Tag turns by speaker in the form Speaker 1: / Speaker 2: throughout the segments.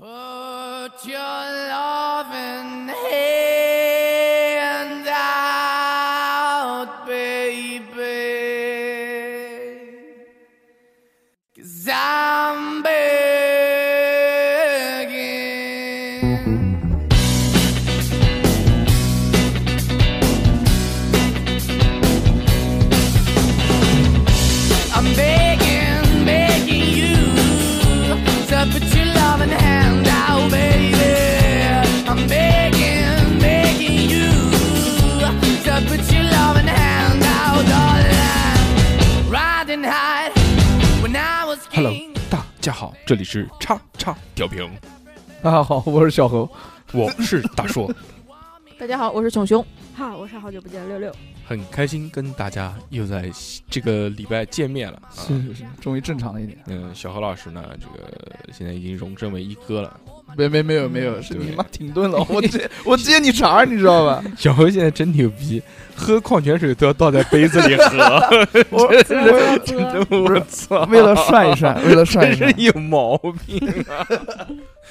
Speaker 1: Put your loving hand out, baby. Cause I'm begging. I'm begging, begging you to put your loving hand out, baby. I'm begging, begging you to put your loving hand out, darling. Riding high when I was
Speaker 2: Hello，
Speaker 1: king.
Speaker 2: 大家好，这里是叉叉调频，
Speaker 3: 大家啊好，我是小何。
Speaker 2: 我是大硕，
Speaker 4: 大家好，我是 熊熊。
Speaker 5: 哈，我是好久不见六六，
Speaker 2: 很开心跟大家又在这个礼拜见面了。啊
Speaker 3: 是是是，终于正常了一点。
Speaker 2: 嗯，小何老师呢，这个现在已经荣升为一哥了。
Speaker 3: 没没没有没有，是
Speaker 2: 嗯对
Speaker 3: 你妈停顿了，我接我接你茬儿，你知道吧？
Speaker 2: 小何现在真牛逼，喝矿泉水都要倒在杯子里 喝，
Speaker 3: 我
Speaker 2: 我操，
Speaker 3: 为了帅一帅， 为了帅一
Speaker 2: 真
Speaker 3: 帅
Speaker 2: 是，有毛病。
Speaker 3: 为了帅一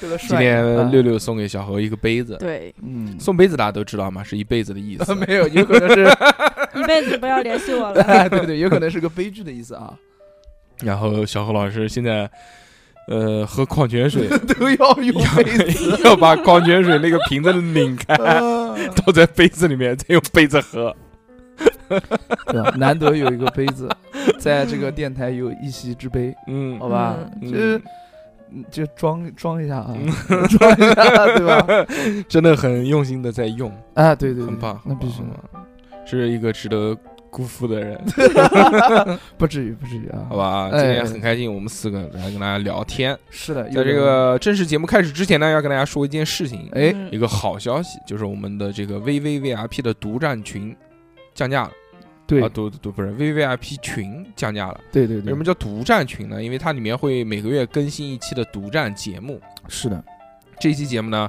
Speaker 3: 帅。
Speaker 2: 今天六
Speaker 3: 六
Speaker 2: 六送给小何一个杯子，
Speaker 4: 对，
Speaker 3: 嗯，。
Speaker 2: 送杯子大家都知道吗？是一辈子的意思
Speaker 3: 没有，有可能是，
Speaker 5: 一辈子不要联系我 了。
Speaker 3: 哎对对，有可能是个悲剧的意思啊，
Speaker 2: 然后小何老师现在，呃，喝矿泉水
Speaker 3: 都要用杯子。
Speaker 2: 要把矿泉水那个瓶子拧开。
Speaker 3: 啊
Speaker 2: 倒在杯子里面，再用杯子喝。
Speaker 3: 对吧难得有一个杯子，在这个电台有一席之杯，
Speaker 2: 嗯
Speaker 3: 好吧？
Speaker 2: 嗯
Speaker 3: 这就装装一下啊，装一下，对吧？
Speaker 2: 真的很用心的在用，
Speaker 3: 啊，对对，对
Speaker 2: 很棒，
Speaker 3: 那必须
Speaker 2: 很
Speaker 3: 的。
Speaker 2: 棒是一个值得辜负的人，
Speaker 3: 不至于，不至于啊，
Speaker 2: 好？吧？今
Speaker 3: 哎
Speaker 2: 天很开心，我们四个来跟大家聊天。
Speaker 3: 是的，
Speaker 2: 在
Speaker 3: 有
Speaker 2: 这
Speaker 3: 人
Speaker 2: 个正式节目开始之前呢，要跟大家说一件事情，
Speaker 3: 哎，
Speaker 5: 嗯
Speaker 2: 一个好消息，就是我们的这个 VVVIP 的独占群降价了
Speaker 3: 对
Speaker 2: 啊，独独不是 VVIP 群降价了。
Speaker 3: 对对
Speaker 2: 为什
Speaker 3: 对
Speaker 2: 么，叫独占群呢？因为它里面会每个月更新一期的独占节目。
Speaker 3: 是的，
Speaker 2: 这一期节目呢，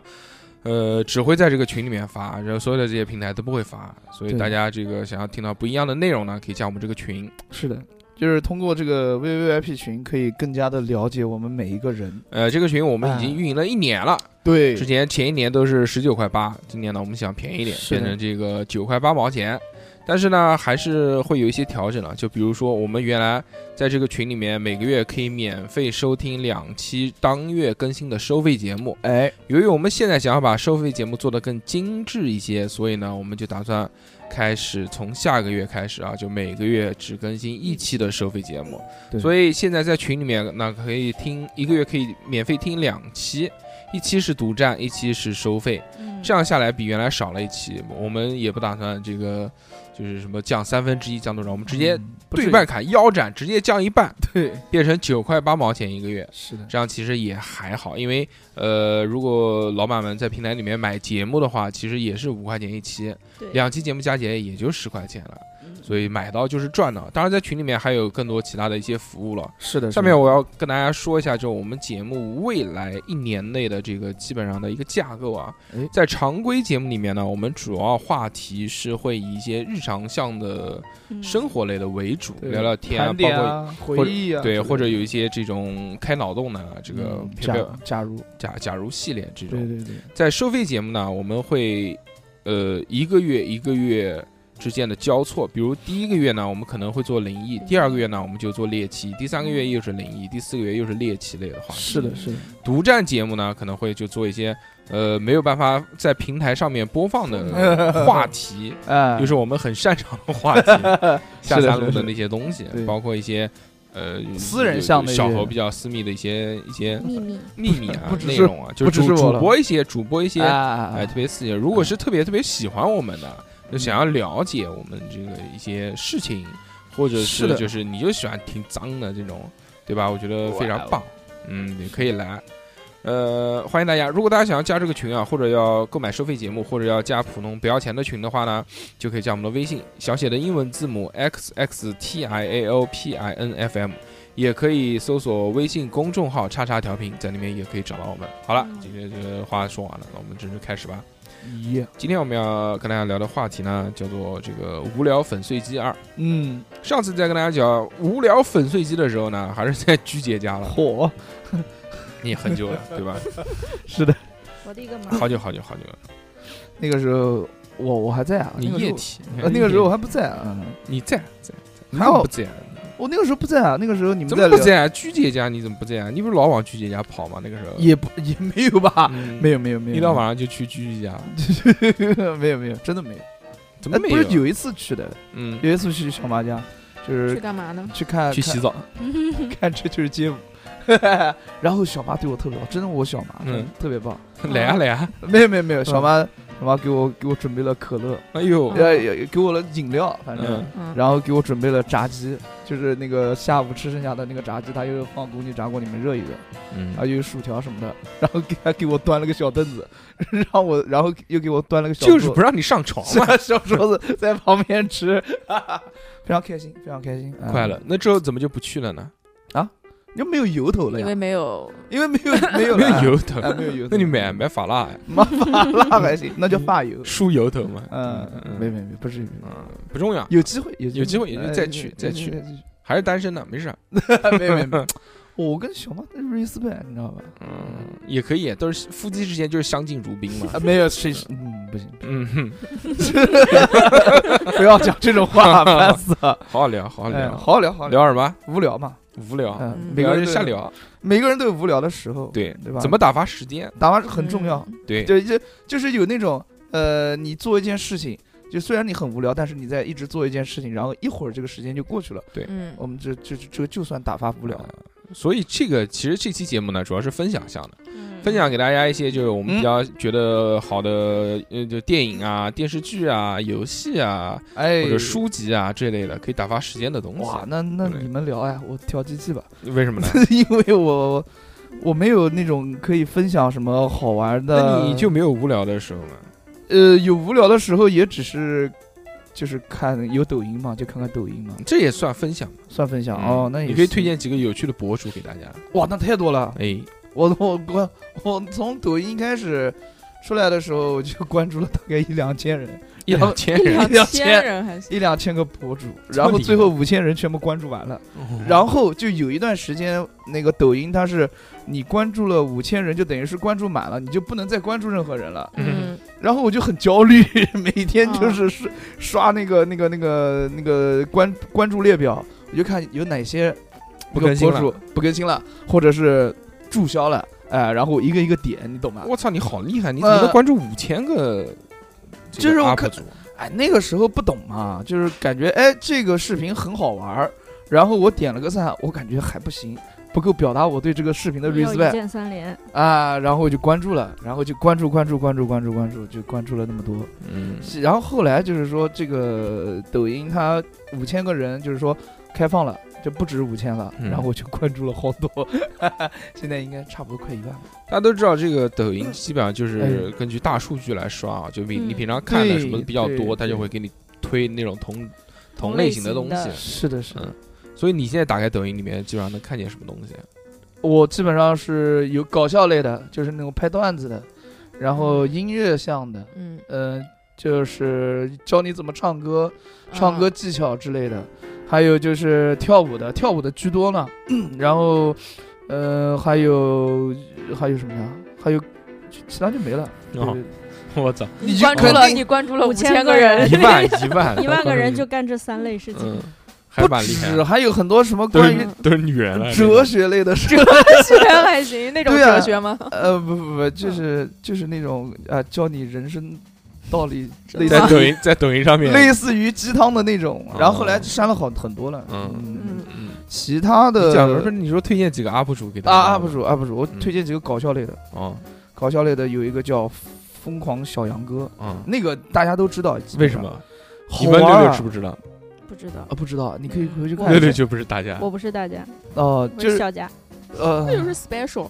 Speaker 2: 呃，只会在这个群里面发，然后所有的这些平台都不会发，所以
Speaker 3: 对
Speaker 2: 大家这个想要听到不一样的内容呢，可以加我们这个群。
Speaker 3: 是的，就是通过这个 VVIP 群，可以更加的了解我们每一个人。
Speaker 2: 呃，这个群我们已
Speaker 3: 哎
Speaker 2: 经运营了一年了，
Speaker 3: 对
Speaker 2: 之前前一年都是十九块八，今年呢我们想便宜一点，
Speaker 3: 是的
Speaker 2: 变成这个九块八毛钱。但是呢，还是会有一些调整了，就比如说我们原来在这个群里面每个月可以免费收听两期当月更新的收费节目，
Speaker 3: 哎，
Speaker 2: 由于我们现在想要把收费节目做得更精致一些，所以呢，我们就打算开始从下个月开始啊，就每个月只更新一期的收费节目。
Speaker 3: 对
Speaker 2: 所以现在在群里面，那可以听一个月可以免费听两期，一期是独占，一期是收费。这样下来比原来少了一期，我们也不打算这个就是什么降三分之一降多少，我们直接
Speaker 3: 嗯不至于
Speaker 2: 对半砍腰斩，直接降一半，
Speaker 3: 对，
Speaker 2: 变成九块八毛钱一个月。
Speaker 3: 是的，
Speaker 2: 这样其实也还好，因为呃，如果老板们在平台里面买节目的话，其实也是五块钱一期，
Speaker 5: 对
Speaker 2: 两期节目加起来也就十块钱了，所以买到就是赚到。当然，在群里面还有更多其他的一些服务了。
Speaker 3: 是的。
Speaker 2: 下
Speaker 3: 是
Speaker 2: 面
Speaker 3: 的
Speaker 2: 我要跟大家说一下，就我们节目未来一年内的这个基本上的一个架构啊
Speaker 3: 哎。
Speaker 2: 在常规节目里面呢，我们主要话题是会以一些日常向的
Speaker 5: 嗯
Speaker 2: 生活类的为主，
Speaker 3: 对
Speaker 2: 聊聊天啊，
Speaker 3: 盘
Speaker 2: 包
Speaker 3: 点
Speaker 2: 括。
Speaker 3: 啊，
Speaker 2: 或
Speaker 3: 回忆啊，
Speaker 2: 对，
Speaker 3: 之类
Speaker 2: 或者
Speaker 3: 的
Speaker 2: 有一些这种开脑洞的啊这个
Speaker 3: 嗯
Speaker 2: 飘
Speaker 3: 假
Speaker 2: 飘
Speaker 3: 假如，
Speaker 2: 假假如系列这
Speaker 3: 对
Speaker 2: 种，
Speaker 3: 对对，
Speaker 2: 在收费节目呢，我们会呃一个月一个月之间的交错，比如第一个月呢，我们可能会做灵异，第二个月呢，我们就做猎奇，第三个月又是灵异，第四个月又是猎奇类的话题。
Speaker 3: 是的，是的，
Speaker 2: 独占节目呢，可能会就做一些呃没有办法在平台上面播放 的话题，
Speaker 3: 哎，
Speaker 2: 就是我们很擅长的 话题。下
Speaker 3: 是的
Speaker 2: 三路的
Speaker 3: 是的
Speaker 2: 那些东西，
Speaker 3: 对
Speaker 2: 包括一些呃
Speaker 3: 私人
Speaker 2: 有
Speaker 3: 向的一
Speaker 2: 小
Speaker 3: 些
Speaker 2: 猴比较私密的一些一些
Speaker 4: 秘密，
Speaker 2: 秘密啊
Speaker 3: 不只
Speaker 2: 内
Speaker 3: 是
Speaker 2: 容啊，就
Speaker 3: 不只
Speaker 2: 主
Speaker 3: 是我
Speaker 2: 主
Speaker 3: 了
Speaker 2: 播一些主播一些
Speaker 3: 哎哎
Speaker 2: 哎
Speaker 3: 哎
Speaker 2: 特别私密。如果是特别特别喜欢我们的，就想要了解我们这个一些事情，或者
Speaker 3: 是
Speaker 2: 是
Speaker 3: 的
Speaker 2: 就是你就喜欢听脏的这种，对吧？我觉得非
Speaker 3: 哇
Speaker 2: 常
Speaker 3: 哦
Speaker 2: 棒，嗯，也可以来。呃，欢迎大家！如果大家想要加这个群啊，或者要购买收费节目，或者要加普通不要钱的群的话呢，就可以加我们的微信，小写的英文字母 x x t i a o p i n f m，也可以搜索微信公众号“叉叉调频”，在里面也可以找到我们。好了，
Speaker 3: 嗯
Speaker 2: 今天这个话说完了，那我们正式开始吧。
Speaker 3: 咦，
Speaker 2: 今天我们要跟大家聊的话题呢，叫做这个无聊粉碎机二。
Speaker 3: 嗯，
Speaker 2: 上哎 次在跟大家讲无聊粉碎机的时候呢，还是在鞠姐家了。
Speaker 3: 火，
Speaker 2: 你很久了，对吧？
Speaker 3: 是的，
Speaker 5: 我的个妈！
Speaker 2: 好久好久好久了，那
Speaker 3: 那个时候我我还在啊，
Speaker 2: 你
Speaker 3: 那个时
Speaker 2: 液
Speaker 3: 候
Speaker 2: 体，
Speaker 3: 呃那个时候我还不在啊，嗯
Speaker 2: 你在在，你
Speaker 3: 还
Speaker 2: 怎么
Speaker 3: 好
Speaker 2: 不在啊？
Speaker 3: 我那个时候不在啊，那个时候你们
Speaker 2: 怎
Speaker 3: 在
Speaker 2: 么不
Speaker 3: 聊
Speaker 2: 在啊？鞠姐家你怎么不在啊？你不是老往鞠姐家跑吗？那个时候
Speaker 3: 也不也没有吧？
Speaker 2: 嗯
Speaker 3: 没有没有没有，
Speaker 2: 一到晚上就去鞠姐家，
Speaker 3: 没有没有，真的没有。
Speaker 2: 怎么
Speaker 3: 哎，
Speaker 2: 没
Speaker 3: 不是
Speaker 2: 有啊？
Speaker 3: 有一次去的，
Speaker 2: 嗯，
Speaker 3: 有一次去小马家，就是
Speaker 4: 去干嘛呢？
Speaker 3: 去看
Speaker 2: 去洗澡，
Speaker 3: 看 看这就是街舞。然后小妈对我特别好，真的我小妈真的
Speaker 2: 嗯
Speaker 3: 特别棒。
Speaker 2: 来啊来啊！
Speaker 3: 没有没有没有，小妈小妈给我给我准备了可乐，
Speaker 2: 哎呦，
Speaker 3: 呃也给我了饮料，反正
Speaker 2: 嗯，
Speaker 4: 嗯，
Speaker 3: 然后给我准备了炸鸡，就是那个下午吃剩下的那个炸鸡，他又放毒气炸锅里面热一热，
Speaker 2: 嗯
Speaker 3: 还有薯条什么的， 然后给还给我端了个小凳子， 让我然后又给我端了个小啊桌
Speaker 2: 就是不让你上床嘛，
Speaker 3: 小小桌 子在旁边吃，哈哈 非常开心，非常开心，嗯
Speaker 2: 快了。那之后怎么就不去了呢？
Speaker 3: 就没有由头了
Speaker 4: 因
Speaker 3: 呀
Speaker 4: 为，没有
Speaker 3: 因为没 有没有
Speaker 2: 没有
Speaker 3: 油，
Speaker 2: 由头，
Speaker 3: 哎没有油，
Speaker 2: 那你买买法拉呀，
Speaker 3: 妈发蜡还行，那叫发油，
Speaker 2: 梳油头嘛。
Speaker 3: 嗯，没
Speaker 2: 嗯
Speaker 3: 没没，不至于，
Speaker 2: 嗯，不重要，
Speaker 3: 有机会有
Speaker 2: 有机会也就
Speaker 3: 哎
Speaker 2: 再去再去还是单身的，没事。
Speaker 3: 没有没有没有，我跟小妈那 respect 你知道吧？
Speaker 2: 嗯，也可以，都是夫妻之间就是相敬如宾嘛
Speaker 3: 啊，。没有谁，嗯，不行，
Speaker 2: 嗯，哼，
Speaker 3: 不要讲这种话，烦死了。
Speaker 2: 好好聊，好好
Speaker 3: 哎，
Speaker 2: 聊，
Speaker 3: 好好聊，好好聊，
Speaker 2: 聊什么？
Speaker 3: 无聊嘛，
Speaker 2: 无聊，
Speaker 3: 嗯，
Speaker 4: 嗯
Speaker 3: 每
Speaker 2: 聊
Speaker 3: 个人
Speaker 2: 就
Speaker 3: 都有
Speaker 2: 瞎，聊，
Speaker 3: 每个人都有无聊的时候，
Speaker 2: 对
Speaker 3: 对吧？
Speaker 2: 怎么打发时间？
Speaker 3: 打发是很重要，
Speaker 2: 对，
Speaker 3: 对，就就是有那种呃，你做一件事情，就虽然你很无聊，但是你在一直做一件事情，然后一会儿这个时间就过去了，
Speaker 4: 嗯，
Speaker 3: 我们这这这这个就算打发无聊了。
Speaker 2: 呃所以这个其实这期节目呢，主要是分享向的，
Speaker 4: 嗯
Speaker 2: 分享给大家一些就是我们
Speaker 3: 嗯
Speaker 2: 比较觉得好的，呃，就电影啊、电视剧啊、游戏啊
Speaker 3: 哎，
Speaker 2: 或者书籍啊这类的，可以打发时间的东
Speaker 3: 哇，
Speaker 2: 西。
Speaker 3: 那那
Speaker 2: 对哎
Speaker 3: 你们聊呀，我挑机器吧，
Speaker 2: 为什么呢？
Speaker 3: 因为我我没有那种可以分享什么好玩的，
Speaker 2: 那你就没有无聊的时候吗？
Speaker 3: 呃有无聊的时候也只是。就是看有抖音嘛，就看看抖音嘛，
Speaker 2: 这也算分享嘛。
Speaker 3: 算分享、哦。那也
Speaker 2: 嗯你可以
Speaker 3: 是
Speaker 2: 推荐几个有趣的博主给大家。
Speaker 3: 哇，那太多了。
Speaker 2: 哎，
Speaker 3: 我我我我从抖音开始出来的时候，我就关注了大概一两千人，
Speaker 2: 一
Speaker 3: 然后
Speaker 2: 两千
Speaker 5: 嗯
Speaker 2: 人，
Speaker 3: 两
Speaker 4: 千
Speaker 3: 千
Speaker 4: 人还行，
Speaker 3: 一两千个博主，
Speaker 2: 这么
Speaker 3: 然后
Speaker 2: 厉害嗯
Speaker 3: 最后五千人全部关注完了。
Speaker 2: 哦
Speaker 3: 然后就有一段时间，那个抖音它是你关注了五千人，就等于是关注满了，你就不能再关注任何人了。
Speaker 2: 嗯
Speaker 4: 嗯，
Speaker 3: 然后我就很焦虑，每天就是刷刷那个那个那个那个关关注列表，我就看有哪些
Speaker 2: 不
Speaker 3: 那个
Speaker 2: 更新
Speaker 3: 博主不更新了，或者是注销了，哎，然后我一个一个点，你懂吗？
Speaker 2: 我操，你好厉害！你怎么能关注五千个这
Speaker 3: 这呃是
Speaker 2: 个
Speaker 3: 我
Speaker 2: UP
Speaker 3: 看
Speaker 2: 主？
Speaker 3: 哎，那个时候不懂嘛，就是感觉哎这个视频很好玩儿，然后我点了个赞，我感觉还不行，不够表达我对这个视频的
Speaker 5: 要嗯一
Speaker 3: respect
Speaker 5: 键三连，
Speaker 3: 啊，然后我就关注了，然后就关注关注关注关注关注，就关注了那么多。
Speaker 2: 嗯，
Speaker 3: 是然后后来就是说这个抖音它五千个人就是说开放了。就不止五千了，
Speaker 2: 嗯
Speaker 3: 然后我就关注了好多，现在应该差不多快一万了。
Speaker 2: 大家都知道这个抖音基本上就是根据大数据来刷啊，就你你
Speaker 5: 嗯
Speaker 2: 平常看的
Speaker 3: 对
Speaker 2: 什么比较多，
Speaker 3: 对
Speaker 2: 它就会给你推那种同同
Speaker 5: 同
Speaker 2: 类
Speaker 5: 类
Speaker 2: 型的东
Speaker 5: 型
Speaker 2: 西。
Speaker 5: 的
Speaker 3: 是的，是的，
Speaker 2: 嗯，所以你现在打开抖音里面，基本上能看见什么东西？
Speaker 3: 我基本上是有搞笑类的，就是那种拍段子的，然后音乐向的，
Speaker 4: 嗯，
Speaker 3: 嗯、就是教你怎么唱歌、
Speaker 1: 嗯
Speaker 3: 唱
Speaker 4: 啊
Speaker 3: 歌技巧之类的，还有就是跳舞的，跳舞的居多呢。然后，呃，还有还有什么呀？还有其其他就没了。
Speaker 2: 哦
Speaker 3: 对
Speaker 2: 我 操，
Speaker 3: 你
Speaker 4: 关注
Speaker 3: 肯
Speaker 4: 了，
Speaker 3: 定嗯
Speaker 4: 你关注了
Speaker 5: 五千
Speaker 4: 千
Speaker 5: 个
Speaker 4: 人
Speaker 5: 人
Speaker 2: 一，万一万
Speaker 5: 哎 一万个人就干这三类事情
Speaker 2: 嗯，，还
Speaker 3: 不
Speaker 2: 蛮厉害
Speaker 5: 啊
Speaker 3: 止，。还有很多什么
Speaker 2: 都
Speaker 3: 关于
Speaker 2: 是都是女人啊了，
Speaker 3: 哲学类的事。
Speaker 4: 学还行，那种
Speaker 3: 对啊
Speaker 4: 哲学吗？
Speaker 3: 呃，不不不，就是就是那种啊，教你人生道理，类似
Speaker 2: 在
Speaker 3: 于
Speaker 2: 抖 音在抖音上面，
Speaker 3: 类似于鸡汤的那种，
Speaker 2: 哦
Speaker 3: 然后后来删了好很多了。
Speaker 2: 嗯
Speaker 3: 嗯，
Speaker 4: 嗯，
Speaker 2: 嗯，
Speaker 3: 其他的
Speaker 2: 你讲的不是你嗯说推荐几个 UP 主给大家
Speaker 3: 啊
Speaker 2: 吗
Speaker 3: ，UP 主 UP 主，我推荐几个搞笑类的，
Speaker 2: 哦，
Speaker 3: 搞笑类的有一个叫《疯狂小杨哥》，
Speaker 2: 嗯，
Speaker 3: 那个大家都知道，基本
Speaker 2: 为什
Speaker 3: 上
Speaker 2: 么？
Speaker 3: 好
Speaker 2: 你问
Speaker 3: 玩
Speaker 2: 六六
Speaker 3: 啊
Speaker 2: 知不知道？
Speaker 5: 不知道
Speaker 3: 啊，，不知道，你可以回去看
Speaker 2: 六
Speaker 3: 一
Speaker 2: 六
Speaker 3: 下。
Speaker 2: 就不是大家，
Speaker 5: 我不是大家，
Speaker 3: 哦，
Speaker 5: 嗯我
Speaker 3: 就是是
Speaker 5: 小家，
Speaker 3: 呃
Speaker 4: 那，就是 special，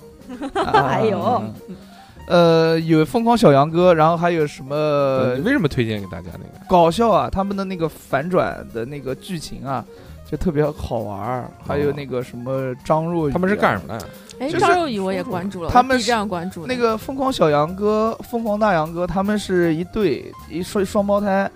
Speaker 3: 啊
Speaker 5: 哎呦，
Speaker 3: 呃，有《疯狂小杨哥》，然后还有什么
Speaker 2: 呃你为什么推荐给大家那个？
Speaker 3: 搞笑啊，他们的那个反转的那个剧情啊，就特别好玩儿。还有
Speaker 2: 哦
Speaker 3: 那个什么张若昀啊，
Speaker 2: 他们是干什么的？
Speaker 4: 哎，
Speaker 3: 就是
Speaker 4: 张幼仪我也关注了，
Speaker 3: 他们
Speaker 4: 这样关注的
Speaker 3: 那个疯狂小杨哥、疯狂大杨哥，他们是一对一双双胞胎，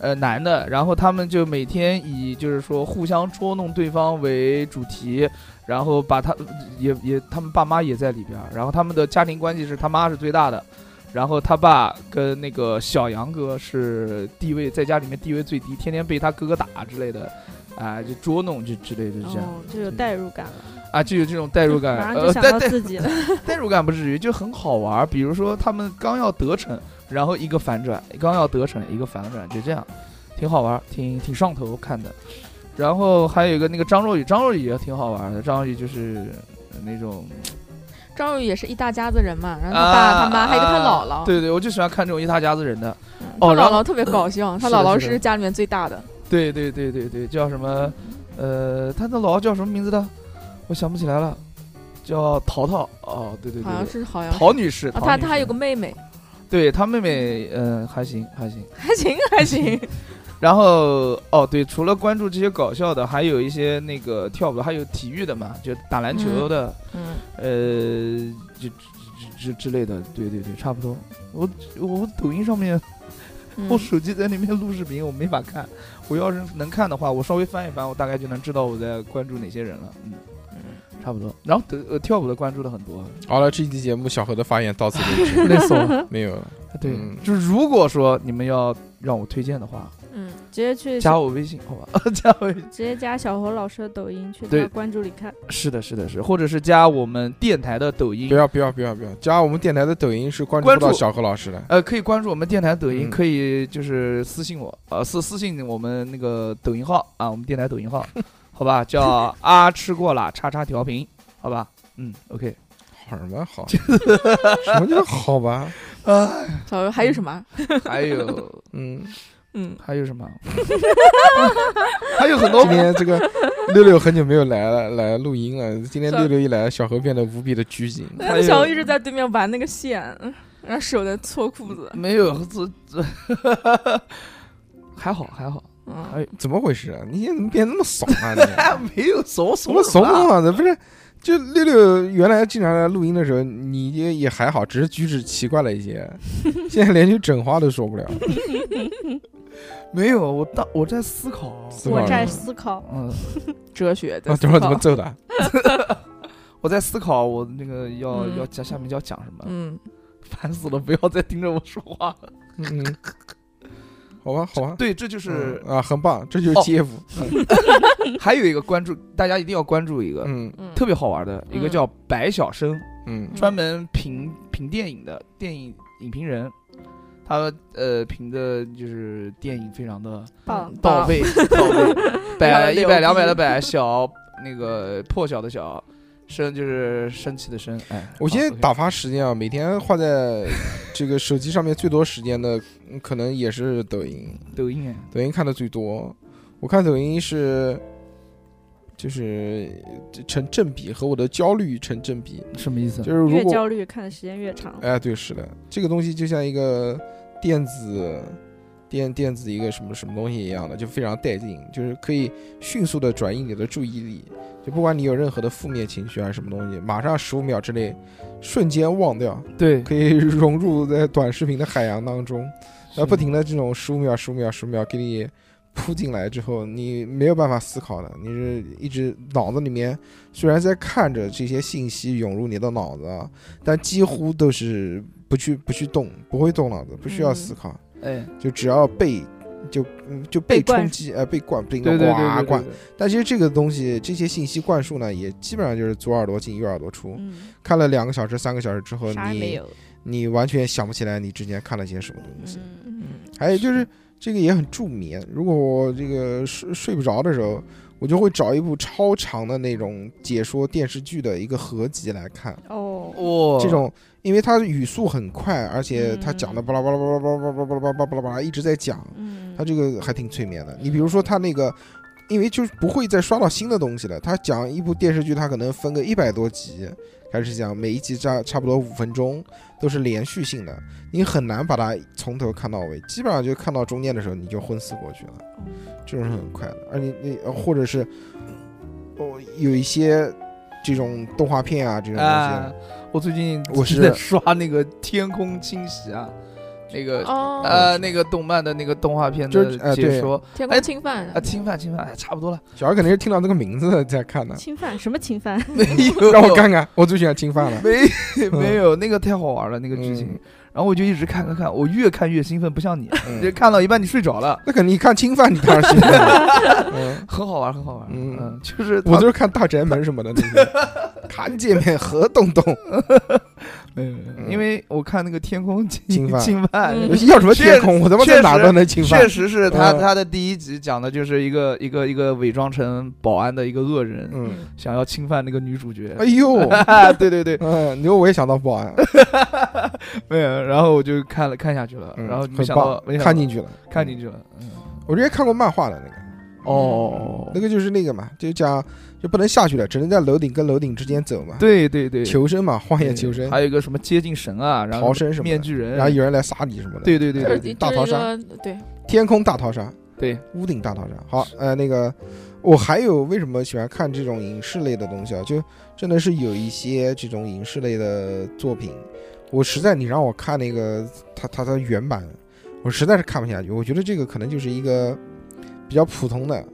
Speaker 3: 呃，男的，然后他们就每天以就是说互相捉弄对方为主题，然后把他也也他们爸妈也在里边儿，然后他们的家庭关系是他妈是最大的，然后他爸跟那个小杨哥是地位在家里面地位最低，天天被他哥哥打之类的，啊、就捉弄这之类的这样、
Speaker 5: 哦，就有代入感了，
Speaker 3: 啊，就有这种代入感，
Speaker 5: 马上
Speaker 3: 呃，
Speaker 5: 就想
Speaker 3: 代
Speaker 5: 到
Speaker 3: 代
Speaker 5: 自己了。
Speaker 3: 代入感不至于，就很好玩儿。比如说他们刚要得逞，然后一个反转，刚要得逞一个反转，就这样，挺好玩儿，挺挺上头看的。然后还有一个那个张若昀，张若昀也挺好玩儿的，张若昀就是呃那种
Speaker 4: 张若昀也是一大家子人嘛，然后他爸、他妈还有一个他姥姥，
Speaker 3: 啊对对，我就喜欢看这种一大家子人的。
Speaker 4: 哦嗯
Speaker 3: 哦
Speaker 4: 他
Speaker 3: 然
Speaker 4: 姥
Speaker 3: 后
Speaker 4: 姥特别搞笑，他
Speaker 3: 是的
Speaker 4: 姥姥
Speaker 3: 是的
Speaker 4: 是家里面最大的，
Speaker 3: 对对对对对，叫什么？呃，他的姥姥叫什么名字的？我想不起来了，叫淘淘。哦，对对对
Speaker 4: 好像
Speaker 3: 对，
Speaker 4: 是好像
Speaker 3: 陶女士。
Speaker 4: 啊，
Speaker 3: 陶
Speaker 4: 他
Speaker 3: 女
Speaker 4: 他还
Speaker 3: 士
Speaker 4: 有个妹妹，
Speaker 3: 对他妹妹，嗯、还行还行。
Speaker 4: 还行还行，
Speaker 3: 然后哦，对，除了关注这些搞笑的，还有一些那个跳舞的，还有体育的嘛，就打篮球的，
Speaker 4: 嗯，
Speaker 3: 呃，就之之之类的，对对对，差不多。我我抖音上面，我
Speaker 4: 嗯
Speaker 3: 手机在那边录视频，我没法看。我要是能看的话，我稍微翻一翻，我大概就能知道我在关注哪些人了。嗯，差不多。然后得、呃、跳舞的关注的很 多，
Speaker 2: 好了，这期节目小何的发言到此为止，
Speaker 3: 累死我了。
Speaker 2: 没有了。
Speaker 3: 对，
Speaker 2: 嗯
Speaker 3: 就是如果说你们要让我推荐的话，
Speaker 4: 嗯，
Speaker 5: 直接去
Speaker 3: 加我微信，好吧？ 加我微信。
Speaker 5: 直接加小侯老师的抖音去
Speaker 3: 对
Speaker 5: 他关注里看，
Speaker 3: 是的，是的，是，或者是加我们电台的抖音
Speaker 2: 不，要不要不要不要！加我们电台的抖音是关注
Speaker 3: 关
Speaker 2: 不到
Speaker 3: 注
Speaker 2: 小何老师的。
Speaker 3: 呃，可以关注我们电台抖音，
Speaker 2: 嗯
Speaker 3: 可以就是私信我，呃，私私信我们那个抖音号啊，我们电台抖音 号，好吧， 叫啊吃过啦，叉叉调频，好吧，嗯，OK，
Speaker 2: 好什么好？什么叫好吧？
Speaker 3: 啊，
Speaker 4: 小还有什么？
Speaker 3: 还有
Speaker 2: 嗯，
Speaker 4: 嗯，
Speaker 3: 还有什 么？还有很多
Speaker 2: 今天这个六六很久没有来了，来录音了。今天六六一来，小何变得无比的拘谨。
Speaker 3: 还有
Speaker 4: 小侯一直在对面玩那个线，然后手在搓裤子，
Speaker 3: 没有，这这 还好还好，
Speaker 4: 嗯，
Speaker 2: 怎么回事啊？你怎么变那么怂啊？ 你
Speaker 3: 没有
Speaker 2: 怎
Speaker 3: 怂哎怂
Speaker 2: 么
Speaker 3: 了
Speaker 2: 怂
Speaker 3: 什么
Speaker 2: 啊？不是，就六六原来经常来录音的时候，你也也还好，只是举止奇怪了一 些。现在连句整话都说不了。
Speaker 3: 没有，我当我在思考，
Speaker 2: 思
Speaker 5: 我
Speaker 2: 考
Speaker 5: 在
Speaker 2: 什么
Speaker 5: 思考，
Speaker 3: 嗯，
Speaker 4: 哲学的
Speaker 2: 啊，
Speaker 4: 思
Speaker 2: 等会儿怎么
Speaker 4: 考，
Speaker 2: 揍的？
Speaker 3: 我在思考我那个要
Speaker 4: 嗯
Speaker 3: 要讲下面要讲什么，
Speaker 4: 嗯，
Speaker 3: 烦死了！不要再盯着我说话了。
Speaker 2: 嗯，好吧，好吧，
Speaker 3: 对，这就是、哦
Speaker 2: 嗯啊，很棒，这就是街舞。
Speaker 3: 还有一个关注，大家一定要关注一个、
Speaker 2: 嗯
Speaker 4: 嗯
Speaker 3: 特别好玩的，一个
Speaker 4: 嗯
Speaker 3: 叫白晓生，
Speaker 2: 嗯
Speaker 3: 专门评评电影的电影影评人，他呃评的就是电影非常的
Speaker 5: 棒
Speaker 3: 到， 位，到位，百
Speaker 4: 牛
Speaker 3: 一
Speaker 4: 逼
Speaker 3: 百两百的百，小那个破晓的小。生就是生气的生，哎，
Speaker 2: 我现在
Speaker 3: 好，OK
Speaker 2: 打发时间啊，每天花在这个手机上面最多时间的，嗯可能也是抖音。
Speaker 3: 抖音哎，
Speaker 2: 抖音看的最多，我看抖音是就是成正比，和我的焦虑成正比。
Speaker 3: 什么意思
Speaker 2: 就是如
Speaker 5: 越
Speaker 2: 果
Speaker 5: 焦虑看的时间越长，
Speaker 2: 哎，对，是的，这个东西就像一个电子电电子一个什么什么东西一样的，就非常带劲，就是可以迅速的转移你的注意力。就不管你有任何的负面情绪还是啊什么东西，马上十五秒之内瞬间忘掉，
Speaker 3: 对，
Speaker 2: 可以 融入在短视频的海洋当中。然后不
Speaker 3: 是
Speaker 2: 停的这种十五秒、十五秒、十五秒给你扑进来之后，你没有办法思考的，你是一直脑子里面虽然在看着这些信息涌入你的脑子，啊，但几乎都是不去不去动，不会动脑子，不需要
Speaker 4: 嗯
Speaker 2: 思考，
Speaker 3: 哎，
Speaker 2: 就只要被就嗯就
Speaker 5: 被灌
Speaker 2: 冲击，呃，被灌，被
Speaker 3: 对对对对
Speaker 2: 哇
Speaker 3: 对
Speaker 2: 灌。
Speaker 3: 对
Speaker 2: 但其实这个东西，这些信息灌输呢，也基本上就是左耳朵进右耳朵出。
Speaker 5: 嗯，
Speaker 2: 看了两个小时、三个小时之后，
Speaker 5: 啥也没
Speaker 2: 哎你
Speaker 5: 有，
Speaker 2: 你完全想不起来你之前看了些什么东西。
Speaker 5: 嗯，
Speaker 4: 嗯
Speaker 2: 还有哎就是这个也很助眠。如果我这个睡睡不着的时候，我就会找一部超长的那种解说电视剧的一个合集来看。
Speaker 5: 哦，
Speaker 3: 哇，
Speaker 2: 这种，因为它语速很快，而且它讲的巴拉巴拉巴拉巴拉巴拉巴拉巴拉巴拉巴拉巴拉一直在讲，
Speaker 5: 嗯
Speaker 2: 它，这个还挺催眠的。你比如说它那个。因为就是不会再刷到新的东西了。它讲一部电视剧，它可能分个一百多集开始讲，每一集差差不多五分钟，都是连续性的，你很难把它从头看到尾，基本上就看到中间的时候你就昏死过去了，
Speaker 3: 哦
Speaker 2: 这种是很快的。而你你呃或者是哦有一些这种动画片啊这种东西，
Speaker 3: 哎啊，我最近
Speaker 2: 我
Speaker 3: 一直
Speaker 2: 是
Speaker 3: 在刷那个《天空侵袭》啊，那个
Speaker 4: 哦，
Speaker 3: 呃那个动漫的那个动画片
Speaker 2: 就是
Speaker 3: 的
Speaker 2: 呃
Speaker 3: 解
Speaker 2: 对
Speaker 3: 说
Speaker 4: 天
Speaker 3: 哎
Speaker 4: 空侵犯
Speaker 3: 啊，侵犯侵犯，哎，差 不多了，
Speaker 2: 小孩肯定是听到这个名字在看的，
Speaker 5: 嗯侵犯什么侵犯？
Speaker 3: 没有，
Speaker 2: 让我看看，我最喜欢侵犯 了。
Speaker 3: 没没有，那个太好玩了，那个剧情
Speaker 2: 嗯。
Speaker 3: 然后我就一直看看看，我越看越兴奋，不像你，啊
Speaker 2: 嗯
Speaker 3: 就看到一半你睡着了，
Speaker 2: 那肯定一看侵犯，你当然 兴奋了。嗯，
Speaker 3: 很好玩，很好玩。
Speaker 2: 嗯
Speaker 3: 嗯，就是
Speaker 2: 我就是看大宅门什么的那些，看见面何东东，
Speaker 3: 没有，没有
Speaker 2: 嗯
Speaker 3: 因为我看那个天空侵
Speaker 2: 侵犯
Speaker 3: 侵犯
Speaker 5: 嗯，
Speaker 2: 要什么天空，我他妈在哪都能侵
Speaker 3: 确
Speaker 2: 犯。
Speaker 3: 实是他
Speaker 2: 嗯
Speaker 3: 他的第一集讲的就是一个一个一个伪装成保安的一个恶人，
Speaker 2: 嗯，
Speaker 3: 想要侵犯那个女主角
Speaker 2: 哎。呦，
Speaker 3: 对对对，
Speaker 2: 嗯，你说我也想当保 安，
Speaker 3: 没有。然后我就看了看下去了，
Speaker 2: 嗯
Speaker 3: 然后没
Speaker 2: 很
Speaker 3: 想到
Speaker 2: 棒，
Speaker 3: 没想到
Speaker 2: 看进去了。
Speaker 3: 看进去了。嗯
Speaker 2: 我之前看过漫画的那个，
Speaker 3: 哦
Speaker 2: 那，个就是那个嘛，就讲就不能下去了，只能在楼顶跟楼顶之间走嘛，
Speaker 3: 对对对，
Speaker 2: 求生嘛，荒野
Speaker 3: 对
Speaker 2: 求生，
Speaker 3: 还有一个什么接近神啊，然后
Speaker 2: 逃生什么的
Speaker 3: 面具人，
Speaker 2: 然后有哎人来杀你什么的。
Speaker 3: 对对对
Speaker 4: 就
Speaker 3: 对
Speaker 4: 是
Speaker 2: 耳
Speaker 4: 就
Speaker 2: 机
Speaker 3: 对
Speaker 4: 是
Speaker 2: 大逃
Speaker 4: 一个对，
Speaker 2: 天空大逃杀，
Speaker 3: 对，
Speaker 2: 屋顶大逃杀。好，呃，那个我还有为什么喜欢看这种影视类的东西啊？就真的是有一些这种影视类的作品，我实在你让我看那个它它的原版，我实在是看不下去。我觉得这个可能就是一个比较普通的。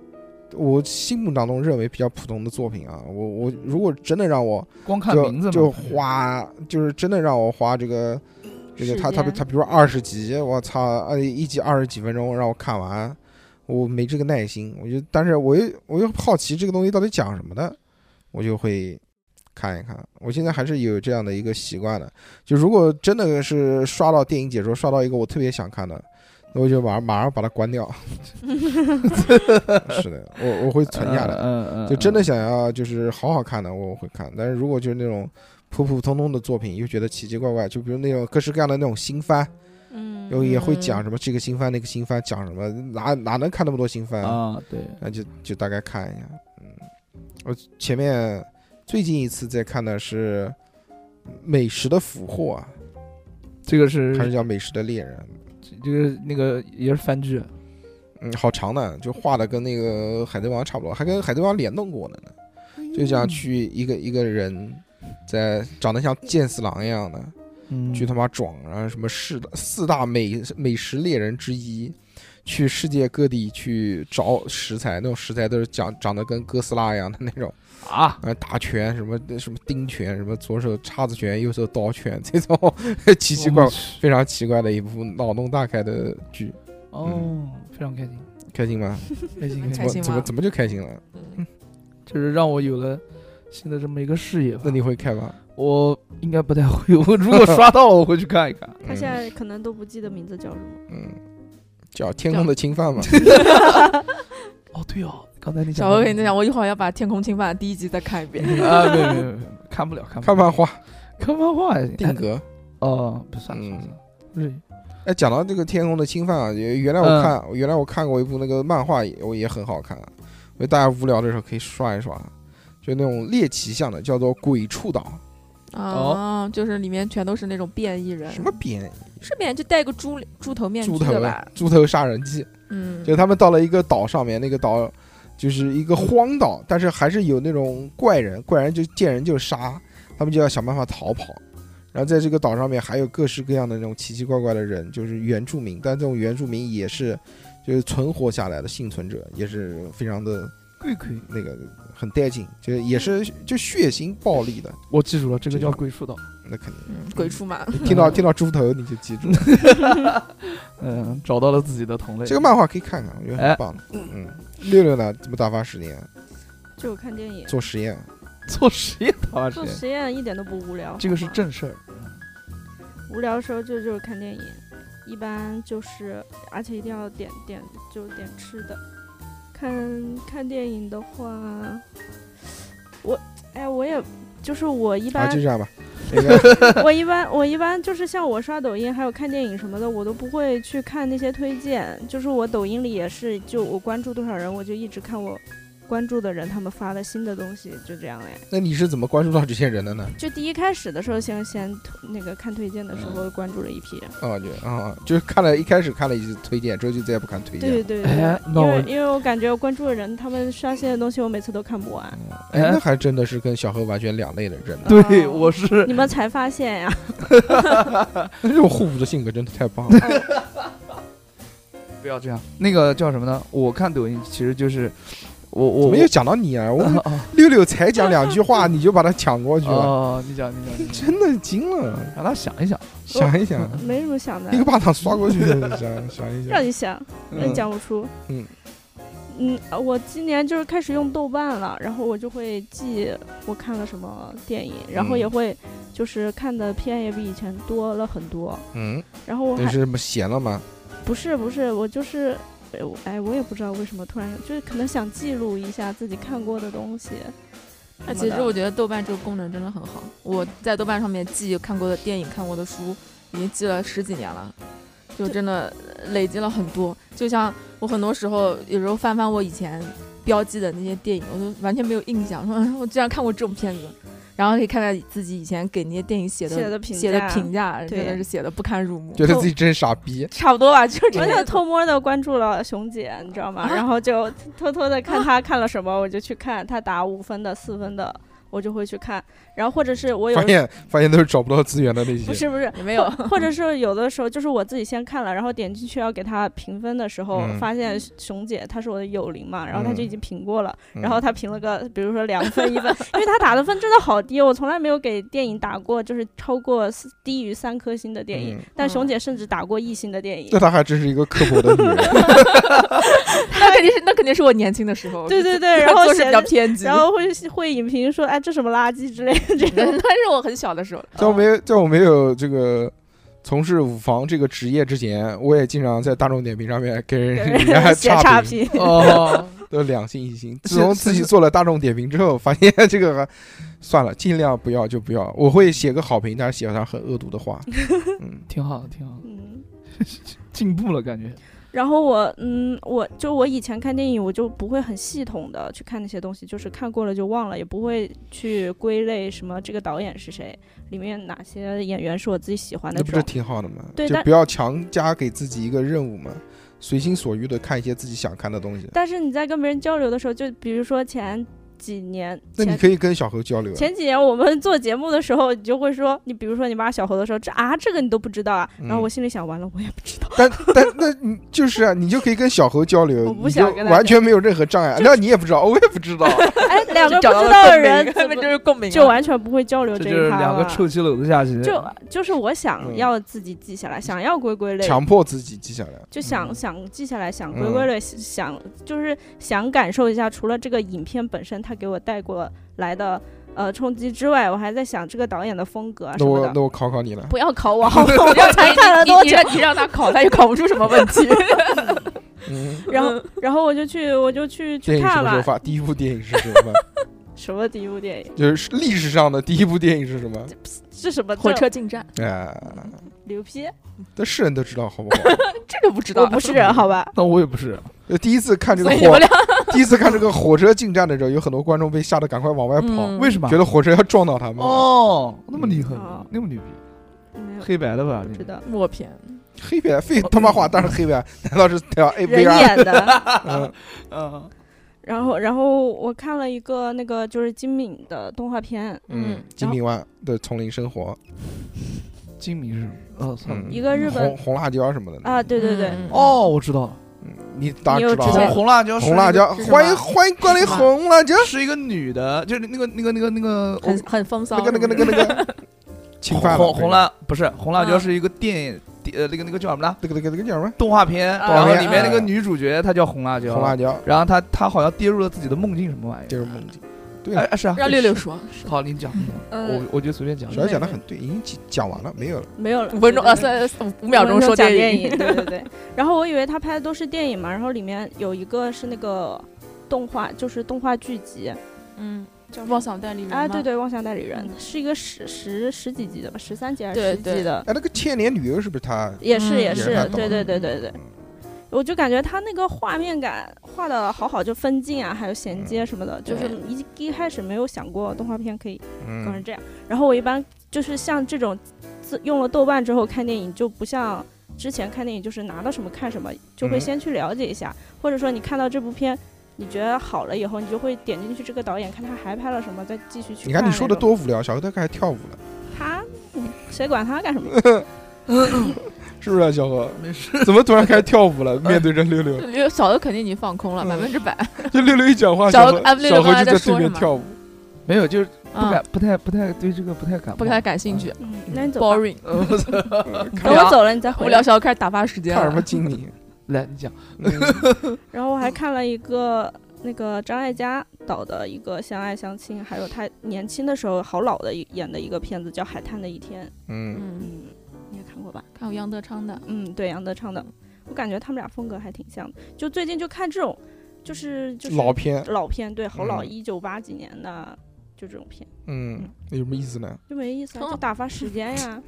Speaker 2: 我心目当中认为比较普通的作品啊，我我如果真的让我
Speaker 3: 光看
Speaker 2: 就
Speaker 3: 名字嘛
Speaker 2: 就花，就是真的让我花这个这个他他
Speaker 5: 时间
Speaker 2: 他比如说二十集，我操，呃一集二十几分钟让我看完，我没这个耐心。我就但是我又我又好奇这个东西到底讲什么的，我就会看一看。我现在还是有这样的一个习惯的，就如果真的是刷到电影解说，刷到一个我特别想看的。那我就马上马上把它关掉。 是的，我我会存下来。
Speaker 3: 嗯嗯，
Speaker 2: 就真
Speaker 3: 的
Speaker 2: 的想要就是好好看的，我会看。但是如果就是那种普普通通的作品，又觉得奇奇怪怪，就比如那种各式各样的那种新番，
Speaker 5: 嗯
Speaker 2: 又也会讲什么这个新番那个新番讲什么，哪哪能看那么多新番？
Speaker 3: 嗯啊，对，
Speaker 2: 那就就大概看一下。嗯，我前面最近一次在看的是《美食的俘获》啊，
Speaker 3: 这个
Speaker 2: 还是
Speaker 3: 是
Speaker 2: 叫《美食的猎人》？
Speaker 3: 这个那个也是番剧，
Speaker 2: 嗯，好长的，就画的跟那个《海贼王》差不多，还跟《海贼王》联动过呢。
Speaker 4: 嗯
Speaker 2: 就想去一个一个人，在长得像剑四郎一样的，
Speaker 3: 嗯
Speaker 2: 去他妈闯，然后什么四大四大美美食猎人之一，去世界各地去找食材，那种食材都是长长得跟哥斯拉一样的那种，
Speaker 3: 啊，
Speaker 2: 呃，打拳什么什么钉拳，什么左手叉子拳，右手刀拳，这种 奇奇怪
Speaker 3: 我
Speaker 2: 怪非常奇怪的一部脑洞大开的剧，
Speaker 3: 哦，
Speaker 2: 嗯
Speaker 3: 非常开心，
Speaker 2: 开心吗？
Speaker 3: 开心开
Speaker 4: 开
Speaker 3: 心
Speaker 2: 我，
Speaker 4: 心
Speaker 2: 怎么
Speaker 4: 吗
Speaker 2: 怎么就开心了？
Speaker 3: 就是让我有了新的这么一个视野吧。
Speaker 2: 那你会开吗？
Speaker 3: 我应该不太会，我如果刷到了，我会去看一 看。
Speaker 5: 他
Speaker 2: 嗯
Speaker 5: 现在可能都不记得名字叫什么。
Speaker 2: 嗯，叫天空的侵犯 嘛。
Speaker 3: 哦，对哦，刚才你
Speaker 4: 小
Speaker 3: 讲
Speaker 4: 何
Speaker 3: 的
Speaker 4: 跟你讲，我一会儿要把《天空侵犯》第一集再看一遍。
Speaker 3: 啊，没有没有没有，看不了，看不了
Speaker 2: 看漫画
Speaker 3: 看漫画也行
Speaker 2: 定格。
Speaker 3: 哦，不算了
Speaker 2: 嗯
Speaker 3: 算了算了，不至于
Speaker 2: 哎，讲到这个天空的侵犯啊，也原来我看，原来我看过一部那个漫画，也我也很好看，啊所以大家无聊的时候可以刷一刷，啊就那种猎奇向的，叫做《鬼畜岛
Speaker 4: 哦，就是里面全都是那种变异》，人，
Speaker 2: 什么编
Speaker 4: 是变就戴个猪猪头面具
Speaker 2: 猪头
Speaker 4: 的
Speaker 2: 啊
Speaker 4: 吧？
Speaker 2: 猪头杀人记，
Speaker 4: 嗯，
Speaker 2: 就他们到了一个岛上面，那个岛就是一个荒岛，但是还是有那种怪人，怪人就见人就杀，他们就要想办法逃跑。然后在这个岛上面还有各式各样的那种奇奇怪怪的人，就是原住民，但这种原住民也是就是存活下来的幸存者，也是非常的
Speaker 3: 贵亏，
Speaker 2: 那个很带劲，就是也是就血腥暴力的，
Speaker 3: 我记住了，这个叫鬼术岛。
Speaker 2: 那肯定。
Speaker 4: 嗯鬼畜嘛，
Speaker 2: 听到听到猪头你就记住了，
Speaker 3: 嗯，找到了自己的同类。
Speaker 4: 哎
Speaker 2: 这个漫画可以看看，我觉得很棒的。嗯，六六呢怎么打发时间？
Speaker 5: 就看电影，
Speaker 2: 做实验。
Speaker 3: 做实验打发时
Speaker 5: 做
Speaker 3: 间，
Speaker 5: 实验一点都不无聊。
Speaker 3: 这个是
Speaker 5: 好吗
Speaker 3: 正事儿。
Speaker 5: 无聊的时候就就是看电影，一般就是而且一定要点点就点吃的。看看电影的话，我哎我也就是我一
Speaker 2: 啊，
Speaker 5: 般
Speaker 2: 就这样吧。那个
Speaker 5: 我一般我一般就是像我刷抖音还有看电影什么的，我都不会去看那些推荐，就是我抖音里也是就我关注多少人我就一直看我关注的人他们发的新的东西，就这样哎。
Speaker 2: 那你是怎么关注到这些人的呢？
Speaker 5: 就第一开始的时候，先先推那个看推荐的时
Speaker 2: 嗯
Speaker 5: 候关注了一批人。
Speaker 2: 哦，就啊，就是看了一开始看了一些推荐，之后就再也不看推荐。
Speaker 5: 对对对
Speaker 3: 哎
Speaker 5: 对，
Speaker 3: 那
Speaker 5: 因
Speaker 3: 我
Speaker 5: 为因为我感觉关注的人，他们刷新的东西我每次都看不完。
Speaker 2: 哎，
Speaker 3: 哎
Speaker 2: 那还真的是跟小何完全两类的人呢。
Speaker 4: 啊
Speaker 3: 对，我是
Speaker 5: 你们才发现 呀、
Speaker 2: 那这种互补的性格真的太棒 了。
Speaker 3: 不要这样。那个叫什么呢？我看抖音其实就是我
Speaker 2: 怎
Speaker 3: 我
Speaker 2: 么又讲到你啊？我
Speaker 5: 嗯
Speaker 2: 们
Speaker 3: 啊
Speaker 2: 六六才讲两句话，你就把他抢过去了，
Speaker 3: 哦，你讲你讲
Speaker 5: 嗯
Speaker 3: 你 讲，
Speaker 2: 真的惊了。
Speaker 3: 让他想一想。
Speaker 2: 想一想，
Speaker 5: 没什么想的
Speaker 2: 一，个巴掌刷过去， 想想一
Speaker 5: 嗯让
Speaker 2: 想。
Speaker 5: 你想，
Speaker 2: 嗯
Speaker 5: 讲不出。
Speaker 2: 嗯
Speaker 5: 嗯呃我今年就是开始用豆瓣了，然后我就会记我看了什么电影，然后
Speaker 2: 嗯
Speaker 5: 也会就是看的片也比以前多了很多。
Speaker 2: 嗯，
Speaker 5: 然后我
Speaker 2: 那
Speaker 5: 还
Speaker 2: 是什么闲了吗？
Speaker 5: 不是不是，我就是。哎我哎，我也不知道为什么突然有，就是可能想记录一下自己看过的东西。
Speaker 2: 哎
Speaker 4: 那其实我觉得豆瓣这个功能真的很好，我在豆瓣上面记看过的电影、看过的书，已经记了十几年了，就真的累积了很多。就像我很多时候，有时候翻翻我以前标记的那些电影，我都完全没有印象，说 嗯我居然看过这种片子。然后可以看看自己以前给那些电影写的
Speaker 5: 写的评
Speaker 4: 写的
Speaker 5: 价
Speaker 4: 评价，
Speaker 5: 对
Speaker 4: 真的是写的不堪入目，
Speaker 2: 觉得自己真傻逼。
Speaker 4: 差不多吧，就是这
Speaker 5: 我就
Speaker 4: 个。
Speaker 5: 偷摸的关注了熊姐，你知道吗？
Speaker 4: 啊
Speaker 5: 然后就偷偷的 看她看了什么，我就去看。她打五分的、四分的，我就会去看。然后或者是我有
Speaker 2: 发现发现都是找不到资源的那些。
Speaker 5: 不是不 是
Speaker 4: 也 没有
Speaker 5: 或或者是有的时候就是我自己先看了，然后点进去要给她评分的时候，
Speaker 2: 嗯
Speaker 5: 发现熊姐她是我的友邻嘛，然后她就已经评过了，
Speaker 2: 嗯
Speaker 5: 然后她评了个比如说两分 一分，因为她打的分真的好低，我从来没有给电影打过就是超过四低于三颗星的电影，
Speaker 2: 嗯
Speaker 5: 但熊姐甚至打过一星的电影
Speaker 2: 那。她还真是一个刻薄的女人。
Speaker 4: 那肯定是那肯定是我年轻的时候，
Speaker 5: 对对对，
Speaker 4: 我
Speaker 5: 然后
Speaker 4: 做事
Speaker 5: 写
Speaker 4: 比较偏激，
Speaker 5: 然 后会会影评说，哎，这什么垃圾之类的这
Speaker 4: 但
Speaker 5: 种。
Speaker 4: 是我很小的时候，
Speaker 2: 在我
Speaker 5: 哦
Speaker 2: 没在我没有这个从事舞房这个职业之前，我也经常在大众点评上面给人家
Speaker 5: 写差
Speaker 2: 评，
Speaker 5: 评，
Speaker 3: 哦，
Speaker 2: 都两性一心。
Speaker 3: 是
Speaker 2: 自从自己做了大众点评之后，发现 这个还算了，尽量不要就不要。我会写个好评，但是写上很恶毒的 话。嗯，
Speaker 3: 挺好的，挺好的，
Speaker 5: 嗯，
Speaker 3: 进步了 感觉。
Speaker 5: 然后我，嗯，我就我以前看电影，我就不会很系统的去看那些东西，就是看过了就忘了，也不会去归类什么这个导演是谁，里面哪些演员是我自己喜欢的
Speaker 2: 那不
Speaker 5: 这
Speaker 2: 是
Speaker 5: 种。
Speaker 2: 挺好的吗？
Speaker 5: 对
Speaker 2: 就
Speaker 5: 但
Speaker 2: 不要强加给自己一个任务嘛，随心所欲的看一些自己想看的东西。
Speaker 5: 但是你在跟别人交流的时候，就比如说前几年，
Speaker 2: 那你
Speaker 5: 前
Speaker 2: 可以跟小何交流啊。
Speaker 5: 前几年我们做节目的时候，你就会说，你比如说你骂小猴的时候，这啊这个你都不知道啊，然后
Speaker 2: 嗯
Speaker 5: 我心里想，完了我也不知道。
Speaker 2: 但但那你就是啊，你就可以跟小何交流，
Speaker 5: 我
Speaker 2: 你
Speaker 5: 不
Speaker 2: 就
Speaker 5: 想跟他
Speaker 2: 完全没有任何障碍。那你也不知道，哦我也不 知道。
Speaker 5: 哎， 两个
Speaker 4: 就
Speaker 5: 不
Speaker 4: 找到
Speaker 5: 知
Speaker 4: 了
Speaker 5: 道的
Speaker 4: 共鸣
Speaker 5: 人
Speaker 4: 根
Speaker 5: 怎
Speaker 4: 本
Speaker 5: 么
Speaker 4: 就是共鸣啊，
Speaker 5: 就完全不会交流
Speaker 3: 这
Speaker 5: 这
Speaker 3: 就是
Speaker 5: 一趴
Speaker 3: 两个
Speaker 5: 了
Speaker 3: 臭棋篓子下棋。
Speaker 5: 就就是我想
Speaker 2: 嗯
Speaker 5: 要自己记下来，想要归归类，啊
Speaker 2: 强迫自己记下来。
Speaker 5: 就想想记下来，想归
Speaker 2: 嗯
Speaker 5: 归类，想就是想感受一下，除了这个影片本身它给我带过来的呃冲击之外，我还在想这个导演的风格啊什
Speaker 2: 那
Speaker 5: 么
Speaker 2: 我
Speaker 5: 的
Speaker 2: 那。我考考你了，
Speaker 5: 不要考 我好不好？我才看了
Speaker 4: 你
Speaker 5: 多
Speaker 4: 你
Speaker 5: 久？
Speaker 4: 让你让他考，他也考不出什么问题。
Speaker 2: 嗯，
Speaker 5: 然后然后我就去我就去
Speaker 2: 电
Speaker 5: 去
Speaker 2: 影什
Speaker 5: 看
Speaker 2: 么时候
Speaker 5: 了
Speaker 2: 发？第一部电影是什么？
Speaker 5: 什么第一部电影？
Speaker 2: 就是历史上的第一部电影是什么？
Speaker 5: 是什么？
Speaker 4: 火车进站，
Speaker 2: 啊，
Speaker 5: 牛批？
Speaker 2: 这是人都知道，好 不好？
Speaker 4: 这个不知
Speaker 5: 我
Speaker 4: 道，
Speaker 5: 不是人，好吧？
Speaker 3: 那我也不是，
Speaker 2: 就第一次看这个
Speaker 4: 所以你
Speaker 2: 火
Speaker 4: 们，俩
Speaker 2: 第一次看这个火车进站的时候，有很多观众被吓得赶快往外跑，
Speaker 4: 嗯
Speaker 3: 为什么
Speaker 2: 觉？得火车要撞到他们。
Speaker 3: 哦，那么厉害
Speaker 5: 哦，
Speaker 3: 那么牛逼，
Speaker 5: 没有
Speaker 3: 黑白的吧？
Speaker 5: 不嗯知道
Speaker 4: 默片，
Speaker 2: 黑白非他妈话，但是 黑白难道是叫 A
Speaker 5: 人
Speaker 2: V R？
Speaker 5: 演的。
Speaker 2: 嗯
Speaker 3: 嗯，
Speaker 5: 然后，然后我看了一个那个就是金敏的动画片，
Speaker 2: 嗯
Speaker 4: 嗯，
Speaker 2: 金敏湾的丛林生活，
Speaker 3: 精明是什么？哦，算了
Speaker 2: 嗯
Speaker 5: 一个日
Speaker 2: 红
Speaker 5: 本
Speaker 2: 红辣椒什么的嗯
Speaker 5: 啊，对对对，
Speaker 4: 嗯，
Speaker 3: 哦，我知道了，
Speaker 2: 你当然
Speaker 5: 你又
Speaker 2: 知道
Speaker 5: 知
Speaker 2: 了
Speaker 5: 道
Speaker 3: 哦红辣椒，
Speaker 2: 红辣椒，
Speaker 4: 是什么
Speaker 2: 欢迎欢迎光临
Speaker 3: 是吗
Speaker 2: 红辣椒。
Speaker 3: 是一个女的，就是那个那个那个那个
Speaker 4: 很很风骚，
Speaker 2: 那个那个那个那个， 勤快了
Speaker 3: 红红辣不是红辣椒
Speaker 5: 嗯
Speaker 4: 啊
Speaker 3: 是一个电影，呃，那个那个叫什么呢？
Speaker 2: 那个那个那个叫什么？
Speaker 3: 动画片，
Speaker 4: 啊
Speaker 3: 然
Speaker 2: 动
Speaker 3: 后
Speaker 2: 画片
Speaker 3: 里面那个
Speaker 2: 啊
Speaker 3: 女主角她叫红辣椒，
Speaker 2: 红辣椒
Speaker 3: 然后她她好像跌入了自己的梦境什么玩意
Speaker 2: 就
Speaker 3: 儿？
Speaker 2: 是梦境。对
Speaker 3: 哎
Speaker 2: 啊，
Speaker 3: 哎，是啊，
Speaker 4: 让六六说，
Speaker 3: 好，你讲，
Speaker 5: 呃
Speaker 4: 嗯
Speaker 3: 我，我就随便讲。
Speaker 2: 小孩讲的很对，已经讲讲完了，没有了。
Speaker 5: 没有了
Speaker 4: 五分钟
Speaker 5: 对
Speaker 4: 呃
Speaker 5: 对对
Speaker 4: 三三五秒钟
Speaker 5: 五分
Speaker 4: 说
Speaker 5: 讲
Speaker 4: 电
Speaker 5: 影，，对对 对。然后我以为他拍的都是电影嘛，然后里面有一个是那个动画，就是动画剧集，
Speaker 4: 嗯，
Speaker 5: 叫什么
Speaker 4: 妄想代理人
Speaker 5: 啊，对
Speaker 4: 对
Speaker 5: 对，《妄想代理人
Speaker 4: 嗯》
Speaker 5: 是一个十十十几集的吧，十三集还是
Speaker 4: 对
Speaker 5: 十
Speaker 2: 嗯
Speaker 4: 对
Speaker 5: 集的，
Speaker 2: 哎，那个千年女优是不是他？
Speaker 5: 也是
Speaker 4: 嗯
Speaker 5: 也
Speaker 4: 也
Speaker 2: 是
Speaker 5: 是
Speaker 2: 他，
Speaker 5: 对
Speaker 2: 导
Speaker 5: 对
Speaker 2: 的
Speaker 5: 对对对。我就感觉他那个画面感画的好好，就分镜啊，还有衔接什么的，就是一一开始没有想过动画片可以搞成
Speaker 2: 嗯，
Speaker 5: 这样。然后我一般就是像这种自用了豆瓣之后看电影，就不像之前看电影就是拿到什么看什么，就会
Speaker 2: 嗯
Speaker 5: 先去了解一下，或者说你看到这部片。你觉得好了以后，你就会点进去这个导演，看他还拍了什么，再继续去
Speaker 2: 你
Speaker 5: 看
Speaker 2: 看
Speaker 5: 那种。
Speaker 2: 你说的多无聊，小何都开始跳舞了，
Speaker 5: 他，嗯谁管他干什么？
Speaker 2: 是不是啊，小何？
Speaker 3: 没事，
Speaker 2: 怎么突然开始跳舞了？面对着六 六，
Speaker 4: 因为小的肯定已经放空了，
Speaker 2: 嗯
Speaker 4: 百分之百。
Speaker 2: 就六六一讲话，
Speaker 4: 小
Speaker 2: 小
Speaker 4: 何
Speaker 2: 何
Speaker 4: 啊六
Speaker 2: 小
Speaker 4: 六
Speaker 2: 何
Speaker 4: 刚才
Speaker 2: 就在对
Speaker 4: 在说
Speaker 2: 面
Speaker 4: 什么
Speaker 2: 跳舞。
Speaker 3: 没有，就是不
Speaker 4: 啊
Speaker 3: 感，不太不太对这个不太感冒，
Speaker 4: 不太感兴趣
Speaker 5: 嗯，那你走吧。
Speaker 4: ，boring。
Speaker 3: 呃。我操
Speaker 5: 等我走了，你再回
Speaker 4: 无
Speaker 5: 来
Speaker 4: 聊。小的开始打发时间
Speaker 2: 看什么
Speaker 4: 了。
Speaker 2: 经 理？嗯
Speaker 3: 来，你讲，
Speaker 5: 然后我还看了一个那个张艾嘉导的一个《相爱相亲》，还有他年轻的时候好老的一演的一个片子叫《海滩的一天》。
Speaker 2: 嗯，
Speaker 4: 嗯，
Speaker 5: 嗯，你也看过吧？
Speaker 4: 看过杨德昌的，
Speaker 5: 嗯，对，杨德昌的。我感觉他们俩风格还挺像的。就最近就看这种，就是就是
Speaker 2: 老片，
Speaker 5: 老片，对，好老，
Speaker 2: 嗯
Speaker 5: 一九八几年的，就这种片。
Speaker 2: 嗯，有什么意思呢？
Speaker 5: 就没意思、
Speaker 4: 挺
Speaker 5: 啊，
Speaker 4: 好
Speaker 5: 就打发时 间呀。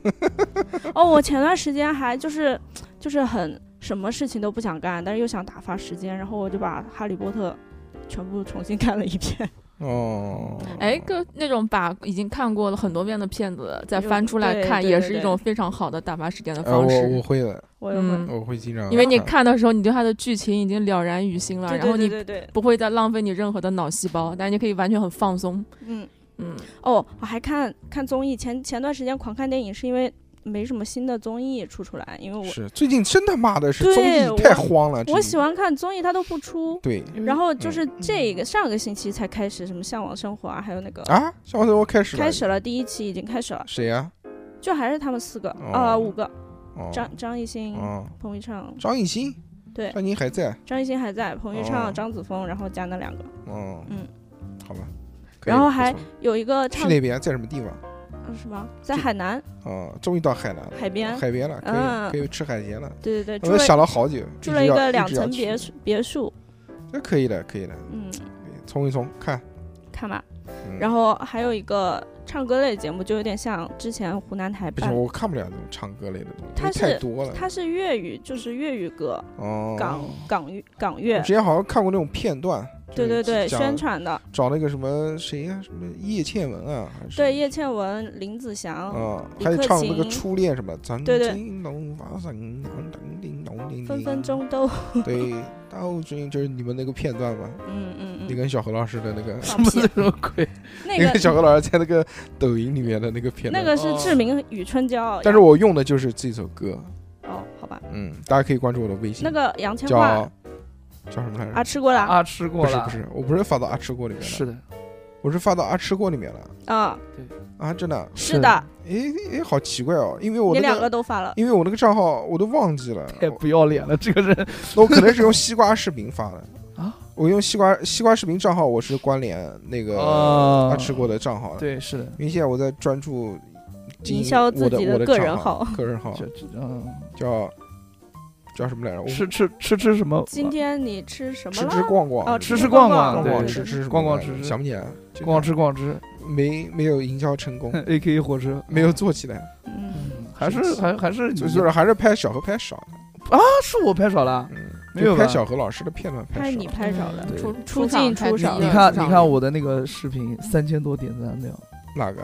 Speaker 5: 哦，我前段时间还就是就是很什么事情都不想干，但是又想打发时间，然后我就把《哈利波特》全部重新看了一遍，
Speaker 2: 哦，
Speaker 4: 哎，个那种把已经看过了很多遍的片子再翻出来
Speaker 5: 对
Speaker 4: 看，
Speaker 5: 对
Speaker 4: 也
Speaker 5: 对
Speaker 4: 是一
Speaker 5: 对
Speaker 4: 种非常好的打发时间的
Speaker 2: 呃，
Speaker 4: 方
Speaker 2: 我我
Speaker 4: 式。
Speaker 2: 会的，
Speaker 5: 我也会。
Speaker 4: 嗯，
Speaker 2: 我会经常，
Speaker 4: 因为你看的时候，你对它的剧情已经了然于心了，
Speaker 5: 对
Speaker 4: 啊然后
Speaker 5: 对对对
Speaker 4: 你
Speaker 5: 对，
Speaker 4: 不会再浪费你任何的脑细胞，但是你可以完全很放松。
Speaker 5: 嗯，
Speaker 4: 嗯，
Speaker 5: 哦，我还看看综艺，前前段时间狂看电影是因为没什么新的综艺出出来，因为我
Speaker 2: 是最近真他妈的是
Speaker 5: 对
Speaker 2: 综艺
Speaker 5: 我
Speaker 2: 太慌了，
Speaker 5: 我
Speaker 2: 真
Speaker 5: 喜欢看综艺，它都不出。
Speaker 2: 对
Speaker 5: 然后就是
Speaker 2: 啊嗯
Speaker 5: 这个上个星期才开始什么《向往生活》啊，还有那个
Speaker 2: 啊，小生活开始了
Speaker 5: 开始了第一期已经开始了，
Speaker 2: 谁呀？
Speaker 5: 就还是他们四个
Speaker 2: 哦
Speaker 5: 啊五个，
Speaker 2: 哦
Speaker 5: 张张艺兴、
Speaker 2: 哦，
Speaker 5: 彭昱畅，
Speaker 2: 张艺兴，
Speaker 5: 对
Speaker 2: 张艺兴还在，
Speaker 5: 张艺兴还在，彭昱
Speaker 2: 哦
Speaker 5: 畅、张子枫，然后加那两个，
Speaker 2: 哦，
Speaker 5: 嗯，
Speaker 2: 好吧，可以
Speaker 5: 然后
Speaker 2: 不
Speaker 5: 还
Speaker 2: 错
Speaker 5: 有一个
Speaker 2: 去
Speaker 5: 唱
Speaker 2: 那边在什么地方？
Speaker 5: 嗯什么，在
Speaker 2: 去
Speaker 5: 海南
Speaker 2: 哦，终于到海南了，
Speaker 5: 海边，
Speaker 2: 海边了，
Speaker 5: 嗯
Speaker 2: 可以可以吃海鲜了。
Speaker 5: 对对对，住
Speaker 2: 我
Speaker 5: 了
Speaker 2: 想了好久，直
Speaker 5: 住了一
Speaker 2: 要
Speaker 5: 个
Speaker 2: 直
Speaker 5: 两
Speaker 2: 要
Speaker 5: 层
Speaker 2: 去
Speaker 5: 别墅别墅，
Speaker 2: 那可以的，可以的，
Speaker 5: 嗯，
Speaker 2: 冲一冲看。
Speaker 5: 看吧。
Speaker 2: 嗯
Speaker 5: 然后还有一个唱歌类节目，就有点像之前湖南台
Speaker 2: 不行，
Speaker 5: 办，
Speaker 2: 我看不了这种唱歌类的东西，
Speaker 5: 它
Speaker 2: 太
Speaker 5: 是
Speaker 2: 多了。
Speaker 5: 它是粤语，就是粤语歌，
Speaker 2: 哦，
Speaker 5: 港港粤港
Speaker 2: 我
Speaker 5: 乐
Speaker 2: 之，前好像看过那种片段，
Speaker 5: 对对对，
Speaker 2: 讲
Speaker 5: 宣传的，
Speaker 2: 找那个什么谁呀、什么叶倩文啊，还是
Speaker 5: 对叶倩文、林子
Speaker 2: 啊、
Speaker 5: 祥，李
Speaker 2: 还有
Speaker 5: 克
Speaker 2: 唱那个
Speaker 5: 勤
Speaker 2: 初恋什么，曾
Speaker 5: 对对
Speaker 2: 经龙发神堂叮叮咚叮叮，
Speaker 5: 分分钟都，
Speaker 2: 对，到最就是你们那个片段嘛，
Speaker 5: 嗯嗯
Speaker 2: 你
Speaker 5: 嗯，
Speaker 2: 跟小何老师的那个，
Speaker 5: 放
Speaker 3: 什 么
Speaker 5: 屁
Speaker 3: 什么鬼？
Speaker 5: 那
Speaker 2: 你跟
Speaker 5: 个
Speaker 2: 小何老师在那个抖音里面的那个片
Speaker 5: 那
Speaker 2: 段，
Speaker 5: 个是志明与春娇，
Speaker 2: 但是我用的就是这首歌，
Speaker 5: 哦，好吧，
Speaker 2: 嗯，大家可以关注我的微信，
Speaker 5: 那个杨千
Speaker 2: 叫
Speaker 5: 嬅
Speaker 2: 叫什么来着？
Speaker 5: 啊，吃过了
Speaker 3: 啊，吃
Speaker 2: 不
Speaker 3: 过
Speaker 2: 是
Speaker 3: 了，
Speaker 2: 不是，我不是发到阿吃锅里面了，
Speaker 3: 是的，
Speaker 2: 我是发到阿吃锅里面了
Speaker 5: 啊，
Speaker 2: 啊，真的，
Speaker 5: 是的，
Speaker 2: 诶诶，好奇怪哦，因为我
Speaker 5: 你
Speaker 2: 那
Speaker 5: 两个都发了，
Speaker 2: 因为我那个账号我都忘记 了，
Speaker 3: 太
Speaker 2: 我
Speaker 3: 哎不要脸了，这个人
Speaker 2: 那我可能是用西瓜视频 发的
Speaker 3: 啊。
Speaker 2: 我用西瓜西瓜视频账号，我是关联那个
Speaker 3: 啊
Speaker 2: 阿呃吃啊锅的账号的，
Speaker 3: 对，是的，
Speaker 2: 因为现在我在专注经
Speaker 5: 营
Speaker 2: 营
Speaker 5: 销自
Speaker 2: 我的
Speaker 5: 己
Speaker 2: 我的
Speaker 5: 个
Speaker 2: 账
Speaker 5: 人号。
Speaker 2: 个人号
Speaker 3: 就就嗯，
Speaker 2: 叫叫什么来着？我
Speaker 3: 吃吃吃吃什么？
Speaker 5: 今天你吃什么
Speaker 2: 吃
Speaker 5: 了？
Speaker 2: 吃逛逛
Speaker 5: 哦，
Speaker 3: 吃
Speaker 5: 吃
Speaker 3: 吃逛
Speaker 5: 逛
Speaker 2: 逛
Speaker 3: 对
Speaker 2: 逛
Speaker 3: 对
Speaker 2: 吃
Speaker 5: 对
Speaker 2: 吃什么
Speaker 3: 逛逛
Speaker 2: 来着
Speaker 3: 吃吃
Speaker 2: 想不起来，就
Speaker 3: 逛
Speaker 2: 这
Speaker 3: 吃嗯逛吃
Speaker 2: 样没没有营销成功，
Speaker 3: ，A K 火车
Speaker 2: 没有做起来。
Speaker 5: 嗯，
Speaker 3: 还是还还是你
Speaker 2: 所以说还是拍小何拍少了，
Speaker 3: 那是我拍少了。
Speaker 2: 嗯，
Speaker 3: 没有
Speaker 2: 就拍
Speaker 3: 吧
Speaker 2: 小何老师的片段
Speaker 5: 拍
Speaker 2: 拍少
Speaker 5: 你
Speaker 2: 了。
Speaker 5: 拍少了
Speaker 4: 嗯，
Speaker 3: 对
Speaker 4: 出
Speaker 5: 出
Speaker 4: 场
Speaker 5: 镜
Speaker 4: 太
Speaker 5: 出
Speaker 4: 低
Speaker 5: 少
Speaker 4: 了
Speaker 3: 你看，
Speaker 4: 出
Speaker 3: 你
Speaker 4: 场
Speaker 3: 看我的那个视频三千多点赞那样，
Speaker 2: 哪个？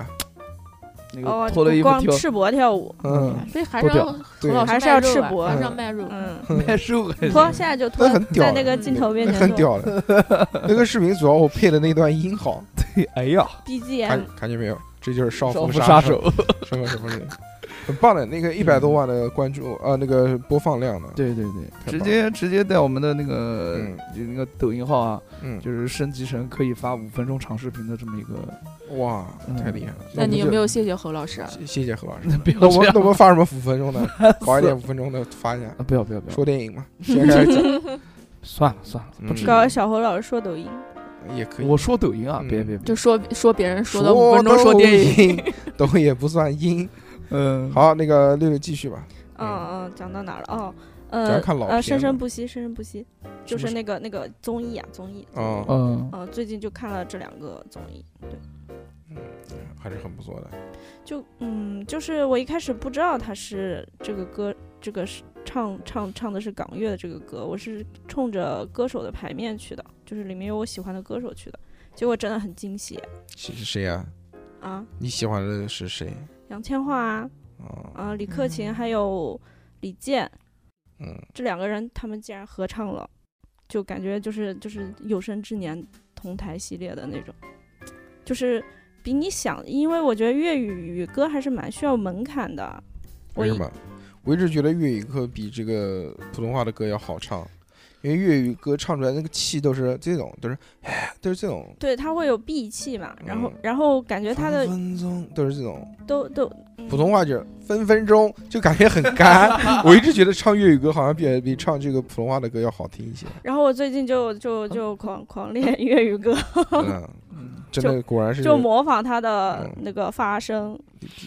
Speaker 3: 那
Speaker 5: 哦
Speaker 3: 个，脱了衣服
Speaker 5: 光
Speaker 3: 跳
Speaker 5: 赤膊跳舞，
Speaker 2: 嗯，
Speaker 4: 所以还
Speaker 3: 不
Speaker 4: 是
Speaker 3: 掉
Speaker 4: 要
Speaker 2: 对
Speaker 4: 何老师
Speaker 5: 还是要
Speaker 4: 卖肉
Speaker 5: 赤
Speaker 4: 啊
Speaker 5: 膊
Speaker 4: 还是要卖肉。
Speaker 5: 嗯，
Speaker 3: 卖 肉还
Speaker 5: 脱，
Speaker 3: 行
Speaker 5: 现在就脱
Speaker 2: 那，很屌
Speaker 5: 在
Speaker 2: 的，
Speaker 5: 那个镜头面
Speaker 2: 那
Speaker 5: 前
Speaker 2: 很
Speaker 5: 做
Speaker 2: 屌 的。那个视频主要我配的那段音好，
Speaker 3: 对，哎呀，
Speaker 2: 看
Speaker 5: BGM，
Speaker 2: 看见没有？这就是少
Speaker 3: 少
Speaker 2: 妇
Speaker 3: 妇杀
Speaker 2: 手，
Speaker 3: 手，
Speaker 2: 什么什么的，很棒的。那个一百多万的关注，呃，那个播放量呢？
Speaker 3: 对对对，
Speaker 2: 太
Speaker 3: 啊直
Speaker 2: 棒
Speaker 3: 接直接在我们的那个
Speaker 2: 嗯
Speaker 3: 就那个抖音号啊，
Speaker 2: 嗯，
Speaker 3: 就是升级成可以发五分钟长视频的这么一个，
Speaker 2: 哇，太厉害
Speaker 5: 嗯
Speaker 2: 了。
Speaker 4: 那你
Speaker 2: 我们
Speaker 4: 有
Speaker 2: 就
Speaker 4: 没有谢谢何老师啊？
Speaker 2: 谢谢谢何老师？
Speaker 3: 不要
Speaker 2: 那我
Speaker 3: 这样
Speaker 2: 那我们发什么五分钟的？搞一点
Speaker 3: 死
Speaker 2: 五分钟的发一下，
Speaker 3: 啊，不要不要不要，
Speaker 2: 说电影嘛。现在开始讲
Speaker 3: 算了算了，不
Speaker 2: 嗯
Speaker 3: 止。
Speaker 5: 搞小侯老师说抖音，
Speaker 2: 也可以。
Speaker 3: 我说抖音啊，
Speaker 2: 嗯
Speaker 3: 别别
Speaker 4: 就
Speaker 3: 别，
Speaker 4: 说说别人说的五分钟说
Speaker 2: 抖
Speaker 4: 电影，
Speaker 2: 音，抖音也不算音。
Speaker 3: 嗯，
Speaker 2: 好，那个六六继续吧。
Speaker 5: 嗯嗯，讲到哪儿了？哦，
Speaker 2: 咱
Speaker 5: 呃
Speaker 2: 看老
Speaker 5: 呃，
Speaker 2: 片
Speaker 5: 生
Speaker 2: 了
Speaker 5: 生不息，生生不息，就
Speaker 2: 什么
Speaker 5: 是那个那个综艺啊，综艺，综艺
Speaker 2: 哦
Speaker 3: 嗯，
Speaker 5: 呃，最近就看了这两个综艺，对，
Speaker 2: 还是很不错的。
Speaker 5: 就嗯，就是我一开始不知道他是这个歌，这个是唱唱唱的是港乐的这个歌，我是冲着歌手的牌面去的，就是里面有我喜欢的歌手去的，结果真的很惊喜
Speaker 2: 谁谁呀、
Speaker 5: 啊！
Speaker 2: 你喜欢的是谁？
Speaker 5: 杨千嬅啊，
Speaker 2: 哦，
Speaker 5: 啊李克勤还有李健
Speaker 2: 嗯，
Speaker 5: 这两个人，他们竟然合唱了，就感觉就是就是
Speaker 2: 嗯
Speaker 5: 有生之年同台系列的那种，就是比你想，因为我觉得粤语语歌还是蛮需要门槛的。我
Speaker 2: 为什
Speaker 5: 一
Speaker 2: 么？我一直觉得粤语歌比这个普通话的歌要好唱，因为粤语歌唱出来那个气都是这种，都是哎，都是这种，
Speaker 5: 对，它会有闭气嘛，然后
Speaker 2: 嗯
Speaker 5: 然后感觉它的
Speaker 2: 分分钟都是这种。
Speaker 5: 都都嗯
Speaker 2: 普通话就是分分钟就感觉很干。 我一直觉得唱粤语歌好像比比唱这个普通话的歌要好听一 些。
Speaker 5: 然后我最近就就就狂狂练粤语歌，
Speaker 2: 嗯，真的果然是
Speaker 5: 就模仿他的
Speaker 2: 嗯
Speaker 5: 那个发声，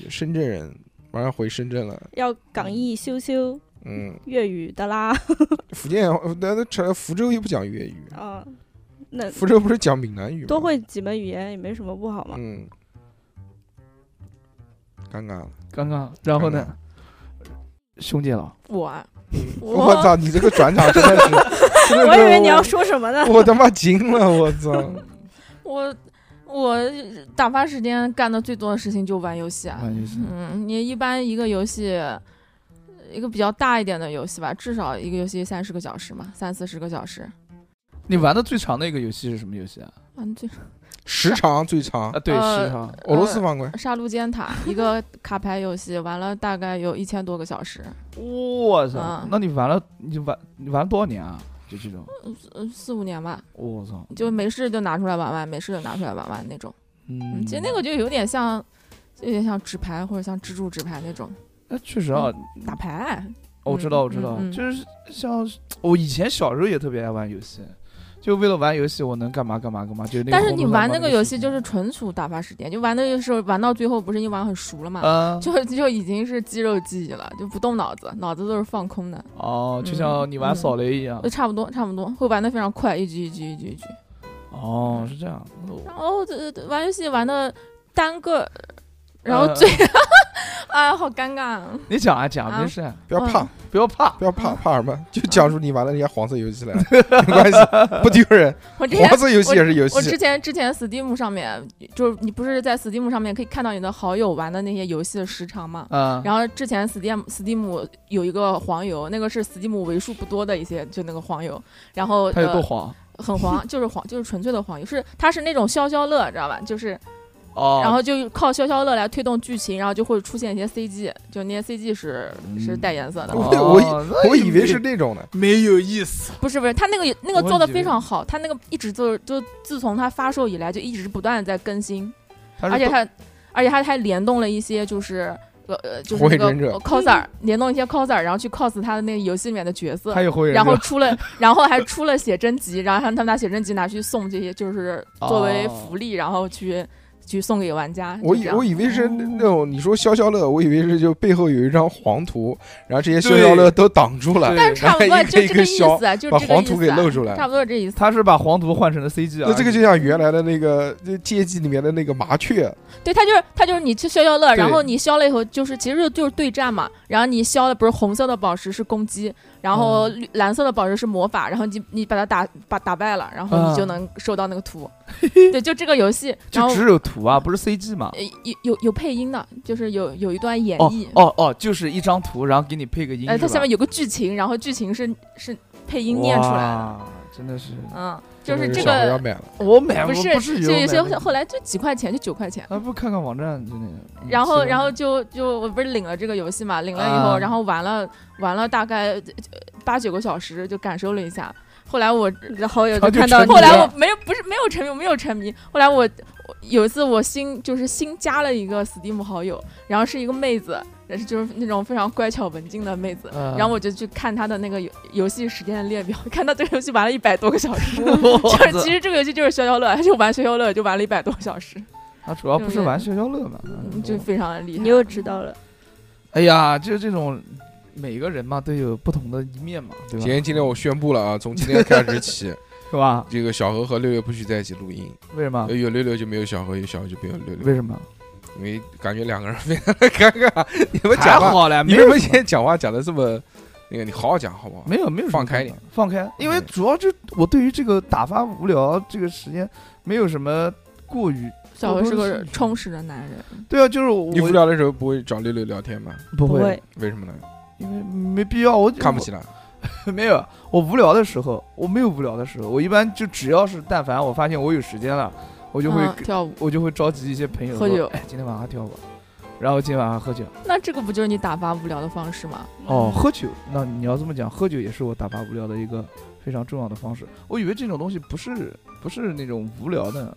Speaker 2: 深圳人，马上回深圳了。
Speaker 5: 要港意羞羞
Speaker 2: 嗯，
Speaker 5: 粤语的啦，
Speaker 2: 福建呃那那成福州又不讲粤语，
Speaker 5: 啊，那
Speaker 2: 福州不是讲闽南语吗？
Speaker 5: 多会几门语言也没什么不好嘛。
Speaker 2: 嗯，尴尬了。
Speaker 3: 刚刚，然后呢？兄弟了，
Speaker 4: 我啊，
Speaker 2: 我操，你这个转场真的是，真的是
Speaker 5: 我以为你要说什么呢？
Speaker 2: 我他妈惊了，我操！
Speaker 4: 我我打发时间干的最多的事情就玩游戏啊。
Speaker 3: 玩游戏
Speaker 4: 嗯，你一般一个游戏，一个比较大一点的游戏吧，至少一个游戏三十个小时嘛，三四十个小时。
Speaker 3: 你玩的最长的一个游戏是什么游戏啊？
Speaker 4: 嗯，最
Speaker 2: 时长最长
Speaker 3: 啊，，对，
Speaker 4: 呃
Speaker 3: 时长。
Speaker 2: 俄罗斯方块，
Speaker 4: 杀戮尖塔一个卡牌游戏，玩了大概有一千多个小时，
Speaker 3: 我操
Speaker 4: 啊！
Speaker 3: 那你玩了，你玩你玩了多少年啊？就这种，
Speaker 4: 嗯，四五年吧，
Speaker 3: 我操！
Speaker 4: 就没事就拿出来玩玩，没事就拿出来玩玩那种。
Speaker 3: 嗯
Speaker 4: 嗯，其实那个就有点像，有点像纸牌或者像蜘蛛纸牌那种
Speaker 3: 哎确实啊，
Speaker 4: 打牌。
Speaker 3: 哦我知道，我知道
Speaker 4: 嗯嗯，嗯
Speaker 3: 就是像我以前小时候也特别爱玩游戏，就为了玩游戏，我能干嘛干嘛干嘛。就那个
Speaker 4: 但是你
Speaker 3: 红头
Speaker 4: 玩
Speaker 3: 上
Speaker 4: 那个
Speaker 3: 个
Speaker 4: 游
Speaker 3: 视
Speaker 4: 戏就是纯属打发时间，就玩那个时候玩到最后不是你玩很熟了嘛，
Speaker 2: 嗯
Speaker 3: 啊，
Speaker 4: 就就已经是肌肉记忆了，就不动脑子，脑子都是放空的，
Speaker 3: 哦，就像你玩
Speaker 4: 嗯
Speaker 3: 扫雷一样
Speaker 4: 就，差不多差不多，会玩的非常快，一局一局一局一局。
Speaker 3: 哦，是这样。
Speaker 4: 然后这这玩游戏玩的单个， 然后
Speaker 3: 呃
Speaker 4: 最，哎，好尴尬。
Speaker 3: 你讲啊讲，
Speaker 4: 啊
Speaker 3: 没事，
Speaker 2: 不要怕
Speaker 4: 嗯，
Speaker 3: 不要怕。
Speaker 2: 不要怕，怕什么？就讲出你玩的那些黄色游戏来，没关系，不丢人。
Speaker 4: 我之前
Speaker 2: 黄色游戏也是游
Speaker 4: 我之
Speaker 2: 戏，
Speaker 4: 前之前 Steam 上面，就是你不是在 Steam 上面可以看到你的好友玩的那些游戏的时长吗？
Speaker 3: 啊，
Speaker 4: 然后之前 Steam Steam 有一个黄油，那个是 Steam 为数不多的一些就那个黄油，然后
Speaker 3: 他有多
Speaker 4: 呃
Speaker 3: 黄
Speaker 4: 很黄，就是黄，就是纯粹的黄油，是它是那种消消乐，知道吧？就是
Speaker 3: 哦，
Speaker 4: 然后就靠消消乐来推动剧情，然后就会出现一些 CG，就那些 CG 是
Speaker 2: 嗯
Speaker 4: 是带颜色的，
Speaker 2: 我
Speaker 3: 哦
Speaker 2: 我以
Speaker 3: 那
Speaker 2: 我以为
Speaker 3: 没
Speaker 2: 是那种呢。
Speaker 3: 没有意思。
Speaker 4: 不是不是，它那个那
Speaker 3: 我
Speaker 4: 个做的
Speaker 3: 以为
Speaker 4: 非常好，它那个一直就就自从它发售以来就一直不断的在更新，
Speaker 3: 它是
Speaker 4: 而且
Speaker 3: 动
Speaker 4: 它而且它还联动了一些就是。呃呃，就是
Speaker 2: 火
Speaker 4: 那
Speaker 2: 影
Speaker 4: 个
Speaker 2: 忍者
Speaker 4: coser 联动一些 coser，然后去 cos 他的那个游戏里面的角色
Speaker 3: 它，有会员
Speaker 4: 然后
Speaker 3: 制
Speaker 4: 出了，然后还出了写真集，然后让他们把写真集拿去送这些，就是作为
Speaker 3: 哦
Speaker 4: 福利，然后去去送给玩家。
Speaker 2: 我
Speaker 4: 就
Speaker 2: 以
Speaker 4: 这样
Speaker 2: 我以为是那种你说消消乐，我以为是就背后有一张黄图，然后这些消消乐都挡住了，
Speaker 3: 对
Speaker 4: 但是差不
Speaker 2: 然后
Speaker 4: 多
Speaker 2: 一
Speaker 4: 就
Speaker 2: 个一
Speaker 4: 这个
Speaker 2: 个
Speaker 4: 意
Speaker 2: 消，
Speaker 4: 思啊，就
Speaker 2: 把
Speaker 4: 这个
Speaker 2: 黄
Speaker 4: 意
Speaker 2: 图
Speaker 4: 思
Speaker 2: 给
Speaker 4: 啊，
Speaker 2: 露出来
Speaker 4: 差。不多这意思。
Speaker 3: 他是把黄图换成了 CG 啊。
Speaker 2: 那这个就像原来的那个就街机里面的那个麻雀，
Speaker 4: 对他就是他就是你去消消乐，
Speaker 3: 对
Speaker 4: 然后你消了以后就是其实就是对战嘛，然后你消的不是红色的宝石是攻击，然后绿蓝色的宝石是魔法，然后你你把它打把打败了，然后
Speaker 3: 啊
Speaker 4: 你就能收到那个图。对，就这个游戏，然
Speaker 3: 就
Speaker 4: 后。
Speaker 3: 只有图啊，不是 CG 嘛？
Speaker 4: 呃有有有配音的，就是有有一段演
Speaker 3: 哦
Speaker 4: 绎，
Speaker 3: 哦哦，就是一张图，然后给你配个音。
Speaker 4: 哎，它
Speaker 3: 是
Speaker 4: ，E 下
Speaker 3: 吧
Speaker 4: 面有个剧情，然后剧情是是配音念出来的，
Speaker 3: 哇，真的是
Speaker 4: 嗯，就是
Speaker 2: 真的
Speaker 4: 这
Speaker 2: 小孩要
Speaker 4: 个
Speaker 2: 买了，
Speaker 3: 我买
Speaker 4: 不
Speaker 3: 我
Speaker 4: 是，
Speaker 3: 不是
Speaker 4: 就有些
Speaker 3: 买的
Speaker 4: 后来就几块钱，就九块钱。
Speaker 3: 啊，不看看网站之类的。嗯
Speaker 4: 然后，
Speaker 3: 是的
Speaker 4: 然后就就我不是领了这个游戏嘛，领了以后，
Speaker 3: 啊
Speaker 4: 然后玩了玩了大概呃八九个小时，就感受了一下。后来我
Speaker 5: 你的好友
Speaker 3: 他
Speaker 5: 就
Speaker 3: 就
Speaker 5: 看到
Speaker 3: 沉
Speaker 5: 你
Speaker 3: 迷
Speaker 4: 后来
Speaker 3: 了
Speaker 4: 我没有不是没有沉迷，我没有沉迷。后来我我有一次我新就是新加了一个 Steam 好友，然后是一个妹子，但是就是那种非常乖巧文静的妹子。
Speaker 3: 嗯
Speaker 4: 然后我就去看她的那个游游戏时间列表，看她这个游戏玩了一百多个小 时，
Speaker 3: 我
Speaker 4: 就是
Speaker 3: 操
Speaker 4: 其实这个游戏就是消消乐，她就玩消消乐就玩了一百多个小时，
Speaker 3: 他主要不是玩消消乐嘛，嗯
Speaker 4: 就非常的厉害。
Speaker 5: 你又知道了，
Speaker 3: 哎呀，就是这种每个人嘛都有不同的一面嘛，对吧？
Speaker 2: 今天今天我宣布了啊，从今天开始起，
Speaker 3: 是吧？
Speaker 2: 这个小何和六六不许在一起录音，
Speaker 3: 为什么？
Speaker 2: 有六六就没有小何，有小何就没有六六，
Speaker 3: 为什么？
Speaker 2: 因为感觉两个人非常的尴尬。你们
Speaker 3: 还
Speaker 2: 讲话，
Speaker 3: 好嘞，
Speaker 2: 你为什
Speaker 3: 没有
Speaker 2: 么今天讲话讲的这么
Speaker 6: 那个你好好讲好不好？
Speaker 3: 没有没有什么
Speaker 6: 放开
Speaker 3: 看
Speaker 6: 点
Speaker 3: 法，放开，因为
Speaker 6: 对
Speaker 3: 主要就我对于这个打发无聊这个时间没有什么过于
Speaker 4: 小何是
Speaker 3: 多
Speaker 4: 个
Speaker 3: 多试试
Speaker 4: 充实的男人，
Speaker 3: 对啊，就是我
Speaker 6: 你无聊的时候不会找六六聊天吗？
Speaker 3: 不
Speaker 5: 不
Speaker 3: 会，
Speaker 5: 会，
Speaker 6: 为什么呢？
Speaker 3: 因为没必要，我
Speaker 6: 看不起他。
Speaker 3: 我没有，我无聊的时候，我没有无聊的时候，我一般就只要是但凡我发现我有时间了，我就会、
Speaker 4: 嗯跳舞。
Speaker 3: 我就会召集一些朋友
Speaker 4: 喝
Speaker 3: 说
Speaker 4: 酒
Speaker 3: 哎，今天晚上跳舞，然后今天晚上喝酒。
Speaker 4: 那这个不就是你打发无聊的方式吗？
Speaker 3: 哦，
Speaker 5: 嗯
Speaker 3: 喝酒，那你要这么讲，喝酒也是我打发无聊的一个非常重要的方式。我以为这种东西不是不是那种无聊的，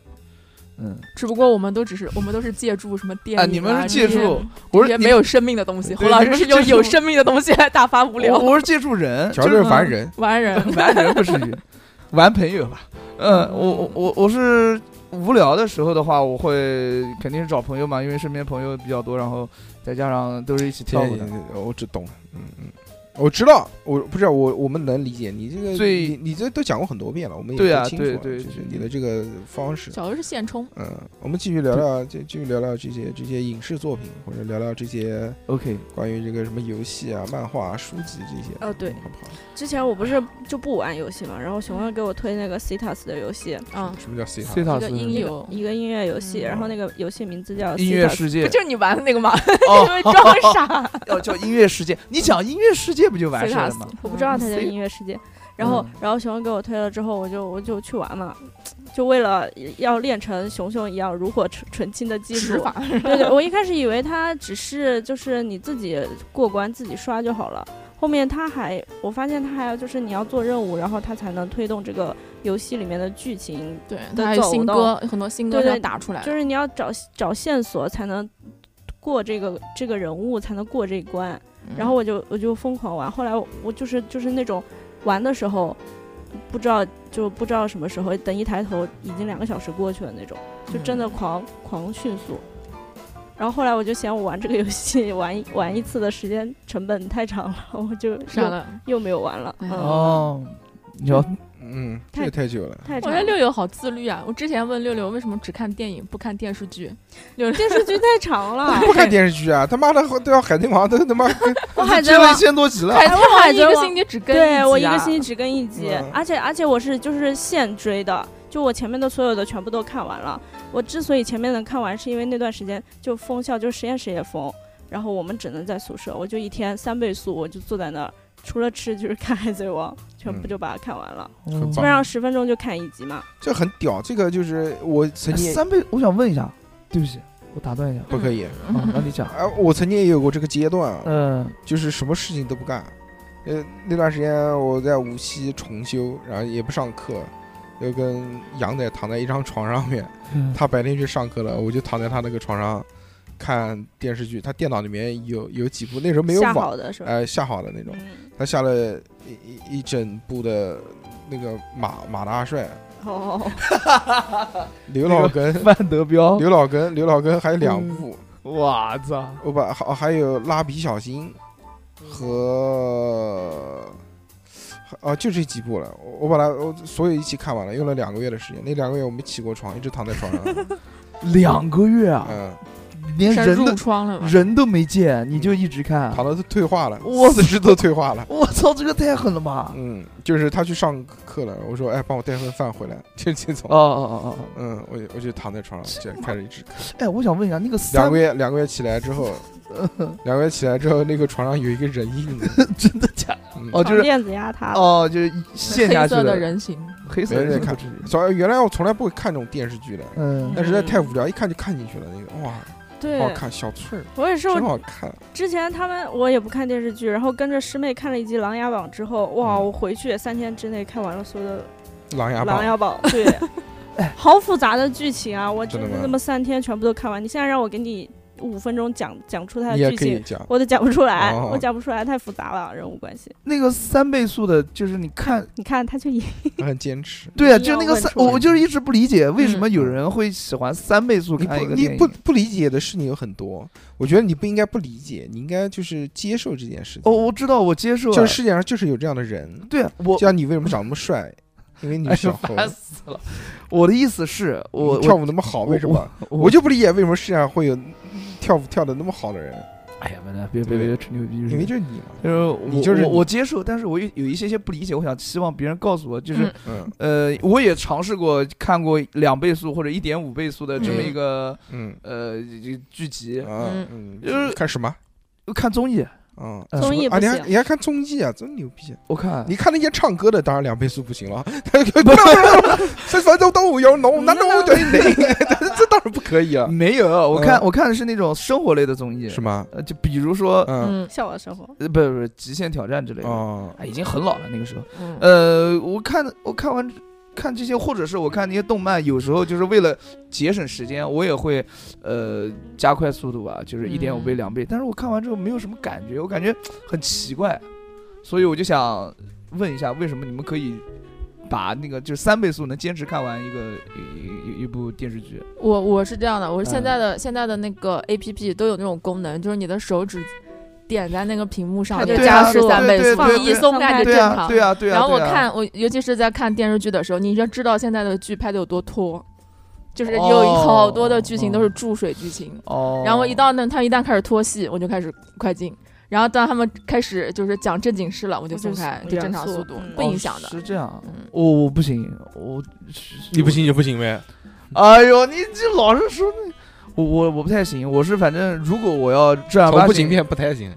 Speaker 3: 嗯，
Speaker 4: 只不过我们都只是我们都是借助什么电影
Speaker 3: 啊你们是借助
Speaker 4: 这些
Speaker 3: 我
Speaker 4: 这
Speaker 3: 是
Speaker 4: 些
Speaker 3: 你
Speaker 4: 没有生命的东西。
Speaker 3: 对
Speaker 4: 侯老师是用
Speaker 3: 你们是借助
Speaker 4: 有生命的东西来打发无聊
Speaker 3: 我，我是借助 人，
Speaker 6: 主要
Speaker 3: 就
Speaker 6: 就是
Speaker 3: 呢
Speaker 6: 烦人，
Speaker 4: 玩 人。
Speaker 3: 玩人不至于，玩朋友吧。嗯，我我我我是无聊的时候的话，我会肯定是找朋友嘛，因为身边朋友比较多，然后再加上都是一起跳舞的。
Speaker 2: 我只懂，嗯嗯，我知道，我不是我，我们能理解你这个，
Speaker 3: 最
Speaker 2: 你你这都讲过很多遍了，我们也
Speaker 3: 对啊
Speaker 2: 都清楚
Speaker 3: 对
Speaker 2: 了
Speaker 3: 对
Speaker 2: 就是
Speaker 3: 对
Speaker 2: 你的这个方式。
Speaker 4: 小何是现充，
Speaker 2: 嗯，我们继续聊聊，就继续聊聊这些这些影视作品，或者聊聊这些
Speaker 3: OK，
Speaker 2: 关于这个什么游戏啊、漫画、啊、书籍这些。
Speaker 5: 哦对
Speaker 2: 好不好？
Speaker 5: 之前我不是就不玩游戏嘛，然后熊二给我推那个 Citas 的游戏，
Speaker 4: 嗯，
Speaker 6: 什么叫 C
Speaker 3: 这
Speaker 6: 塔？
Speaker 3: 套
Speaker 4: 一个
Speaker 3: 是
Speaker 4: 音
Speaker 5: 一
Speaker 4: 乐哦
Speaker 5: 个一个音乐游戏，
Speaker 4: 嗯
Speaker 5: 然后那个游戏名字叫
Speaker 3: 音乐
Speaker 5: Citas
Speaker 3: 世
Speaker 4: 不
Speaker 3: 界
Speaker 4: 就是你玩的那个吗？
Speaker 3: 哦
Speaker 4: 因为装傻，
Speaker 3: 要叫音乐世界，你讲音乐世界不就完
Speaker 4: 谁
Speaker 3: 事
Speaker 4: 打
Speaker 3: 了
Speaker 4: 死
Speaker 3: 吗？？
Speaker 5: 我不知道它叫
Speaker 3: 嗯
Speaker 5: 音乐世界。然后，然后熊熊给我推了之后，我就我就去玩嘛，就为了要练成熊熊一样如火纯纯青的技
Speaker 4: 指
Speaker 5: 术。
Speaker 4: 法。
Speaker 5: 对对，我一开始以为它只是就是你自己过关自己刷就好了，后面它还我发现它还要就是你要做任务，然后它才能推动这个游戏里面的剧情，
Speaker 4: 对，
Speaker 5: 的
Speaker 4: 他还有
Speaker 5: 走
Speaker 4: 新
Speaker 5: 动
Speaker 4: 歌，很多新歌
Speaker 5: 对
Speaker 4: 是
Speaker 5: 对
Speaker 4: 要打出来的。
Speaker 5: 就是你要找找线索才能过这个这个人物才能过这一关。
Speaker 4: 嗯
Speaker 5: 然后我就我就疯狂玩，后来我我就是就是那种玩的时候，不知道就不知道什么时候，等一抬头已经两个小时过去了那种，就真的
Speaker 4: 嗯
Speaker 5: 狂、狂迅速。然后后来我就嫌我玩这个游戏玩一玩一次的时间成本太长了，我就
Speaker 4: 删
Speaker 5: 又
Speaker 4: 了。
Speaker 5: 又没有玩了。
Speaker 4: 哎
Speaker 5: 嗯，
Speaker 4: 呀
Speaker 3: 哦，你要
Speaker 2: 嗯，这个太久了。，
Speaker 5: 太
Speaker 4: 我
Speaker 5: 长
Speaker 4: 觉得
Speaker 5: 了，
Speaker 4: 六六好自律啊！我之前问六六为什么只看电影不看电视剧，六六
Speaker 5: 电视剧太长了
Speaker 2: 不看电视剧啊，他妈的都要海贼王都他妈 跟
Speaker 5: 我海贼
Speaker 3: 追了
Speaker 5: 王
Speaker 3: 一千多集了，
Speaker 4: 海
Speaker 5: 哎
Speaker 4: 贼
Speaker 5: 我海
Speaker 4: 一
Speaker 5: 贼
Speaker 4: 个
Speaker 5: 王
Speaker 4: 星期只更
Speaker 5: 对我一
Speaker 4: 集啊
Speaker 5: 个星期只更一集，
Speaker 2: 嗯
Speaker 5: 而且而且我是就是现追的，就我前面的所有的全部都看完了。我之所以前面能看完，是因为那段时间就封校，就实验室也封，然后我们只能在宿舍，我就一天三倍速，我就坐在那儿，除了吃就是看《海贼王》，全部
Speaker 6: 嗯
Speaker 5: 就把它看完了，
Speaker 3: 很
Speaker 5: 基本上十分钟就看一集嘛。
Speaker 2: 这很屌。这个就是我曾经
Speaker 3: 嗯哎啊三倍，我想问一下，对不起，我打断一 下，
Speaker 2: 不可以，
Speaker 3: 啊，那你讲，
Speaker 2: 啊，我曾经也有过这个阶段啊，
Speaker 3: 嗯，
Speaker 2: 就是什么事情都不干。呃，那段时间我在无锡重修，然后也不上课，就跟杨仔躺在一张床上面。
Speaker 3: 嗯
Speaker 2: 他白天去上课了，我就躺在他那个床上看电视剧。他电脑里面有有几部，那时候没有
Speaker 5: 下
Speaker 2: 网
Speaker 5: 好，的是吧？
Speaker 2: 呃，下好的那种。
Speaker 5: 嗯，
Speaker 2: 他下了一一一整部的那个马马大帅、
Speaker 5: 哦，
Speaker 2: 刘老根、
Speaker 3: 范德彪，
Speaker 2: 刘老根、刘老根，还有两部，
Speaker 3: 我操，
Speaker 2: 我把还还有蜡笔小新和啊就这几部了，我我把它我所有一起看完了，用了两个月的时间。那两个月我没起过床，一直躺在床上。
Speaker 3: 两个月啊，
Speaker 2: 嗯，
Speaker 3: 连
Speaker 4: 删
Speaker 3: 人
Speaker 4: 褥
Speaker 3: 都
Speaker 4: 疮了嘛？
Speaker 3: 人都没见，你就一直看，
Speaker 2: 躺的都退化了，
Speaker 3: 哇
Speaker 2: 四肢都退化了。
Speaker 3: 我操，这个太狠了吧！
Speaker 2: 嗯，就是他去上课了，我说哎，帮我带份饭回来，就这种
Speaker 3: 哦。哦哦哦
Speaker 2: 嗯，我就我就躺在床上，就开始一直看。
Speaker 3: 哦，哎，我想问一下，那个
Speaker 2: 两
Speaker 3: 三
Speaker 2: 个月，两个月起来之后，两个月起来之后，那个床上有一个人影子。
Speaker 3: 真的假的？
Speaker 2: 嗯
Speaker 3: 哦， 就是
Speaker 5: 链子压塌了。
Speaker 3: 哦，就是一陷下
Speaker 4: 黑
Speaker 3: 去
Speaker 4: 色的
Speaker 3: 了，
Speaker 4: 人形，
Speaker 3: 黑色的
Speaker 2: 没
Speaker 3: 人
Speaker 2: 人看
Speaker 3: 不至于
Speaker 2: 早原来我从来不会看这种电视剧的，
Speaker 3: 嗯
Speaker 2: 但实在太无聊，一看就看进去了。那个哇，
Speaker 5: 对
Speaker 2: 好，好哦看，小翠儿
Speaker 5: 我也是，我
Speaker 2: 真好看。
Speaker 5: 之前他们我也不看电视剧，然后跟着师妹看了一集《琅琊榜》之后，哇，
Speaker 2: 嗯
Speaker 5: 我回去三天之内看完了所有的
Speaker 2: 琅琊
Speaker 5: 《
Speaker 2: 榜
Speaker 5: 琅琊榜》，对， 好复杂的剧情啊！我真
Speaker 2: 真的
Speaker 5: 是
Speaker 2: 吗
Speaker 5: 那么三天全部都看完。你现在让我给你五分钟讲讲出它的
Speaker 2: 你也
Speaker 3: 哦
Speaker 5: 剧
Speaker 2: 可以
Speaker 5: 情，
Speaker 2: 讲，
Speaker 5: 我都讲不出来，
Speaker 2: 哦
Speaker 5: 我讲不出来，太复杂了，人物关系。
Speaker 3: 那个三倍速的，就是你看，
Speaker 5: 你看，他就也
Speaker 2: 我很坚 持。
Speaker 3: 对啊，
Speaker 5: 一定
Speaker 3: 就
Speaker 5: 要
Speaker 3: 那个
Speaker 5: 问
Speaker 3: 三，
Speaker 5: 出来
Speaker 3: 我就是一直不理解为什么有人会喜欢三倍速
Speaker 2: 你不
Speaker 3: 看一个
Speaker 2: 嗯你
Speaker 3: 电
Speaker 2: 不
Speaker 3: 影。
Speaker 2: 不理解的事情有很多，我觉得你不应该不理解，你应该就是接受这件事情。
Speaker 3: 哦，我知道，我接受啊，
Speaker 2: 就是世界上就是有这样的人，
Speaker 3: 对啊，我
Speaker 2: 就像你为什么长那么帅，因为你
Speaker 3: 哎
Speaker 2: 是
Speaker 3: 呦
Speaker 2: 小猴，
Speaker 3: 烦死了。我的意思是我
Speaker 2: 你跳
Speaker 3: 我
Speaker 2: 舞那么好，为什么？
Speaker 3: 我
Speaker 2: 我就不理解为什么世界上会有跳舞跳的那么好的人。
Speaker 3: 哎呀，完了，别别别吹牛逼，
Speaker 7: 因为就是你嘛，
Speaker 3: 就是我
Speaker 7: 你就是
Speaker 3: 我
Speaker 7: 你
Speaker 3: 我接受，但是我有有一些些不理解，我想希望别人告诉我，就是、
Speaker 4: 嗯
Speaker 7: 嗯
Speaker 3: 呃，我也尝试过看过两倍速或者一点五倍速的这么一个、
Speaker 7: 嗯
Speaker 3: 呃剧集，
Speaker 7: 啊
Speaker 2: 嗯
Speaker 3: 就是
Speaker 7: 看什么？
Speaker 3: 看综艺，
Speaker 7: 嗯，
Speaker 3: 呃
Speaker 5: 综艺
Speaker 7: 啊，
Speaker 5: 不
Speaker 7: 你
Speaker 5: 行
Speaker 7: 还你还看综艺啊，真牛逼！
Speaker 3: 我看
Speaker 7: 你看那些唱歌的，当然两倍速不行 了，身份都都有浓，那我对你， 这当然不可以啊，
Speaker 3: 没有，我
Speaker 7: 嗯
Speaker 3: 看、我看的是那种生活类的综艺，
Speaker 2: 嗯
Speaker 7: 是吗？
Speaker 3: 呃，就比如说、
Speaker 7: 嗯，
Speaker 4: 嗯
Speaker 5: 向往生活，
Speaker 3: 呃不不不极限挑战之类的，
Speaker 7: 哦，
Speaker 3: 哎，已经很老了那个时候。
Speaker 4: 嗯，
Speaker 3: 呃，我看我看完看这些，或者是我看那些动漫，有时候就是为了节省时间，我也会呃加快速度吧，就是一点五
Speaker 4: 嗯
Speaker 3: 倍、两倍。但是我看完之后没有什么感觉，我感觉很奇怪，所以我就想问一下，为什么你们可以把那个就是三倍速能坚持看完一个一一一部电视剧？
Speaker 4: 我我是这样的，我
Speaker 3: 嗯
Speaker 4: 现在的现在的那个 A P P 都有那种功能，就是你的手指点在那个屏幕上
Speaker 5: 它
Speaker 4: 面
Speaker 5: 对
Speaker 4: 加
Speaker 5: 啊
Speaker 4: 速
Speaker 5: 对
Speaker 4: 三倍
Speaker 3: 对
Speaker 4: 速，
Speaker 5: 对
Speaker 4: 你
Speaker 5: 对
Speaker 4: 一松开就
Speaker 3: 对
Speaker 4: 正
Speaker 3: 啊，
Speaker 4: 常。
Speaker 3: 对啊，对啊。
Speaker 4: 然后我
Speaker 3: 对啊
Speaker 4: 看我，尤其是在看电视剧的时候，你就知道现在的剧拍的有多拖，就是有
Speaker 3: 哦
Speaker 4: 好多的剧情都是注水剧情。
Speaker 3: 哦，
Speaker 4: 然后一到那他一旦开始拖戏，我就开始快进。然后当他们开始就是讲正经事了，我就松开，
Speaker 5: 我就
Speaker 4: 就正常
Speaker 5: 我就
Speaker 4: 速度
Speaker 5: 嗯，
Speaker 4: 不影响的
Speaker 3: 哦。是这样。
Speaker 4: 嗯
Speaker 3: 我我不行，我
Speaker 2: 你不行就不行呗，
Speaker 3: 哎呦，你这老是说那，我我我不太行，我是反正如果我要正儿
Speaker 2: 从
Speaker 3: 八
Speaker 2: 不行
Speaker 3: 经，
Speaker 2: 变不太行，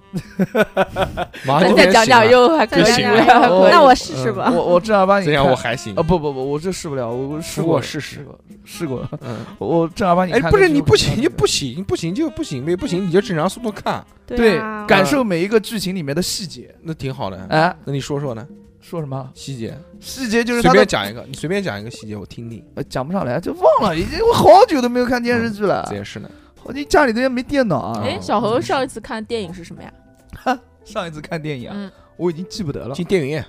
Speaker 3: 哦
Speaker 2: 马上
Speaker 4: 那
Speaker 2: 就
Speaker 4: 再
Speaker 2: 变
Speaker 4: 讲
Speaker 2: 行
Speaker 4: 讲
Speaker 2: 了
Speaker 4: 又还可
Speaker 2: 就
Speaker 4: 以，
Speaker 3: 啊
Speaker 2: 行
Speaker 5: 了
Speaker 4: 还可以
Speaker 5: 那我试试吧。
Speaker 3: 我我正儿八经
Speaker 2: 这样
Speaker 3: 看
Speaker 2: 我还行
Speaker 3: 啊，不不不，我这试不了，我我试
Speaker 2: 我
Speaker 3: 过
Speaker 2: 试
Speaker 3: 试
Speaker 2: 试
Speaker 3: 过试过了，
Speaker 2: 嗯，
Speaker 3: 我正儿八经
Speaker 2: 哎，
Speaker 3: 看
Speaker 2: 不
Speaker 3: 的
Speaker 2: 是
Speaker 3: 剧
Speaker 2: 你
Speaker 3: 我
Speaker 2: 不
Speaker 3: 是看
Speaker 2: 行就
Speaker 3: 的
Speaker 2: 不行，不行就不行呗，不行你就正常速度看，
Speaker 3: 对
Speaker 5: 啊，
Speaker 3: 感受每一个剧情里面的细节。
Speaker 2: 那挺好的。
Speaker 3: 哎，
Speaker 2: 那你说说呢？
Speaker 3: 说什么
Speaker 2: 细节，
Speaker 3: 细节就是
Speaker 2: 随
Speaker 3: 他的
Speaker 2: 便讲一个，你随便讲一个细节，我听听。
Speaker 3: 呃讲不上来，就忘了，已经我好久都没有看电视剧了
Speaker 2: 这。也是呢，
Speaker 3: 好你家里头也没电脑啊。
Speaker 4: 哎，小侯上一次看电影是什么呀？
Speaker 3: 上一次看电影啊，
Speaker 4: 嗯，
Speaker 3: 我已经记不得了。
Speaker 2: 进电影院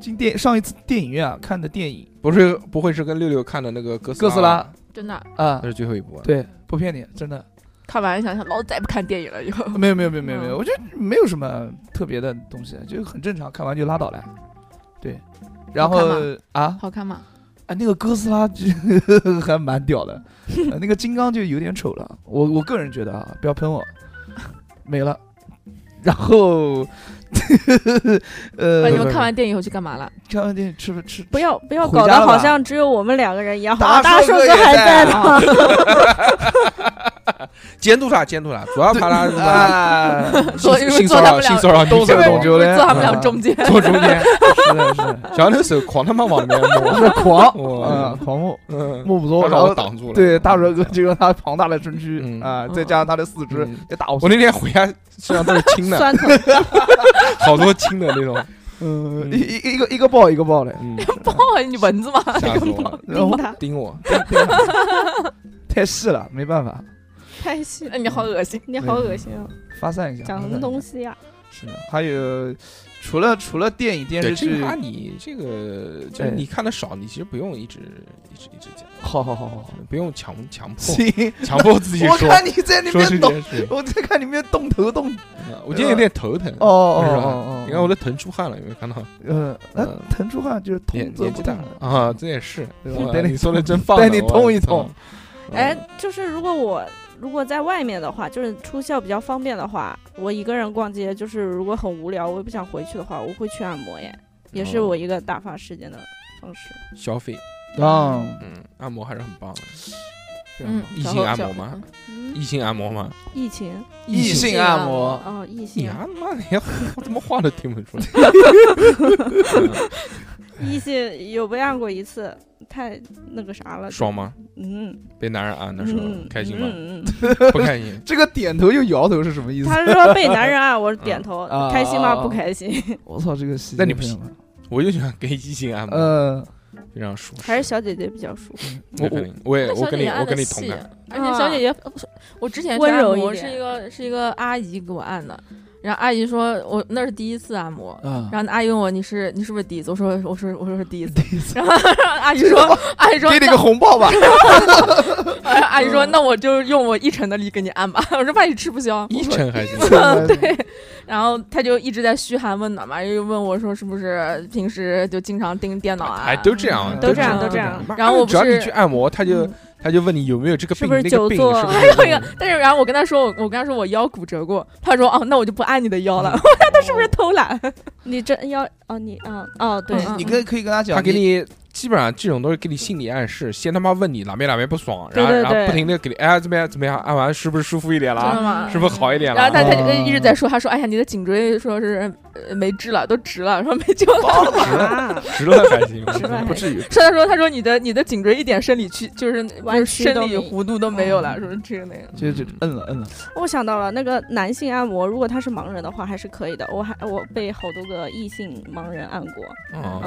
Speaker 3: 进电上一次电影院啊看的电影
Speaker 2: 不是不会是跟六六看的那个哥
Speaker 3: 哥斯
Speaker 2: 拉
Speaker 3: 拉
Speaker 2: 吧，
Speaker 4: 真的
Speaker 3: 啊
Speaker 2: 那，是最后一部啊。
Speaker 3: 对，不骗你，真的
Speaker 4: 看完想想，老子再不看电影了以后。
Speaker 3: 啊没有没有没有没有没有，
Speaker 4: 嗯
Speaker 3: 我觉得没有什么特别的东西，就很正常，看完就拉倒了。对，然后
Speaker 4: 好看
Speaker 3: 啊
Speaker 4: 好看吗？
Speaker 3: 啊，那个哥斯拉就 还蛮屌的，呃那个金刚就有点丑了，我我个人觉得啊，不要喷我，没了。 然后，
Speaker 4: 那
Speaker 3: 呃
Speaker 4: 你，们看完电影以后去干嘛了？
Speaker 3: 看完电影吃吃，
Speaker 5: 不要不要
Speaker 3: 回
Speaker 5: 搞
Speaker 3: 家
Speaker 5: 得
Speaker 3: 了
Speaker 5: 好
Speaker 3: 吧
Speaker 5: 像只有我们两个人一样，
Speaker 3: 大
Speaker 5: 好吧大
Speaker 3: 寿
Speaker 5: 寿
Speaker 3: 哥
Speaker 5: 哥
Speaker 3: 也
Speaker 5: 还
Speaker 3: 在啊
Speaker 5: 在呢。
Speaker 2: 监督他，监督他，主要怕他
Speaker 3: 吃啊，
Speaker 4: 所以
Speaker 2: 性性
Speaker 4: 坐
Speaker 2: 骚
Speaker 4: 他
Speaker 2: 扰，
Speaker 4: 们俩
Speaker 2: 性骚扰女
Speaker 3: 动
Speaker 2: 性
Speaker 3: 手
Speaker 2: 的
Speaker 3: 动
Speaker 2: 东西
Speaker 3: 脚嘞，
Speaker 4: 坐他们俩中间。
Speaker 2: 啊 坐中 间，
Speaker 3: 是的，是的，
Speaker 2: 小那手狂他妈往里面
Speaker 3: 我
Speaker 2: 摸，
Speaker 3: 是狂，
Speaker 2: 我
Speaker 3: 嗯，狂魔，
Speaker 2: 嗯，
Speaker 3: 莫不
Speaker 2: 我
Speaker 3: 多，然
Speaker 2: 把
Speaker 3: 后
Speaker 2: 我挡住了。
Speaker 3: 对，大蛇哥就用他庞大的身躯
Speaker 2: 嗯
Speaker 3: 啊，再加上他的四肢
Speaker 2: 嗯，
Speaker 3: 也打我
Speaker 2: 我那天回家身上都是青的，
Speaker 5: 酸疼，
Speaker 2: 好多青的那 种，
Speaker 3: 嗯，一一一个一个抱一个抱嘞，
Speaker 2: 嗯，
Speaker 4: 抱你蚊子吗？
Speaker 2: 吓死我了，
Speaker 3: 然后
Speaker 5: 盯他
Speaker 2: 盯我，
Speaker 3: 太细了，没办法，
Speaker 5: 拍戏，
Speaker 4: 哎你好恶心。
Speaker 5: 你好恶心啊！
Speaker 3: 发散一下。
Speaker 5: 讲什么东西呀？
Speaker 3: 西？还有，除了除了电影电视
Speaker 2: 对，这哎个，
Speaker 3: 剧
Speaker 2: 你这个就是你看的少，你其实不用一直一直一直讲，
Speaker 3: 好好好好好，
Speaker 2: 不用强强 迫
Speaker 3: 行，
Speaker 2: 强迫自己
Speaker 3: 我
Speaker 2: 说
Speaker 3: 看你在那
Speaker 2: 说这
Speaker 3: 边动，
Speaker 2: 件事，
Speaker 3: 我在看你们动头动，
Speaker 2: 嗯 我今天有点头疼
Speaker 3: 哦哦
Speaker 2: 是吧
Speaker 3: 哦哦，
Speaker 2: 你看我都疼出汗了，有没有看 到？
Speaker 3: 嗯，那
Speaker 2: 嗯
Speaker 3: 腾出汗就是
Speaker 2: 年
Speaker 3: 同则
Speaker 2: 年
Speaker 3: 不
Speaker 2: 纪
Speaker 3: 动
Speaker 2: 大
Speaker 3: 了，
Speaker 2: 啊，这也是，
Speaker 3: 对
Speaker 2: 哇
Speaker 3: 吧？带你
Speaker 2: 你说的真棒啊，
Speaker 3: 带你
Speaker 2: 我
Speaker 3: 痛一
Speaker 2: 操嗯
Speaker 3: 痛，
Speaker 5: 哎，就是如果我如果在外面的话，就是出校比较方便的话，我一个人逛街，就是如果很无聊，我也不想回去的话，我会去按摩耶，也是
Speaker 2: 哦
Speaker 5: 我一个打发时间的方式。
Speaker 2: 消费，
Speaker 3: 啊，
Speaker 2: 嗯，按摩还是很棒的，
Speaker 4: 嗯，
Speaker 2: 异
Speaker 4: 小
Speaker 2: 性
Speaker 4: 侯
Speaker 2: 按
Speaker 4: 小
Speaker 2: 摩吗
Speaker 4: 嗯
Speaker 5: 嗯，
Speaker 2: 异性按摩吗？
Speaker 5: 疫情
Speaker 3: 异性按摩，
Speaker 5: 哦，异性
Speaker 2: 你
Speaker 5: 啊，
Speaker 2: 啊妈的，我怎么话都听不出来？
Speaker 5: 异性有被按过一次，太那个啥 了。
Speaker 2: 爽吗？
Speaker 5: 嗯，
Speaker 2: 被男人按的时候
Speaker 5: 嗯，
Speaker 2: 开心吗？
Speaker 5: 嗯嗯，
Speaker 2: 不开心。
Speaker 3: 这个点头又摇头是什么意
Speaker 5: 嗯
Speaker 3: 思？
Speaker 5: 他说被男人按，我点头
Speaker 3: 啊，
Speaker 5: 开心
Speaker 3: 啊
Speaker 5: 吗？
Speaker 3: 啊
Speaker 5: 不开心，
Speaker 3: 我操，这个细节
Speaker 2: 那你
Speaker 3: 太
Speaker 2: 不
Speaker 3: 他
Speaker 2: 行
Speaker 3: 妈
Speaker 2: 我就喜欢给异性按摩，
Speaker 3: 嗯，
Speaker 2: 非常舒适。
Speaker 5: 还是小姐姐比较舒服。
Speaker 2: 我我我也
Speaker 4: 那
Speaker 2: 我
Speaker 4: 小
Speaker 2: 跟
Speaker 4: 姐
Speaker 2: 你
Speaker 4: 姐
Speaker 2: 我
Speaker 4: 按
Speaker 2: 跟
Speaker 4: 的
Speaker 2: 你
Speaker 4: 细
Speaker 2: 同
Speaker 5: 啊
Speaker 2: 感，，
Speaker 4: 而且小姐姐，啊我之前去
Speaker 5: 温
Speaker 4: 按
Speaker 5: 柔一
Speaker 4: 摩
Speaker 5: 点
Speaker 4: 是一个是一个阿姨给我按的，然后阿姨说我那是第一次按摩，
Speaker 3: 啊，
Speaker 4: 然后阿姨问我你是你是不是第一次，我说我说我说是第一次，
Speaker 3: 第一次
Speaker 4: 然后阿姨说阿姨说
Speaker 3: 给你
Speaker 4: 那
Speaker 3: 个红 包吧，
Speaker 4: 哎阿
Speaker 2: 嗯
Speaker 5: 啊
Speaker 4: 姨说那我就用我一成的力给你按吧，我说怕你吃不消，
Speaker 5: 嗯
Speaker 2: 一成还行。
Speaker 4: 对，然后他就一直在嘘寒问暖嘛，又问我说是不是平时就经常盯电脑啊？
Speaker 2: 哎，都这
Speaker 3: 嗯
Speaker 2: 样，
Speaker 5: 都
Speaker 2: 这
Speaker 5: 这
Speaker 2: 样
Speaker 5: 样，都
Speaker 4: 这
Speaker 5: 这样。
Speaker 2: 妈
Speaker 4: 然后我不
Speaker 2: 只要你
Speaker 4: 是
Speaker 2: 去 按摩，他就他就问你有没有这个
Speaker 5: 嗯是
Speaker 2: 病，
Speaker 5: 不是
Speaker 2: 那个
Speaker 5: 久
Speaker 2: 病，
Speaker 5: 坐
Speaker 2: 是不
Speaker 5: 还
Speaker 2: 是
Speaker 4: 还有一个，但是然后我跟他说，我我跟他说我腰骨折过，他说哦，那我就不按你的腰了。我 看他是不是偷懒？
Speaker 5: 你真要哦，你嗯哦，对，
Speaker 4: 嗯
Speaker 3: 你可以可以跟他讲，
Speaker 2: 他给你基本上这种都是给你心理暗示，先他妈问你哪边哪边不爽，然后
Speaker 5: 对对
Speaker 2: 然后
Speaker 5: 对
Speaker 2: 不停的给你哎怎么样怎么样，按完是不是舒服一点
Speaker 4: 真
Speaker 2: 了
Speaker 4: 的？吗
Speaker 2: 是不是好一点
Speaker 4: 然后他
Speaker 2: 了？哦
Speaker 4: 他就一直在说，他说哎呀，你的颈椎说是呃没治了，都 直了，说没救了。
Speaker 5: 啊，
Speaker 2: 值了还 行，
Speaker 5: 值了还
Speaker 2: 不至于。
Speaker 4: 说他说他说你的你的颈椎一点生理区就是就是
Speaker 5: 弯曲
Speaker 4: 生
Speaker 5: 都没
Speaker 4: 理弧度都没有了，说是这个那个。
Speaker 3: 就就摁了摁了。
Speaker 5: 我想到了那个男性按摩，如果他是盲人的话，还是可以的。我还我被好多个异性盲人按过，
Speaker 2: 嗯，
Speaker 5: 嗯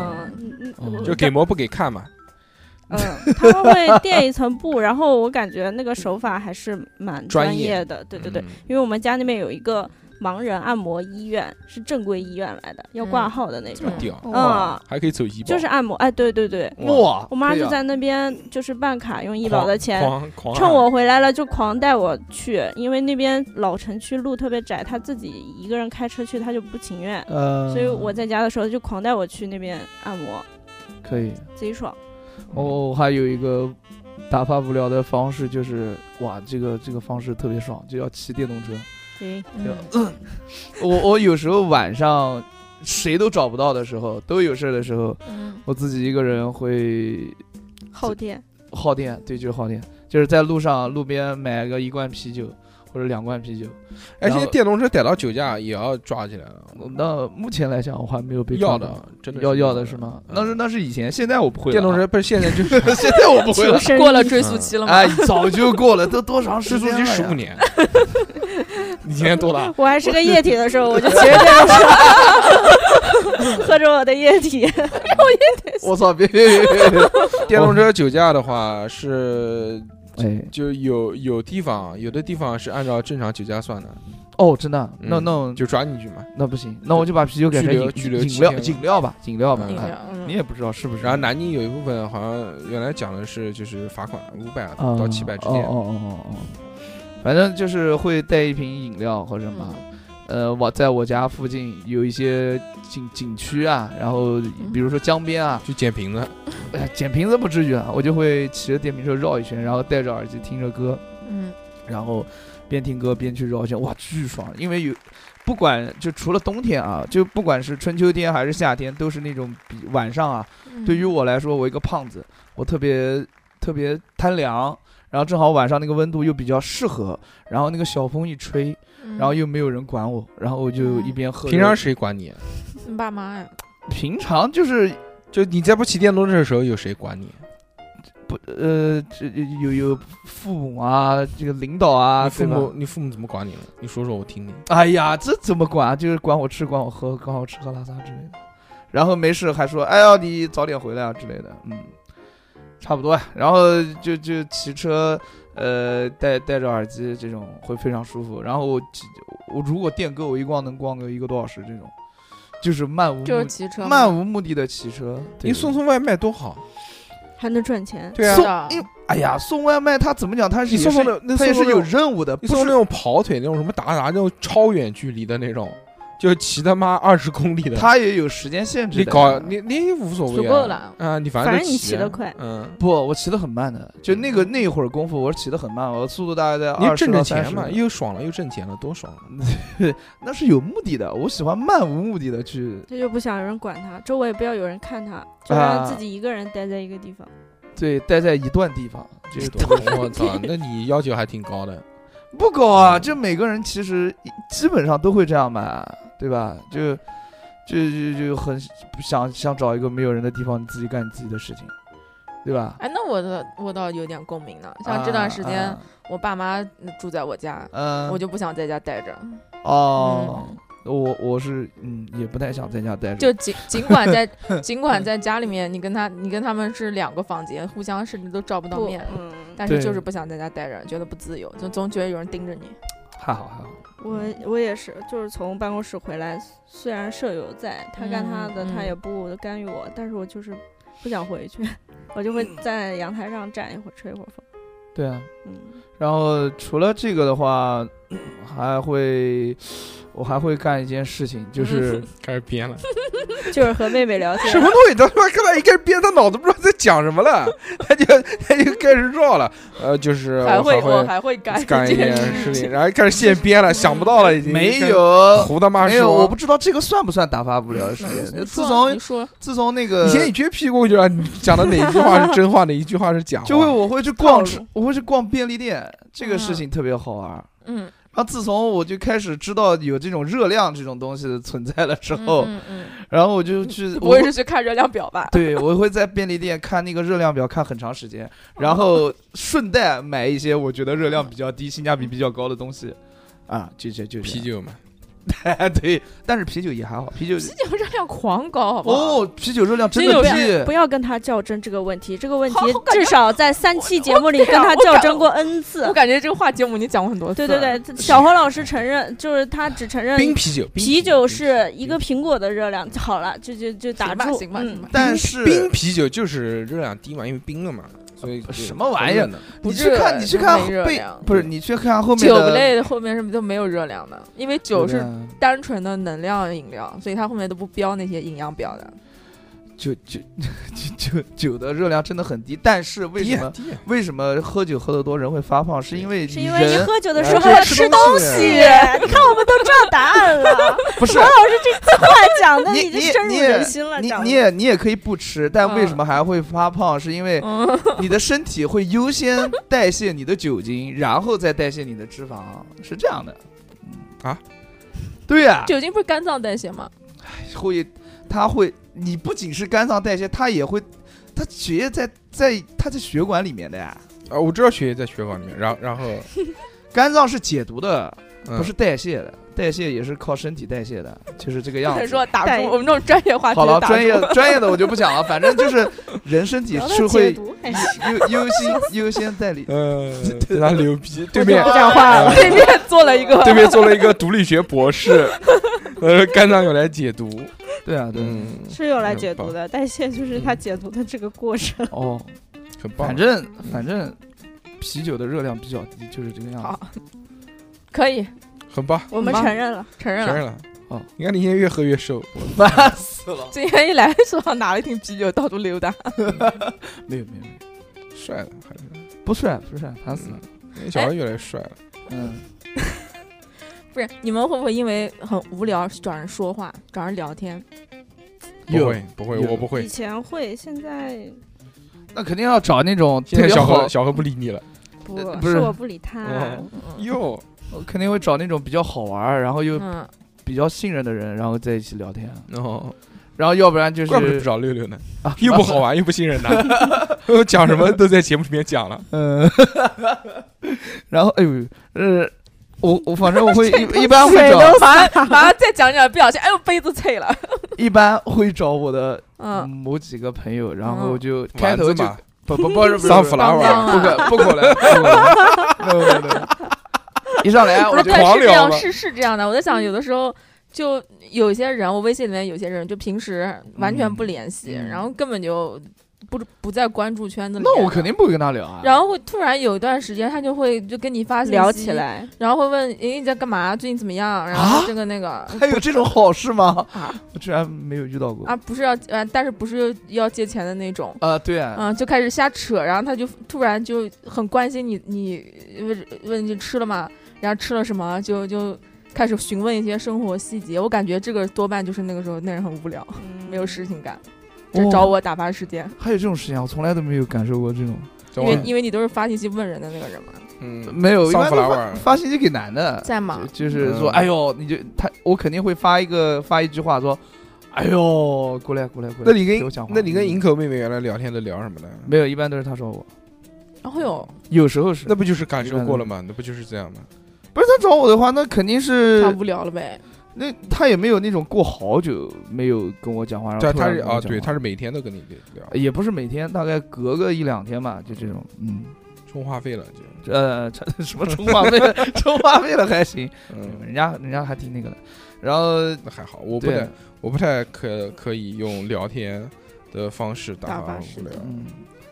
Speaker 5: 嗯
Speaker 3: 哦
Speaker 5: 嗯，
Speaker 2: 就给膜不给看嘛。
Speaker 5: 嗯，他们会垫一层布，然后我感觉那个手法还是蛮
Speaker 2: 专
Speaker 5: 专
Speaker 2: 业
Speaker 5: 业的，对对对
Speaker 2: 嗯，，
Speaker 5: 因为我们家那边有一个盲人按摩医院，是正规医院来的，要挂
Speaker 4: 嗯
Speaker 5: 号的那
Speaker 2: 这
Speaker 5: 种
Speaker 2: 么，屌，
Speaker 5: 嗯，
Speaker 2: 还可以走医保，
Speaker 5: 就是按摩，哎，对对对，
Speaker 3: 哇
Speaker 5: 我妈
Speaker 3: 可以
Speaker 5: 就
Speaker 3: 啊
Speaker 5: 在那边就是办卡，用医保
Speaker 2: 狂
Speaker 5: 的钱。
Speaker 2: 狂狂啊
Speaker 5: 趁
Speaker 2: 按
Speaker 5: 我回来了就狂带我去，因为那边老城区路特别窄，她自己一个人开车去她就不情愿，
Speaker 3: 呃，
Speaker 5: 所以我在家的时候就狂带我去那边按摩，
Speaker 3: 可以。哦
Speaker 5: 贼爽。
Speaker 3: 我还有一个打发无聊的方式，就是哇，这个这个方式特别爽，就要骑电动车。
Speaker 5: 对，
Speaker 3: 我我有时候晚上谁都找不到的时候，都有事儿的时候，
Speaker 4: 嗯
Speaker 3: 我自己一个人会
Speaker 5: 耗电。
Speaker 3: 耗电，对，就是耗电，就是在路上路边买个一罐啤酒或者两罐啤酒。
Speaker 2: 哎，
Speaker 3: 然
Speaker 2: 现
Speaker 3: 后
Speaker 2: 在电动车逮到酒驾也要抓起来了，
Speaker 3: 那目前来讲，我还没有被
Speaker 2: 要
Speaker 3: 抓到
Speaker 2: 的，真的
Speaker 3: 要要的是
Speaker 2: 是
Speaker 3: 吗？
Speaker 2: 嗯
Speaker 3: 那是那是以前，现哎在我不会了
Speaker 2: 电动车，不是现在 就是
Speaker 3: 现在我不会 了。
Speaker 4: 过了追溯期了吗？
Speaker 3: 哎，早就过了，都多长时
Speaker 2: 失踪
Speaker 3: 间了
Speaker 2: 期
Speaker 3: 呀？
Speaker 2: 十五年， 你今年多大？
Speaker 5: 我还是个液体的时候，我就骑着电动车，喝着我的液体。
Speaker 3: 我操，别别别别别！
Speaker 2: 电动车酒驾的话是
Speaker 3: 哎，
Speaker 2: 就有有地方有的地方是按照正常酒驾算的，
Speaker 3: 哦，真的啊？
Speaker 2: 嗯
Speaker 3: 那那
Speaker 2: 就抓你一句嘛，
Speaker 3: 那不行，那我就把啤酒改成
Speaker 2: 拘留
Speaker 3: 饮
Speaker 2: 拘留
Speaker 3: 饮
Speaker 2: 七
Speaker 3: 料
Speaker 2: 天吧
Speaker 3: 饮料吧，饮料吧。
Speaker 2: 嗯
Speaker 4: 那
Speaker 3: 哎
Speaker 4: 个嗯
Speaker 3: 你也不知道是不是？
Speaker 2: 然后南京有一部分好像原来讲的是就是罚款五百
Speaker 3: 啊
Speaker 2: 到七百之
Speaker 3: 哦
Speaker 2: 间
Speaker 3: 哦，哦哦哦，反正就是会带一瓶饮料或者嘛。呃，我在我家附近有一些景景区啊，然后比如说江边啊，
Speaker 2: 去捡瓶子，
Speaker 3: 哎呀， 捡瓶子不至于啊，我就会骑着电瓶车绕一圈，然后戴着耳机听着歌，
Speaker 4: 嗯
Speaker 3: 然后边听歌边去绕一圈，哇，巨爽！因为有不管就除了冬天啊，就不管是春秋天还是夏天，都是那种比晚上啊，
Speaker 4: 嗯
Speaker 3: 对于我来说，我一个胖子，我特别特别贪凉，然后正好晚上那个温度又比较适合，然后那个小风一吹，
Speaker 4: 嗯
Speaker 3: 然后又没有人管我，然后我就一边喝着。
Speaker 2: 平常谁管你？
Speaker 4: 你嗯爸妈呀，
Speaker 3: 平常就是
Speaker 2: 就你在不骑电动车的时候有谁管你？
Speaker 3: 不呃，这有有父母啊，这个领导啊，
Speaker 2: 你父
Speaker 3: 对吧
Speaker 2: 母你父母怎么管你了？你说说我听听。
Speaker 3: 哎呀，这怎么管啊？就是管我吃，管我喝，管我吃喝拉撒之类的。然后没事还说，哎呀，你早点回来啊之类的，嗯，差不多啊。然后就就骑车，呃，戴戴着耳机这种会非常舒服。然后我骑我如果电哥，我一逛能逛个一个多小时这种，就是漫无目
Speaker 4: 就是骑车嘛，
Speaker 3: 漫无目的的骑车。对
Speaker 2: 你送送外卖多好，
Speaker 5: 还能赚钱，
Speaker 2: 对啊
Speaker 4: 是，的
Speaker 3: 因为哎呀，送外卖他怎么讲？他是
Speaker 2: 你
Speaker 3: 也
Speaker 2: 送
Speaker 3: 是
Speaker 2: 送的那
Speaker 3: 他也
Speaker 2: 送
Speaker 3: 是
Speaker 2: 送
Speaker 3: 有
Speaker 2: 的
Speaker 3: 任务的，
Speaker 2: 你
Speaker 3: 不
Speaker 2: 送
Speaker 3: 是
Speaker 2: 那种跑腿那种什么打打那种超远距离的那种，就骑他妈二十公里的，
Speaker 3: 他也有时间限制的。
Speaker 2: 你搞你你无所谓啊，
Speaker 4: 足够了
Speaker 2: 啊，你反
Speaker 5: 反
Speaker 2: 正
Speaker 5: 正
Speaker 2: 就
Speaker 5: 你
Speaker 2: 骑
Speaker 5: 骑得快
Speaker 2: 嗯，
Speaker 3: 不，我骑得很慢的，就那个那一会儿功夫，我是骑得很慢，我速度大概在
Speaker 2: 你
Speaker 3: 二十
Speaker 2: 挣
Speaker 3: 到
Speaker 2: 着
Speaker 3: 三
Speaker 2: 钱
Speaker 3: 十
Speaker 2: 嘛，。又爽了又挣钱了，多 爽啊！
Speaker 3: 那是有目的的，我喜欢漫无目的的去。
Speaker 5: 他就不想有人管他，周围不要有人看他，就
Speaker 3: 啊
Speaker 5: 让自己一个人待在一个地方。
Speaker 3: 对，待在一段地方，
Speaker 2: 这
Speaker 3: 这是
Speaker 2: 多我 操，那你要求还挺高的。
Speaker 3: 不高
Speaker 2: 嗯
Speaker 3: 啊。就每个人其实一基本上都会这样嘛，对吧？就就就就很想想找一个没有人的地方，你自己干你自己的事情，对吧？
Speaker 4: 哎，那我的我倒有点共鸣呢。像这
Speaker 3: 啊
Speaker 4: 段时间，
Speaker 3: 啊
Speaker 4: 我爸妈嗯住在我家，
Speaker 3: 嗯，
Speaker 4: 我就不想在家待着。
Speaker 3: 哦
Speaker 4: 嗯，
Speaker 3: 我我是嗯，也不太想在家待着。
Speaker 4: 就尽尽 管在尽管在家里面，你跟他你跟他们是两个房间，互相甚至都照不到
Speaker 5: 不，
Speaker 4: 面，
Speaker 5: 嗯，
Speaker 4: 但是
Speaker 3: 对
Speaker 4: 就是不想在家待着，觉得不自由，就总觉得有人盯着你。
Speaker 3: 还好还好，
Speaker 5: 我
Speaker 4: 嗯
Speaker 5: 我也是，就是从办公室回来，虽然舍友在，他干他的，
Speaker 4: 嗯
Speaker 5: 他
Speaker 4: 嗯
Speaker 5: 也不干预
Speaker 4: 嗯
Speaker 5: 我，但是我就是不想回去，我就会在阳台上站一会儿，吹一会儿风。
Speaker 3: 对啊。
Speaker 5: 嗯，
Speaker 3: 然后除了这个的话，还会我还会干一件事情，就是
Speaker 4: 嗯
Speaker 2: 开始编了，
Speaker 5: 就是和妹妹聊
Speaker 2: 什
Speaker 5: 天
Speaker 2: 么，东西？他他妈刚才一开始编，他脑子不知道在讲什么 了，他就他就开始绕了。呃，就是我
Speaker 4: 还会我
Speaker 2: 会
Speaker 4: 还会干
Speaker 2: 干
Speaker 4: 这
Speaker 2: 一件
Speaker 4: 件
Speaker 2: 事
Speaker 4: 情。
Speaker 2: 情，然后开始现编了，想不到了已经。
Speaker 3: 没
Speaker 2: 跟
Speaker 3: 有
Speaker 2: 胡他妈
Speaker 3: 没有，我
Speaker 2: 说
Speaker 3: 不。知道这个算不算打发无聊的时间。
Speaker 4: 你
Speaker 3: 呃自
Speaker 4: 说
Speaker 3: 从
Speaker 4: 嗯你说
Speaker 3: 自从那个
Speaker 2: 你现在撅屁股就让你讲的哪一句话是真话，哪一句话是假话？
Speaker 3: 就会我会去逛
Speaker 4: 套路，
Speaker 3: 我会去逛便利店，这个事
Speaker 4: 嗯
Speaker 3: 情特别好玩。
Speaker 4: 嗯，
Speaker 3: 然后自从我就开始知道有这种热量这种东西的存在的时
Speaker 4: 嗯
Speaker 3: 候，
Speaker 4: 嗯嗯，
Speaker 3: 然后我就去，
Speaker 4: 你不
Speaker 3: 哦我
Speaker 4: 会
Speaker 3: 会
Speaker 4: 是去看热量表 吧？
Speaker 3: 对，我会在便利店看那个热量表看很长时间，然后顺带买一些我觉得热量比较低、性价比比较高的东西，啊，就这就
Speaker 2: 啤
Speaker 3: 酒，
Speaker 2: 酒嘛，
Speaker 3: 对，但是啤酒也还好，啤酒
Speaker 4: 啤酒热量狂高，好不好？
Speaker 3: 哦，啤酒热量真
Speaker 5: 这
Speaker 3: 的
Speaker 5: 个
Speaker 3: 低
Speaker 5: 不，要跟他较真这个问题，这个问题
Speaker 4: 好我感觉
Speaker 5: 至少在三期节目里
Speaker 4: 我
Speaker 5: 跟他
Speaker 4: 我感
Speaker 5: 较真过 N 次
Speaker 4: 我。感觉这个话节目你讲过很多次。
Speaker 5: 对对对，小何老师承认，就是他只承认
Speaker 2: 冰啤酒，冰
Speaker 5: 啤酒是一个
Speaker 2: 冰
Speaker 5: 苹果的热量。好了，就就就打
Speaker 4: 行吧
Speaker 5: 住，
Speaker 4: 行吧
Speaker 5: 嗯
Speaker 4: 行吧
Speaker 3: 但是
Speaker 2: 冰啤酒就是热量低嘛，因为冰了嘛，所以就
Speaker 3: 什么玩意儿
Speaker 2: 呢？
Speaker 3: 你
Speaker 4: 不
Speaker 3: 去
Speaker 4: 是
Speaker 3: 看，你去
Speaker 4: 没
Speaker 3: 看
Speaker 4: 热
Speaker 3: 背
Speaker 4: 量，
Speaker 3: 不是你去看后面
Speaker 4: 酒
Speaker 3: 的啊
Speaker 4: 类后面是都没有热量的，因为酒是
Speaker 3: 的
Speaker 4: 单纯的能量饮料，所以它后面都不标那些营养表的。
Speaker 3: 酒 酒酒酒酒的热量真的很低，但是为
Speaker 2: 低
Speaker 3: 什
Speaker 2: 啊
Speaker 3: 么
Speaker 2: 低啊
Speaker 3: 为什么喝酒喝得多人会发胖？是因为
Speaker 5: 是
Speaker 3: 你
Speaker 5: 因为你
Speaker 3: 人
Speaker 5: 喝酒的
Speaker 3: 哎
Speaker 5: 时候
Speaker 3: 这
Speaker 5: 要
Speaker 3: 吃
Speaker 5: 吃
Speaker 3: 东
Speaker 5: 东
Speaker 3: 西
Speaker 5: 西。 你看，我们都知道答 案了。
Speaker 3: 不是
Speaker 5: 王老师这话讲的
Speaker 3: 你
Speaker 5: 已经
Speaker 3: 你
Speaker 5: 深入
Speaker 3: 你
Speaker 5: 人心了，
Speaker 3: 你
Speaker 5: 讲
Speaker 3: 你
Speaker 5: 的。
Speaker 3: 也你也可以不吃，但为什
Speaker 4: 嗯
Speaker 3: 么还会发胖？是因为
Speaker 4: 嗯，
Speaker 3: 你的身体会优先代谢你的酒精，然后再代谢你的脂肪，是这样的。
Speaker 2: 啊，
Speaker 3: 对呀、
Speaker 4: 酒精不是肝脏代谢吗？
Speaker 3: 会它会，你不仅是肝脏代谢，它也会，它血液在在它在血管里面的呀。
Speaker 2: 啊！我知道血液在血管里面，然后然后
Speaker 3: 肝脏是解毒的，
Speaker 2: 嗯
Speaker 3: 不是代谢的，代谢也是靠身体代谢的，就是这个样
Speaker 4: 不能
Speaker 3: 子。
Speaker 4: 说打
Speaker 5: 代
Speaker 4: 住，我们这种专业话题
Speaker 3: 好
Speaker 4: 就
Speaker 3: 了，
Speaker 4: 打
Speaker 3: 专业
Speaker 4: 住
Speaker 3: 专业的我就不讲了，反正就是人身体
Speaker 5: 聊到
Speaker 3: 是
Speaker 5: 解
Speaker 3: 会
Speaker 5: 毒还是
Speaker 3: 优优先优先代理。
Speaker 2: 呃，非常牛逼，对面
Speaker 5: 不讲话了。
Speaker 4: 对面做了
Speaker 3: 嗯
Speaker 4: 一个，
Speaker 2: 对面做了一个毒理学博士，呃，肝脏用来解毒，
Speaker 3: 对啊，对啊，
Speaker 2: 嗯，
Speaker 5: 是用来解毒的，代谢就是它解毒的这个过程。
Speaker 3: 哦，
Speaker 2: 很棒。
Speaker 3: 反正反正啤酒的热量比较低，就是这个样子
Speaker 4: 好。可以，
Speaker 2: 很棒，
Speaker 5: 我们
Speaker 3: 嗯
Speaker 4: 好吧
Speaker 5: 承认了，
Speaker 4: 承认
Speaker 2: 承认
Speaker 4: 了。
Speaker 2: 了。
Speaker 3: 哦，
Speaker 2: 你看你现在越喝越瘦，
Speaker 3: 烦死了！
Speaker 4: 今天一来手上拿了一瓶啤酒到处溜达，
Speaker 3: 没有没有没有，
Speaker 2: 帅了，还是
Speaker 3: 不帅不帅，烦死了。
Speaker 2: 那小孩越来越帅了。
Speaker 3: 嗯，
Speaker 4: 不是你们会不会因为很无聊找人说话，找人聊天？
Speaker 2: 不会不会，
Speaker 3: 有
Speaker 2: 我不
Speaker 5: 以
Speaker 2: 会。
Speaker 5: 前会，现在
Speaker 3: 那肯定要找那种
Speaker 2: 现在
Speaker 3: 特别
Speaker 2: 小
Speaker 3: 好
Speaker 2: 何，小何不理你了。
Speaker 5: 不
Speaker 3: 呃不是
Speaker 5: 是我不理他，
Speaker 2: 哦
Speaker 4: 嗯
Speaker 2: 哟，
Speaker 3: 我呃肯定会找那种比较好玩儿，然后又
Speaker 4: 嗯，
Speaker 3: 比较信任的人，然后在一起聊天。啊
Speaker 2: 哦，
Speaker 3: 然后要不然就是
Speaker 2: 怪不得不找六六呢，
Speaker 3: 啊
Speaker 2: 又不好玩又不信任 他，讲什么都在节目里面讲 了。
Speaker 3: 嗯， 然后哎呦，呃，我我反正我会一一般会找
Speaker 4: 马上马上再讲讲，不小心哎呦杯子碎了。
Speaker 3: 一般会找我的
Speaker 4: 嗯，
Speaker 3: 某几个朋友，然后
Speaker 4: 嗯
Speaker 3: 就开
Speaker 2: 丸
Speaker 3: 头
Speaker 2: 子
Speaker 3: 就
Speaker 2: 嘛，
Speaker 3: 不不不是不是
Speaker 2: 桑弗拉
Speaker 4: 棒棒
Speaker 2: 娃，
Speaker 3: 不可不可能， 不可能 no no no，一上来
Speaker 4: 不
Speaker 3: 我
Speaker 4: 是，
Speaker 3: 就
Speaker 4: 但
Speaker 2: 狂
Speaker 4: 是这
Speaker 2: 聊
Speaker 4: 样
Speaker 2: 嘛
Speaker 4: 是是这样的。我在想，有的时候就有些人，我微信里面有些人，就平时完全不联系，
Speaker 3: 嗯嗯
Speaker 4: 然后根本就不不在关注圈子里。
Speaker 3: 那我肯。定不会跟他聊啊。
Speaker 4: 然后会突然有一段时间，他就会就跟你发信息
Speaker 5: 聊起，来，
Speaker 4: 然后会问：“诶，你在干嘛？最近怎么样？”然后这个那个啊
Speaker 3: 还有这种好事吗？
Speaker 4: 啊
Speaker 3: 我居然没有遇到过。
Speaker 4: 不是要呃，但是不是要借钱的那种。
Speaker 3: 啊，对啊，
Speaker 4: 嗯，就开始瞎扯，然后他就突然就很关心你，你问问你吃了吗？然后吃了什么？就就开始询问一些生活细节。我感觉这个多半就是那个时候那人很无聊，
Speaker 5: 嗯
Speaker 4: 没有事情干，就
Speaker 3: 哦
Speaker 4: 找我打发时间。
Speaker 3: 还有这种事情啊，我从来都没有感受过这种。
Speaker 2: 找
Speaker 4: 因为
Speaker 2: 我
Speaker 4: 因为你都是发信息问人的那个人嘛，
Speaker 2: 嗯，
Speaker 3: 呃没有，一
Speaker 2: 桑
Speaker 3: 般
Speaker 2: 弗
Speaker 3: 都
Speaker 2: 拉
Speaker 3: 发
Speaker 2: 娃，
Speaker 3: 发信息给男的，
Speaker 4: 在吗？
Speaker 3: 呃就就是说，
Speaker 2: 嗯
Speaker 3: 哎呦，你就他，我肯定会发一个发一句话说，哎呦，过来过来过来。
Speaker 2: 那你
Speaker 3: 给我
Speaker 2: 跟
Speaker 3: 讲话嗯
Speaker 2: 那你跟营口妹妹原来聊天都聊什么呢？
Speaker 3: 没有，一般都是他说我，
Speaker 4: 然后有
Speaker 3: 有时候是，
Speaker 2: 那不就是感受过了吗？那不就是这样吗？
Speaker 3: 不是他找我的话，那肯定
Speaker 4: 他
Speaker 3: 是
Speaker 4: 无聊了呗，
Speaker 3: 那他也没有那种过好久没有跟我讲话，然
Speaker 2: 对，
Speaker 3: 后突
Speaker 2: 他
Speaker 3: 然
Speaker 2: 是
Speaker 3: 跟我
Speaker 2: 啊，
Speaker 3: 讲
Speaker 2: 对，
Speaker 3: 话
Speaker 2: 他是每天都跟你聊，
Speaker 3: 也不是每天，大概隔个一两天吧，就这种，嗯，
Speaker 2: 充话费了就，
Speaker 3: 呃， 这什么充话 费了，充话费了还行，
Speaker 2: 嗯，
Speaker 3: 人家人家还挺那个的，然后
Speaker 2: 那还好，我不
Speaker 3: 对
Speaker 2: 太，我不太可可以用聊天的方式
Speaker 5: 打
Speaker 2: 打
Speaker 5: 发
Speaker 2: 发
Speaker 5: 时
Speaker 2: 无聊
Speaker 5: 间。
Speaker 3: 嗯，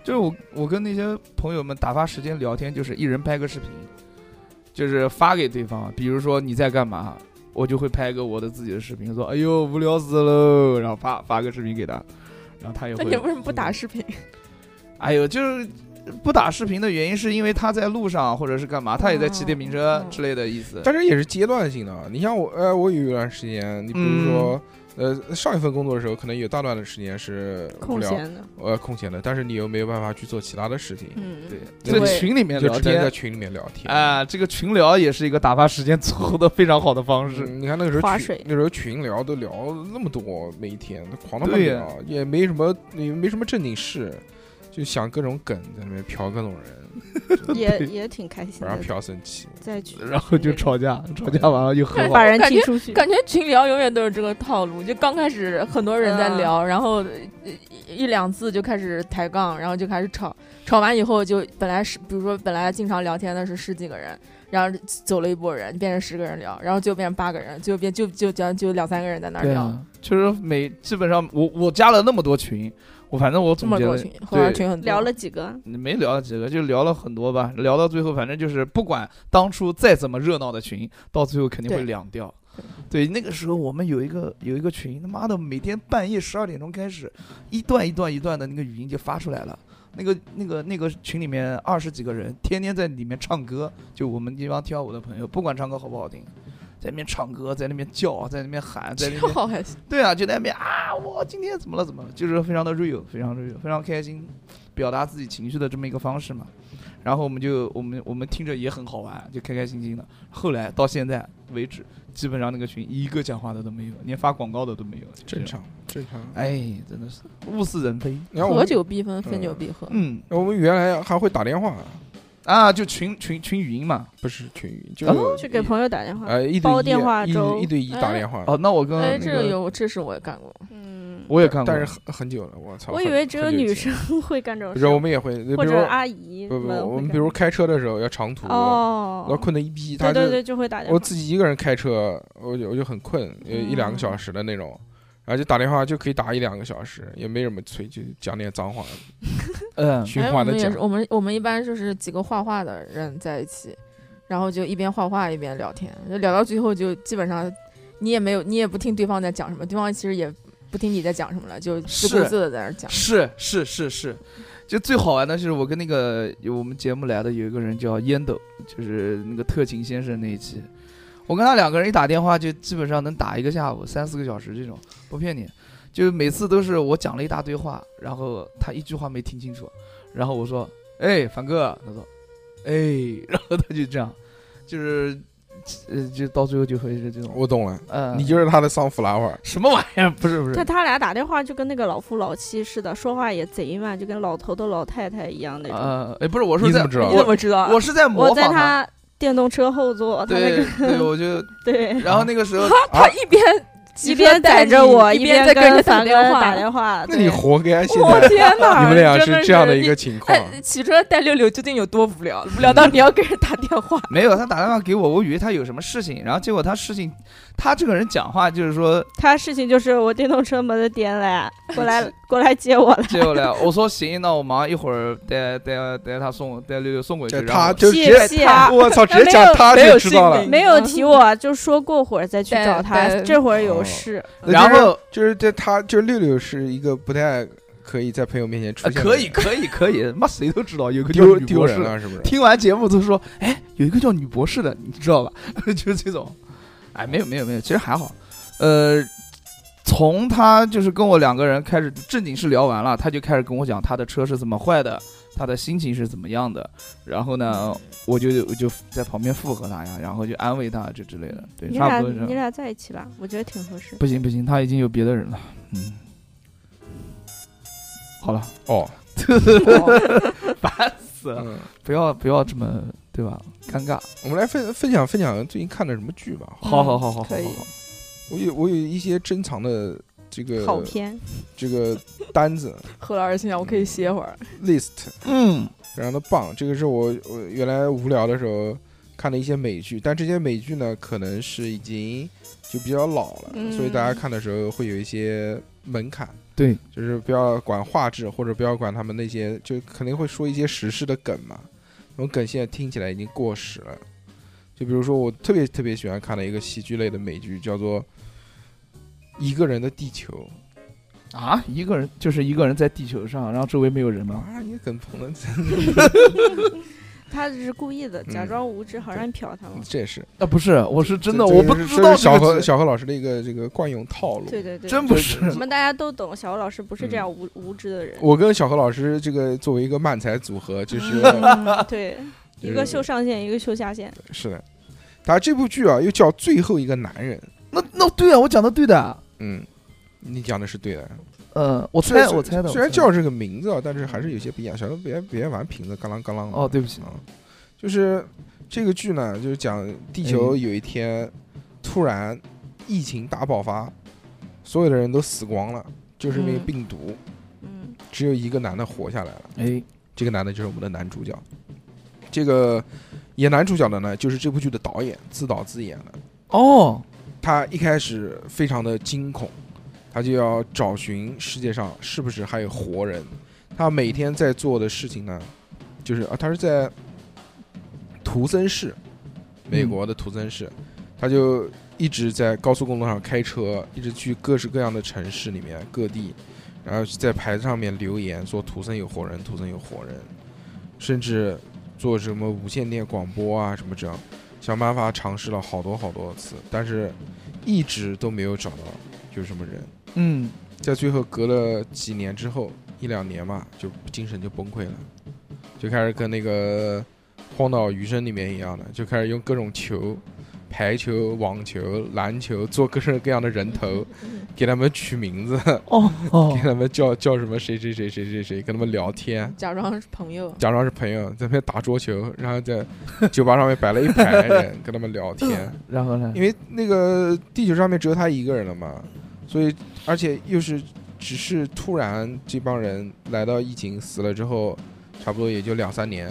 Speaker 3: 就是我我跟那些朋友们打发时间聊天，就是一人拍个视频，就是发给对方。啊比如说你在干嘛，我就会拍一个我的自己的视频，说哎呦无聊死喽，然后发发个视频给他，然后他也
Speaker 4: 那
Speaker 3: 会。
Speaker 4: 你为什么不打视频？
Speaker 3: 哎呦，就是不打视频的原因是因为他在路上或者是干嘛，他也在骑电瓶车
Speaker 4: 嗯
Speaker 3: 之类的意思。
Speaker 2: 但是也是阶段性的啊。你像我，呃，我有一段时间，你比如说，呃，上一份工作的时候，可能有大段的时间是无
Speaker 5: 空
Speaker 2: 聊，
Speaker 5: 闲的，
Speaker 2: 呃，空闲的，但是你又没有办法去做其他的事情，
Speaker 4: 嗯，
Speaker 3: 对，
Speaker 4: 就
Speaker 3: 在
Speaker 4: 会
Speaker 3: 群里面
Speaker 2: 就
Speaker 3: 聊
Speaker 2: 只能在
Speaker 3: 天
Speaker 2: 群里面聊天。
Speaker 3: 啊，这个群聊也是一个打发时间最后的非常好的方式。
Speaker 2: 嗯你看那个时候
Speaker 5: 划
Speaker 2: 群
Speaker 5: 水，
Speaker 2: 那时候群聊都聊那么多，每一天都狂他妈
Speaker 3: 对
Speaker 2: 聊，也没什么，也没什么正经事，就想各种梗在那边嫖各种人，
Speaker 5: 也也挺开心
Speaker 2: 晚上
Speaker 5: 的。
Speaker 2: 嫖生气。
Speaker 3: 嗯
Speaker 5: 再去，
Speaker 3: 然后
Speaker 4: 嗯
Speaker 3: 就吵架，吵架完了又和
Speaker 5: 把
Speaker 3: 好。
Speaker 5: 人踢出去。
Speaker 4: 感觉群聊永远都是这个套路，就刚开始很多人在聊，然后呃一一两次就开始抬杠，然后就开始吵，吵完以后就本来是比如说本来经常聊天的是十几个人，然后走了一波人，变成十个人聊，然后就变成八个人，就变就就就就两三个人在那儿
Speaker 3: 对
Speaker 4: 聊，
Speaker 3: 啊，就是每基本上我我加了那么多群，我反正我
Speaker 4: 这
Speaker 3: 总
Speaker 4: 么
Speaker 3: 结
Speaker 4: 多
Speaker 3: 了
Speaker 4: 群，后来
Speaker 3: 对，
Speaker 4: 群很多
Speaker 5: 聊了几个，
Speaker 3: 没聊几个，就聊了很多吧。聊到最后，反正就是不管当初再怎么热闹的群，到最后肯定会
Speaker 4: 对
Speaker 3: 凉掉。对，那个时候我们有一个有一个群，他妈的每天半夜十二点钟开始，一段一段一段的那个语音就发出来了。那个那个那个群里面二十几个人，天天在里面唱歌，就我们这帮跳舞的朋友，不管唱歌好不好听，在那边唱歌，在那边叫，在那边喊，在那边
Speaker 4: 好还行，
Speaker 3: 对啊，就在那边啊，我今天怎么了怎么了，就是非常的 real，非常 real，非常开心，表达自己情绪的这么一个方式嘛。然后我们就我们我们听着也很好玩，就开开心心的。后来到现在为止，基本上那个群一个讲话的都没有，连发广告的都没有，就这
Speaker 2: 正
Speaker 3: 样。
Speaker 2: 常，正常。
Speaker 3: 哎，真的是物是人非。
Speaker 2: 你看我
Speaker 4: 合
Speaker 2: 们，
Speaker 4: 久必分，分久必合。
Speaker 3: 嗯
Speaker 2: 我们原来还会打电话，
Speaker 3: 啊，就群群群语音嘛。
Speaker 2: 不是群语，就
Speaker 3: 哦
Speaker 5: 去给朋友打电话。
Speaker 2: 呃一对
Speaker 5: 煲
Speaker 2: 一，
Speaker 5: 电话
Speaker 2: 一
Speaker 5: 粥
Speaker 2: 一对一打电话。
Speaker 3: 哦，那我跟、
Speaker 4: 哎，
Speaker 3: 那
Speaker 4: 这
Speaker 3: 个
Speaker 4: 个有，这事我也干过。
Speaker 5: 嗯，
Speaker 3: 我也看过，
Speaker 2: 但是很很久了，我操！
Speaker 5: 我
Speaker 2: 很
Speaker 5: 以为只有
Speaker 2: 很久以
Speaker 5: 女
Speaker 2: 前
Speaker 5: 生 会干这
Speaker 2: 不
Speaker 5: 种
Speaker 2: 是，我
Speaker 5: 事，
Speaker 2: 们也会，比
Speaker 5: 或
Speaker 2: 如
Speaker 5: 者
Speaker 2: 说
Speaker 5: 阿姨
Speaker 2: 不不，
Speaker 5: 们
Speaker 2: 我
Speaker 5: 会
Speaker 2: 们
Speaker 5: 干
Speaker 2: 比如开车的时候要长途，啊要
Speaker 5: 哦，
Speaker 2: 困得一逼，他
Speaker 5: 对
Speaker 2: 就
Speaker 5: 对对，就会打电
Speaker 2: 我
Speaker 5: 话。
Speaker 2: 自己一个人开车，我就我就很困，有一两个
Speaker 4: 嗯
Speaker 2: 小时的那种，然后就打电话就可以打一两个小时，也没什么催，就讲点脏话，
Speaker 3: 嗯，
Speaker 2: 循
Speaker 4: 哎，我
Speaker 2: 环
Speaker 4: 们
Speaker 2: 的
Speaker 4: 也
Speaker 2: 讲
Speaker 4: 是，。我们我们一般就是几个画画的人在一起，然后就一边画画一边聊天，就聊到最后就基本上你也没有，你也不听对方在讲什么，对方其实也不听你在讲什么了，就自顾
Speaker 3: 是
Speaker 4: 自的在那儿讲。
Speaker 3: 是是是是，就最好玩的是我跟那个有我们节目来的有一个人叫烟斗，就是那个特勤先生那一期，我跟他两个人一打电话就基本上能打一个下午三四个小时这种，不骗你，就每次都是我讲了一大堆话，然后他一句话没听清楚，然后我说哎凡哥，他说哎， 然后他就这样，就是呃就到最后就会是这种，
Speaker 2: 我懂了，
Speaker 3: 嗯，
Speaker 2: 你就是他的桑弗拉
Speaker 4: 啊
Speaker 2: 瓦，
Speaker 3: 什么玩意儿？不是不是
Speaker 5: 但，他俩打电话就跟那个老夫老妻似的，说话也贼慢，就跟老头头老太太一样那种。
Speaker 3: 呃哎不是我说
Speaker 2: 你怎
Speaker 3: 在
Speaker 2: 么知道
Speaker 4: 你怎么知道啊？
Speaker 3: 我是在模
Speaker 5: 我在
Speaker 3: 仿他。
Speaker 5: 他电动车后座，他那
Speaker 3: 对
Speaker 5: 个
Speaker 3: 对， 我就
Speaker 5: 对，
Speaker 3: 然后那个时 候，
Speaker 4: 他一边
Speaker 5: 一边逮
Speaker 4: 带
Speaker 5: 着我，
Speaker 4: 一
Speaker 5: 边
Speaker 4: 在跟
Speaker 5: 跟
Speaker 4: 着
Speaker 5: 凡哥打
Speaker 4: 话。
Speaker 5: 电话。
Speaker 2: 那你
Speaker 5: 对
Speaker 2: 活该！现
Speaker 4: 我
Speaker 2: 在
Speaker 4: 天哪！
Speaker 2: 你们俩
Speaker 4: 真
Speaker 2: 这样的一
Speaker 4: 你
Speaker 2: 个情况，
Speaker 4: 哎，骑车带六六究竟有多无聊？无聊到你要给人打 电话
Speaker 3: 没有他打电话给我，我以为他有什么事情，然后结果他事情，他这个人讲话就是说
Speaker 5: 他事情就是我电动车没得电了，过来过来接我了。
Speaker 3: 接过 来，我说行，那我马上一会儿带带带他送带六六送回去，
Speaker 2: 这
Speaker 3: 然
Speaker 2: 他
Speaker 3: 后
Speaker 2: 就直
Speaker 5: 谢
Speaker 2: 接，
Speaker 5: 谢。
Speaker 2: 我操，直接讲他
Speaker 4: 没有
Speaker 2: 就知道了
Speaker 4: 心。灵
Speaker 5: 没有提我，就说过会儿再去找他
Speaker 4: 对，对
Speaker 5: 这会儿有事。
Speaker 2: 那
Speaker 3: 然
Speaker 2: 就是
Speaker 3: 后
Speaker 2: 就是这他就是六六是一个不太可以在朋友面前出
Speaker 3: 呃
Speaker 2: 现的人，
Speaker 3: 可以可以可以，妈谁都知道有个叫
Speaker 2: 丢
Speaker 3: 女
Speaker 2: 丢
Speaker 3: 博
Speaker 2: 人
Speaker 3: 士的，
Speaker 2: 了，是不是？
Speaker 3: 听完节目都说，哎，有一个叫女博士的，你知道吧？ 就是这种，哎，没有没有没有，其实还好，呃。从他就是跟我两个人开始正经事聊完了，他就开始跟我讲他的车是怎么坏的，他的心情是怎么样的，然后呢，我就我就在旁边附和他呀，然后就安慰他这之类的，对，
Speaker 5: 你
Speaker 3: 差
Speaker 5: 俩
Speaker 3: 不多是
Speaker 5: 你
Speaker 3: 这样。
Speaker 5: 俩在一起吧，我觉得挺合适。
Speaker 3: 不行不行，他已经有别的人了，嗯，好了，
Speaker 2: 哦，啊
Speaker 3: 烦死了，
Speaker 2: 嗯，
Speaker 3: 不要不要这么对吧？尴尬，
Speaker 2: 我们来分分享分享最近看的什么剧吧。
Speaker 3: 好好好好好好
Speaker 4: 可以
Speaker 3: 好。
Speaker 2: 我有我有一些珍藏的这个
Speaker 5: 好片，
Speaker 2: 这个单子
Speaker 4: 何老师心想我可以歇会儿。
Speaker 2: list
Speaker 3: 嗯，
Speaker 2: 非常的棒。这个是我我原来无聊的时候看的一些美剧，但这些美剧呢，可能是已经就比较老了，
Speaker 5: 嗯
Speaker 2: 所以大家看的时候会有一些门槛，
Speaker 3: 对，
Speaker 2: 就是不要管画质或者不要管他们那些，就肯定会说一些时事的梗嘛，那种梗现在听起来已经过时了。就比如说我特别特别喜欢看的一个喜剧类的美剧，叫做《一个人的地球》。
Speaker 3: 啊，一个人就是一个人在地球上，然后周围没有人吗？
Speaker 2: 啊，你梗捧的
Speaker 5: 他只是故意的，假
Speaker 2: 嗯
Speaker 5: 装无知，好让你瞟他嘛。
Speaker 2: 这也是
Speaker 3: 啊，不是，我是真的，
Speaker 2: 这
Speaker 3: 我
Speaker 2: 这
Speaker 3: 不
Speaker 2: 是
Speaker 3: 知
Speaker 2: 这
Speaker 3: 道
Speaker 2: 是小
Speaker 3: 这个
Speaker 2: 何
Speaker 3: 词
Speaker 2: 小何老师的一个这个惯用套路。
Speaker 5: 对对对，
Speaker 3: 真不是
Speaker 5: 我们大家都懂，小欧老师不是这样无无知的人。
Speaker 2: 嗯我跟小何老师这个作为一个漫才组合，就是
Speaker 5: 嗯 对， 一个秀
Speaker 2: 秀
Speaker 5: 上限，一个秀下限。
Speaker 2: 是的。他这部剧啊，又叫《最后一个男人》。
Speaker 3: 那那对啊，我讲的对的，
Speaker 2: 嗯，你讲的是对的。
Speaker 3: 嗯，我
Speaker 2: 虽
Speaker 3: 猜
Speaker 2: 然
Speaker 3: 我猜的，
Speaker 2: 虽然
Speaker 3: 我猜的
Speaker 2: 叫这个名字啊，但是还是有些不一样。小何别别玩瓶子，嘎啷嘎啷的。
Speaker 3: 哦，对不起，
Speaker 2: 啊，就是这个剧呢，就是讲地
Speaker 3: 哎
Speaker 2: 球有一天突然疫情大爆发，所有的人都死光了，就是因为
Speaker 4: 嗯
Speaker 2: 病毒，
Speaker 5: 嗯，
Speaker 2: 只有一个男的活下来了。
Speaker 3: 哎，
Speaker 2: 这个男的就是我们的男主角。这个演男主角的呢，就是这部剧的导演，自导自演的。
Speaker 3: 哦，
Speaker 2: 他一开始非常的惊恐，他就要找寻世界上是不是还有活人。他每天在做的事情呢，就是啊，他是在图森市，美国的图森市，他就一直在高速公路上开车，一直去各式各样的城市里面各地，然后在牌子上面留言说图森有活人，图森有活人，甚至做什么无线电广播啊什么这样，想办法尝试了好多好多次，但是一直都没有找到有什么人。
Speaker 3: 嗯，
Speaker 2: 在最后隔了几年之后，一两年吧，就精神就崩溃了，就开始跟那个《荒岛余生》里面一样的，就开始用各种球，排球、网球、篮球，做各式各样的人头，给他们取名字，
Speaker 3: 哦哦
Speaker 2: 给，他们叫叫什么谁谁谁谁谁谁，跟他们聊天。
Speaker 4: 假装是朋友，
Speaker 2: 假装是朋友，在那边打桌球，然后在酒吧上面摆了一排人，跟他们聊天。
Speaker 3: 然后呢
Speaker 2: 因？为那个地球上面只有他一个人了嘛，所以而且又是只是突然这帮人来到疫情死了之后，差不多也就两三年，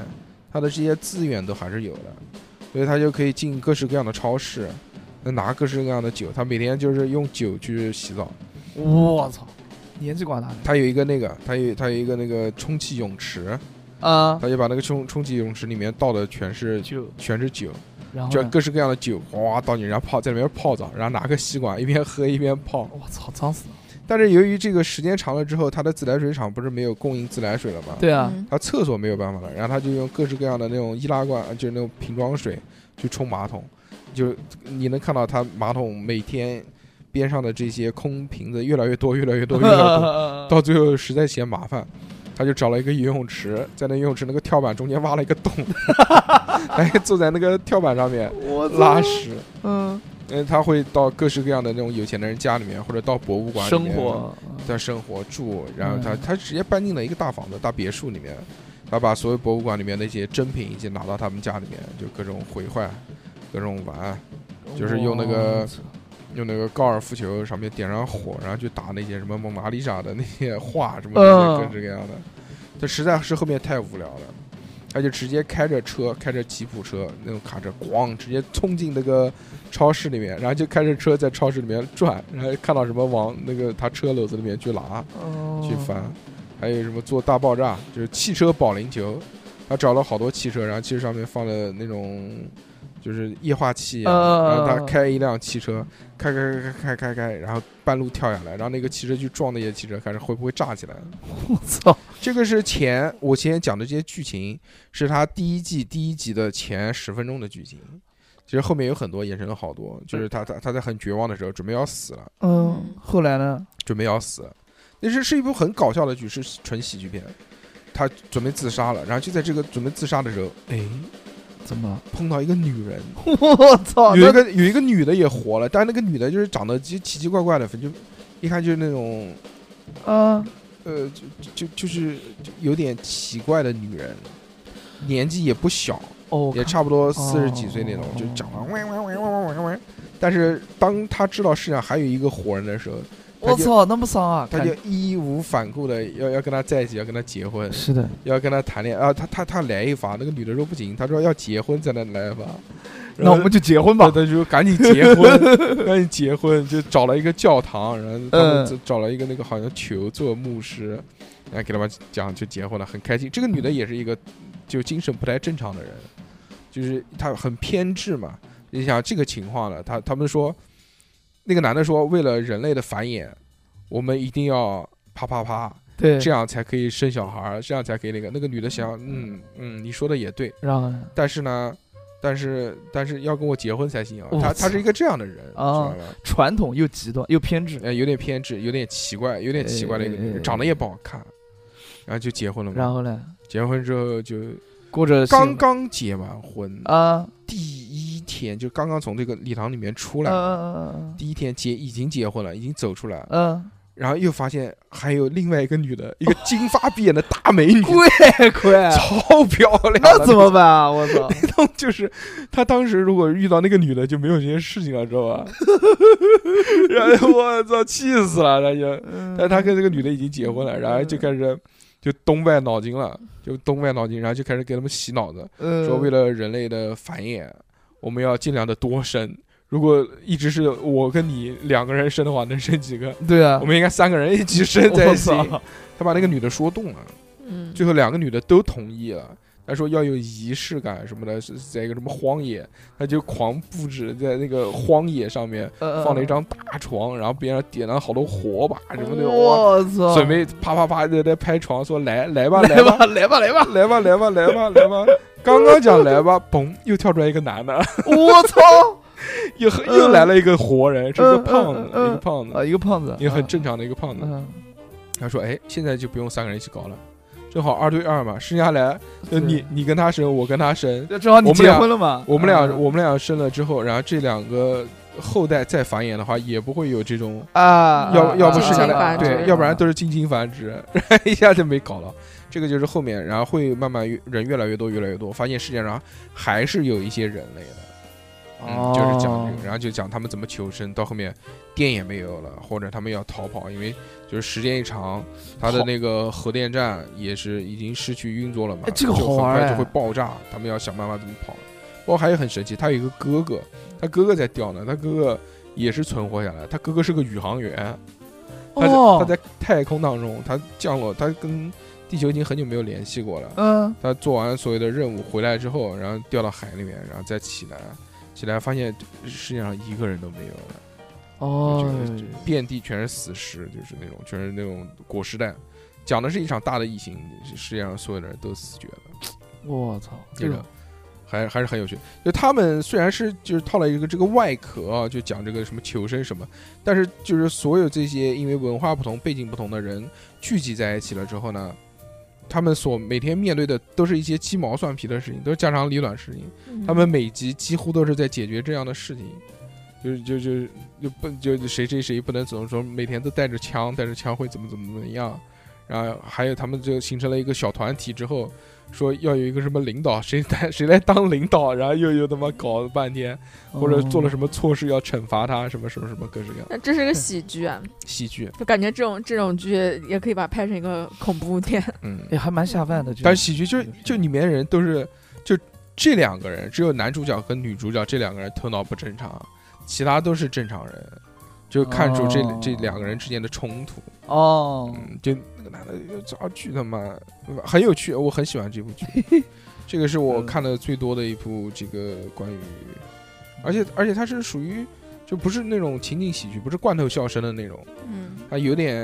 Speaker 2: 他的这些资源都还是有的，所以他就可以进各式各样的超市，拿各式各样的酒，他每天就是用酒去洗澡。
Speaker 3: 我操，年纪挂大
Speaker 2: 他有一个那个，他有他有一个那个充气泳池，
Speaker 3: 了啊，
Speaker 2: 他就把那个充充气泳池里面倒的全是
Speaker 3: 就
Speaker 2: 全是酒，
Speaker 3: 然后
Speaker 2: 就
Speaker 3: 呢
Speaker 2: 各式各样的酒，哗倒进去，然后泡在里面泡澡，然后拿个吸管一边喝一边泡。
Speaker 3: 我操，脏死了，
Speaker 2: 但是由于这个时间长了之后，他的自来水厂不是没有供应自来水了吗？，
Speaker 3: 对啊，
Speaker 4: 嗯
Speaker 2: 他厕所没有办法了，然后他就用各式各样的那种易拉罐，就是那种瓶装水去冲马桶，就你能看到他马桶每天边上的这些空瓶子越来越多，越来 越多，越来越 多，到最后实在嫌麻烦。他就找了一个游泳池，在那游泳池那个跳板中间挖了一个 洞，哎，坐在那个跳板上面
Speaker 3: 我操
Speaker 2: 拉，屎，
Speaker 3: 嗯，
Speaker 2: 因为他会到各式各样的那种有钱的人家里面，或者到博物馆里
Speaker 3: 生
Speaker 2: 面
Speaker 3: 活，
Speaker 2: 在生活住，然后他
Speaker 3: 嗯
Speaker 2: 他直接搬进了一个大房子、大别墅里面，他把所有博物馆里面那些珍品已经拿到他们家里面，就各种毁坏，各种玩，就是用那个
Speaker 3: 我操
Speaker 2: 用那个高尔夫球上面点上火，然后去打那些什么蒙娜丽莎的那些画什么
Speaker 3: 嗯
Speaker 2: 这些各式各样的。他实在是后面太无聊了，他就直接开着车，开着吉普车那种卡车，咣，直接冲进那个超市里面，然后就开着车在超市里面转，然后看到什么往那个他车篓子里面去拿
Speaker 3: 哦
Speaker 2: 去翻，还有什么做大爆炸，就是汽车保龄球，他找了好多汽车，然后汽车上面放了那种。就是液化气、啊，
Speaker 3: 嗯嗯嗯
Speaker 2: 然后他
Speaker 3: 嗯
Speaker 2: 开一辆汽车，开开开开开开开，然后半路跳下来，然后那个汽车去撞那些汽车，看是会不会炸起来。
Speaker 3: 我操，
Speaker 2: 这个是前我前讲的这些剧情，是他第一季第一集的前十分钟的剧情。其实后面有很多衍生了好多，就是他他他在很绝望的时候，准备要死了，
Speaker 3: 嗯，后来呢？
Speaker 2: 准备要死了。那是是一部很搞笑的剧，是纯喜剧片。他准备自杀了，然后就在这个准备自杀的时候，哎，
Speaker 3: 怎么了？
Speaker 2: 碰到一个女人，
Speaker 3: 我操，
Speaker 2: 有一
Speaker 3: 那
Speaker 2: 个有一个女的也活了，但是那个女的就是长得奇奇奇怪怪的，反正就一看就是那种
Speaker 3: 啊，
Speaker 2: 呃，就就就是就有点奇怪的女人，年纪也不小，
Speaker 3: 哦，
Speaker 2: 也
Speaker 3: 看
Speaker 2: 差不多四十几岁那种，就长得喂喂喂喂喂喂喂。但是当他知道世上还有一个活人的时候，
Speaker 3: 我操，那么丧啊！
Speaker 2: 他
Speaker 3: 感
Speaker 2: 就义无反顾的要要跟他在一起，要跟他结婚，
Speaker 3: 是的，
Speaker 2: 要跟他谈恋爱啊！他他他来一发，那个女的说不行，她说要结婚才能来一发。
Speaker 3: 那我们就结婚吧
Speaker 2: 对。对，就赶紧结 婚，赶紧结婚，就找了一个教堂，然后他们
Speaker 3: 嗯
Speaker 2: 就找了一个那个好像球做牧师，然后给他们讲就结婚了，很开心。这个女的也是一个就精神不太正常的人，就是她很偏执嘛。你想这个情况了，他他们说那个男的说，为了人类的繁衍，我们一定要啪啪啪，
Speaker 3: 对，
Speaker 2: 这样才可以生小孩儿，这样才可以那个。那个女的想，嗯嗯，你说的也对，
Speaker 3: 然后
Speaker 2: 但是呢，但是但是要跟我结婚才行啊。
Speaker 3: 我
Speaker 2: 他
Speaker 3: 操
Speaker 2: 他是一个这样的人，知道
Speaker 3: 啊
Speaker 2: 吧？
Speaker 3: 传统又极端又偏执，
Speaker 2: 呃，有点偏执，有点奇怪，有点奇怪的一个女
Speaker 3: 哎哎
Speaker 2: 人，
Speaker 3: 哎
Speaker 2: 长得也不好看，然后就结婚了
Speaker 3: 然
Speaker 2: 嘛。
Speaker 3: 后呃呢，
Speaker 2: 结婚之后就
Speaker 3: 过着幸
Speaker 2: 刚刚结完婚，
Speaker 3: 啊，
Speaker 2: 第一天就刚刚从这个礼堂里面出
Speaker 3: 嗯
Speaker 2: 来，
Speaker 3: 嗯
Speaker 2: 第一天结已经结婚了，已经走出来了，
Speaker 3: 嗯
Speaker 2: 然后又发现还有另外一个女的，一个金发碧眼的大美女
Speaker 3: 嗯，。贵 贵，
Speaker 2: 超漂亮的，
Speaker 3: 那怎么办啊？我 操，
Speaker 2: 就是他当时如果遇到那个女的，就没有这些事情了，知道吧？ 然后我操，气死了！他就，
Speaker 3: 嗯
Speaker 2: 但是他跟这个女的已经结婚了，然后就开始就动歪脑筋了，就动歪脑筋，然后就开始给他们洗脑子，
Speaker 3: 嗯
Speaker 2: 说为了人类的繁衍，我们要尽量的多生。如果一直是我跟你两个人生的话，能生几个？
Speaker 3: 对啊
Speaker 2: 我，们应该三个人一起生才
Speaker 3: 我
Speaker 2: 行。
Speaker 3: 操，
Speaker 2: 他把那个女的说动了。
Speaker 4: 嗯，
Speaker 2: 最后两个女的都同意了，她说要有仪式感什么的，是在一个什么荒野，她就狂布置在那个荒野上面放
Speaker 3: 放
Speaker 2: 了一张大床，然后边上点了好多火把什么的，哇，
Speaker 3: 呃我操，
Speaker 2: 准备啪啪啪在在拍床，说来来吧
Speaker 3: 来
Speaker 2: 吧
Speaker 3: 吧来 吧来吧，
Speaker 2: 来吧来吧来吧来吧，刚刚讲来吧，嘣，又跳出来一个男的，
Speaker 3: 我操
Speaker 2: 又又来了一个活人，是个
Speaker 3: 嗯嗯
Speaker 2: 胖子，
Speaker 3: 嗯
Speaker 2: 一个胖
Speaker 3: 啊，
Speaker 2: 子，
Speaker 3: 一个胖子，
Speaker 2: 也很
Speaker 3: 啊，
Speaker 2: 正常的一个胖子。
Speaker 3: 嗯，
Speaker 2: 他说：“哎，现在就不用三个人一起搞了，正好二对二嘛，生下来，呃
Speaker 3: 对
Speaker 2: 你你跟他生，我跟他生，
Speaker 3: 这正好你
Speaker 2: 我们
Speaker 3: 结
Speaker 2: 俩
Speaker 3: 婚了嘛？
Speaker 2: 我们俩
Speaker 3: 嗯
Speaker 2: 我们俩生了之后，然后这两个后代再繁衍的话，也不会有这种，
Speaker 3: 啊，
Speaker 2: 要
Speaker 3: 啊
Speaker 2: 要不
Speaker 3: 啊
Speaker 2: 生下来
Speaker 3: 啊
Speaker 2: 对，
Speaker 4: 嗯
Speaker 2: 要不然都是近亲繁殖， 一下就没搞了。这个就是后面，然后会慢慢越人越来越多，越来越多，发现世界上还是有一些人类的。”嗯，就是
Speaker 3: 哦
Speaker 2: 讲这个，然后就讲他们怎么求生，到后面电也没有了，或者他们要逃跑，因为就是时间一长，它的
Speaker 3: 好
Speaker 2: 那个核电站也是已经失去运作了嘛，
Speaker 3: 哎这个
Speaker 2: 就
Speaker 3: 好
Speaker 2: 很
Speaker 3: 玩
Speaker 2: 快就
Speaker 3: 哎
Speaker 2: 会爆炸，他们要想办法怎么跑。包括还有很神奇，他有一个哥哥，他哥哥在钓呢，他哥哥也是存活下来，他哥哥是个宇航员，他在、
Speaker 3: 哦
Speaker 2: 他在太空当中，他降落，他跟地球已经很久没有联系过了，
Speaker 3: 嗯，
Speaker 2: 他做完所有的任务回来之后，然后掉到海里面，然后再起来，起来发现世界上一个人都没有了，
Speaker 3: 哦，
Speaker 2: 就是遍地全是死尸，就是那种全是那种裹尸袋。讲的是一场大的疫情，世界上所有的人都死绝了，
Speaker 3: 我操，
Speaker 2: 这
Speaker 3: 这
Speaker 2: 个
Speaker 3: 种
Speaker 2: 还还是很有趣。就他们虽然是就是套了一个这个外壳啊，就讲这个什么求生什么，但是就是所有这些因为文化不同、背景不同的人聚集在一起了之后呢，他们所每天面对的都是一些鸡毛蒜皮的事情，都是家长里短的事情。他们每集几乎都是在解决这样的事情，就是就就就不就就谁谁谁不能怎么说，每天都带着枪，带着枪会怎么怎么怎么样，然后还有他们就形成了一个小团体之后，说要有一个什么领导，谁来谁来当领导，然后又又他妈搞了半天，或者
Speaker 3: 哦
Speaker 2: 做了什么错事要惩罚他，什么什么什么各式各样的
Speaker 4: 那这是个喜剧啊，
Speaker 2: 戏剧，
Speaker 4: 就感觉这种这种剧也可以把它拍成一个恐怖片。
Speaker 2: 嗯，
Speaker 3: 也还蛮下饭的，
Speaker 2: 但是
Speaker 3: 是
Speaker 2: 喜剧就就里面人都是就这两个人，只有男主角跟女主角这两个人头脑不正常，其他都是正常人，就看出这、
Speaker 3: 哦
Speaker 2: 这两个人之间的冲突。
Speaker 3: 哦，
Speaker 2: 嗯，就那个男的就这剧他妈很有趣，我很喜欢这部剧， 这个是我看的最多的一部这个关于，而且而且它是属于就不是那种情景喜剧，不是罐头笑声的那种。
Speaker 4: 嗯，
Speaker 2: 它有点，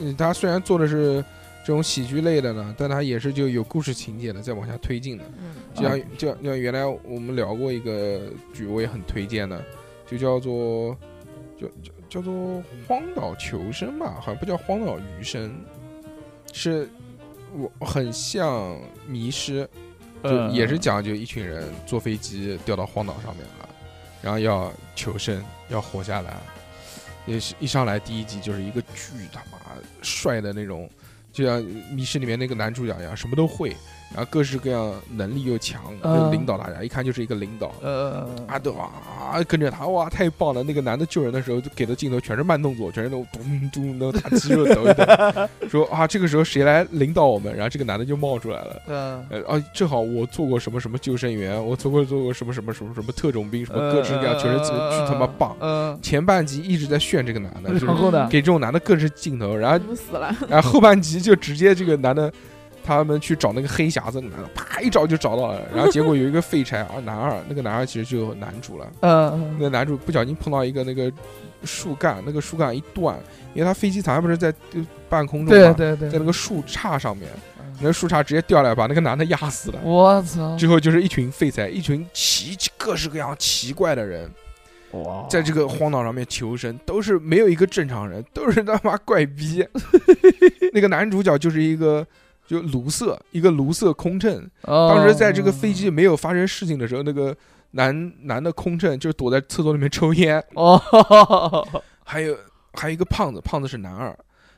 Speaker 2: 嗯它虽然做的是这种喜剧类的呢，但它也是就有故事情节的，再往下推进的。
Speaker 4: 嗯
Speaker 2: 就像、就像就像原来我们聊过一个剧，我也很推荐的，就叫做叫叫叫做《荒岛求生》吧，好像不叫《荒岛余生》，是我很像《迷失》，就
Speaker 3: 嗯
Speaker 2: 也是讲就一群人坐飞机掉到荒岛上面了，然后要求生，要活下来。也是一上来第一集就是一个巨他妈帅的那种，就像《迷失》里面那个男主角一样，什么都会，然后各式各样能力又强，
Speaker 3: 嗯
Speaker 2: 就领导大家，一看就是一个领导。
Speaker 3: 呃，
Speaker 2: 啊，对啊，跟着他，哇，太棒了！那个男的救人的时候，就给的镜头全是慢动作，全是那种咚咚那种打肌肉抖一 抖，说啊，这个时候谁来领导我们？然后这个男的就冒出来了。
Speaker 3: 嗯，
Speaker 2: 呃啊，正好我做过什么什么救生员，我做过做过什么什么什么什么特种兵，什么各式各样，全是自己巨他妈棒。
Speaker 3: 嗯，
Speaker 2: 前半集一直在炫这个男的， 就是
Speaker 3: 然后呢？
Speaker 2: 给这种男的各式镜头，然后
Speaker 4: 我 死了，
Speaker 2: 然后后半集就直接这个男的，他们去找那个黑匣子，那个男的啪一找就找到了，然后结果有一个废柴啊男二，那个男二其实就有男主了，
Speaker 3: 嗯
Speaker 2: 那个男主不小心碰到一个那个树干，那个树干一断，因为他飞机场不是在呃半空中
Speaker 3: 对
Speaker 2: 嘛，
Speaker 3: 对对，
Speaker 2: 在那个树杈上面，
Speaker 3: 嗯
Speaker 2: 那个树杈直接掉下来把那个男的压死了。
Speaker 3: 我操，
Speaker 2: 之后就是一群废材，一群奇各式各样奇怪的人，
Speaker 3: 哇
Speaker 2: 在这个荒岛上面求生，都是没有一个正常人，都是他妈怪逼。那个男主角就是一个就卢瑟，一个卢瑟空乘。
Speaker 3: 哦
Speaker 2: 当时在这个飞机没有发生事情的时候，那个男男的空乘就躲在厕所里面抽烟，
Speaker 3: 哦，
Speaker 2: 还有还有一个胖子，胖子是男二。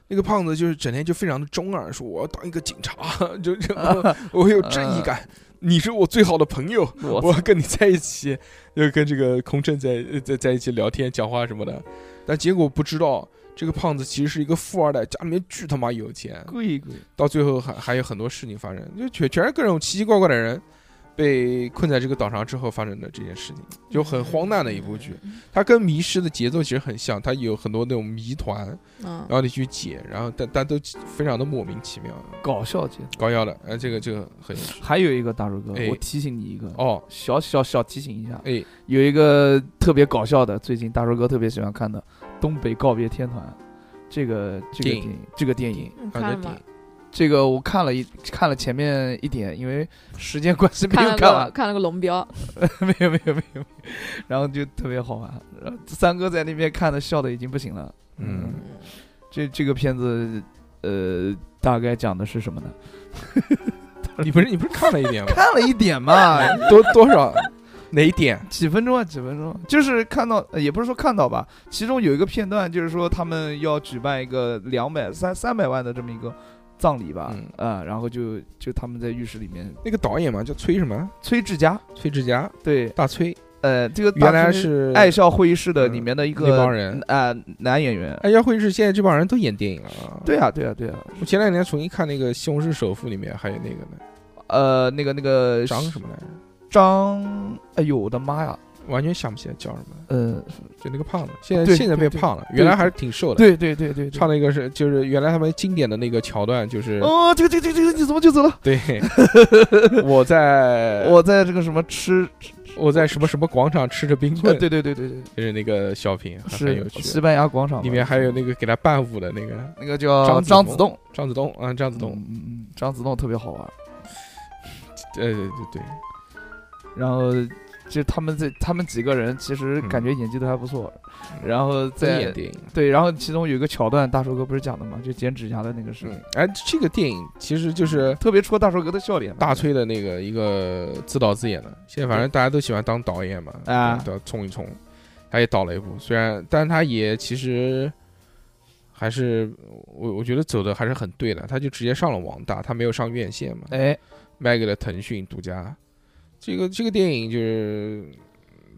Speaker 2: 那个胖子就是整天就非常的中二，说我要当一个警察， 就就我我有正义感，你是我最好的朋友，
Speaker 3: 我
Speaker 2: 我要跟你在一起，就跟这个空乘在呃在在一起聊天、讲话什么的。但结果不知道，这个胖子其实是一个富二代，家里面巨他妈有钱。
Speaker 3: 贵贵，
Speaker 2: 到最后还还有很多事情发生，就全全是各种奇奇怪怪的人被困在这个岛上之后发生的这件事情，就很荒诞的一部剧。它跟《迷失》的节奏其实很像，它有很多那种谜团，
Speaker 4: 嗯
Speaker 2: 然，后你去解，然后但但都非常的莫名其妙，
Speaker 3: 搞笑节奏。
Speaker 2: 高腰的，呃，这个这个很有趣
Speaker 3: 还有一个大叔哥
Speaker 2: 哎，
Speaker 3: 我提醒你一个，
Speaker 2: 哦，
Speaker 3: 小小小提醒一下，
Speaker 2: 哎，
Speaker 3: 有一个特别搞笑的，最近大叔哥特别喜欢看的《东北告别天团》，这个这个
Speaker 2: 电影
Speaker 3: 电影，这个电影，
Speaker 4: 你
Speaker 2: 啊
Speaker 4: 嗯看
Speaker 2: 这
Speaker 4: 了
Speaker 2: 电
Speaker 4: 吗
Speaker 2: 影？
Speaker 3: 这个我看了一看了前面一点，因为时间关系没
Speaker 4: 看
Speaker 3: 有
Speaker 4: 了
Speaker 3: 看
Speaker 4: 个
Speaker 3: 完，
Speaker 4: 看了个龙标，
Speaker 3: 没有没有没有，没有然后就特别好玩。然后三哥在那边看的笑的已经不行了。
Speaker 2: 嗯，
Speaker 3: 这这个片子，呃，大概讲的是什么呢？
Speaker 2: 你不是你不是看了一点吗？
Speaker 3: 看了一点嘛，
Speaker 2: 多多少哪一点？
Speaker 3: 几分钟啊，几分钟，就是看到，呃也不是说看到吧，其中有一个片段，就是说他们要举办一个两百三三百万的这么一个葬礼吧，
Speaker 2: 嗯
Speaker 3: 啊、然后就就他们在浴室里面，
Speaker 2: 那个导演嘛，叫崔什么？
Speaker 3: 崔志佳，
Speaker 2: 崔志佳，
Speaker 3: 对，
Speaker 2: 大崔，
Speaker 3: 呃，这个
Speaker 2: 原
Speaker 3: 大
Speaker 2: 来
Speaker 3: 师
Speaker 2: 是嗯
Speaker 3: 爱笑会议室的里面的一个、
Speaker 2: 那帮人嗯
Speaker 3: 啊、男演员，
Speaker 2: 爱笑会是现在这帮人都演电影了啊。
Speaker 3: 对啊，对啊，对啊，
Speaker 2: 我前两年重新看那个《西红柿首富》，里面还有那个呢，
Speaker 3: 呃，那个那个
Speaker 2: 张什么来着？
Speaker 3: 张，哎呦我的妈呀，
Speaker 2: 完全想不起来叫什么了，
Speaker 3: 呃，
Speaker 2: 就那个胖子，现在
Speaker 3: 对
Speaker 2: 现在变
Speaker 3: 对对
Speaker 2: 胖了，
Speaker 3: 对
Speaker 2: 原来还是挺瘦的。
Speaker 3: 对对对对对，
Speaker 2: 唱了一个是就是原来他们经典的那个桥段，就是
Speaker 3: 哦，这个这个这个这个你怎么就走了？
Speaker 2: 对，我在
Speaker 3: 我在这个什么吃，
Speaker 2: 我在什么什么广场吃着冰
Speaker 3: 呃，
Speaker 2: 棍，
Speaker 3: 对对对对对。
Speaker 2: 就是那个小品，还很
Speaker 3: 是
Speaker 2: 有趣
Speaker 3: 西。班牙广场吧
Speaker 2: 里面还有那个给他伴舞的那个
Speaker 3: 那个叫
Speaker 2: 张子
Speaker 3: 张子栋，
Speaker 2: 张子栋啊，张子栋，
Speaker 3: 嗯嗯嗯张子栋特别好玩。
Speaker 2: 呃，对对对，
Speaker 3: 然后就他们这他们几个人其实
Speaker 2: 嗯
Speaker 3: 感觉演技都还不错，
Speaker 2: 嗯
Speaker 3: 然后
Speaker 2: 都演
Speaker 3: 在
Speaker 2: 电影。
Speaker 3: 对，然后其中有一个桥段，大寿哥不是讲的嘛，就剪指甲的那个事情
Speaker 2: 嗯，，哎，这个电影其实就是
Speaker 3: 特别戳大寿哥的笑点嘛。
Speaker 2: 大崔的那个一个自导自演的，现在反正大家都喜欢当导演嘛，
Speaker 3: 啊
Speaker 2: 对都要冲一冲。他也导了一部，虽然，但他也其实还是我我觉得走的还是很对的，他就直接上了网大，他没有上院线嘛，
Speaker 3: 哎，
Speaker 2: 卖给了腾讯独家。这个这个电影就是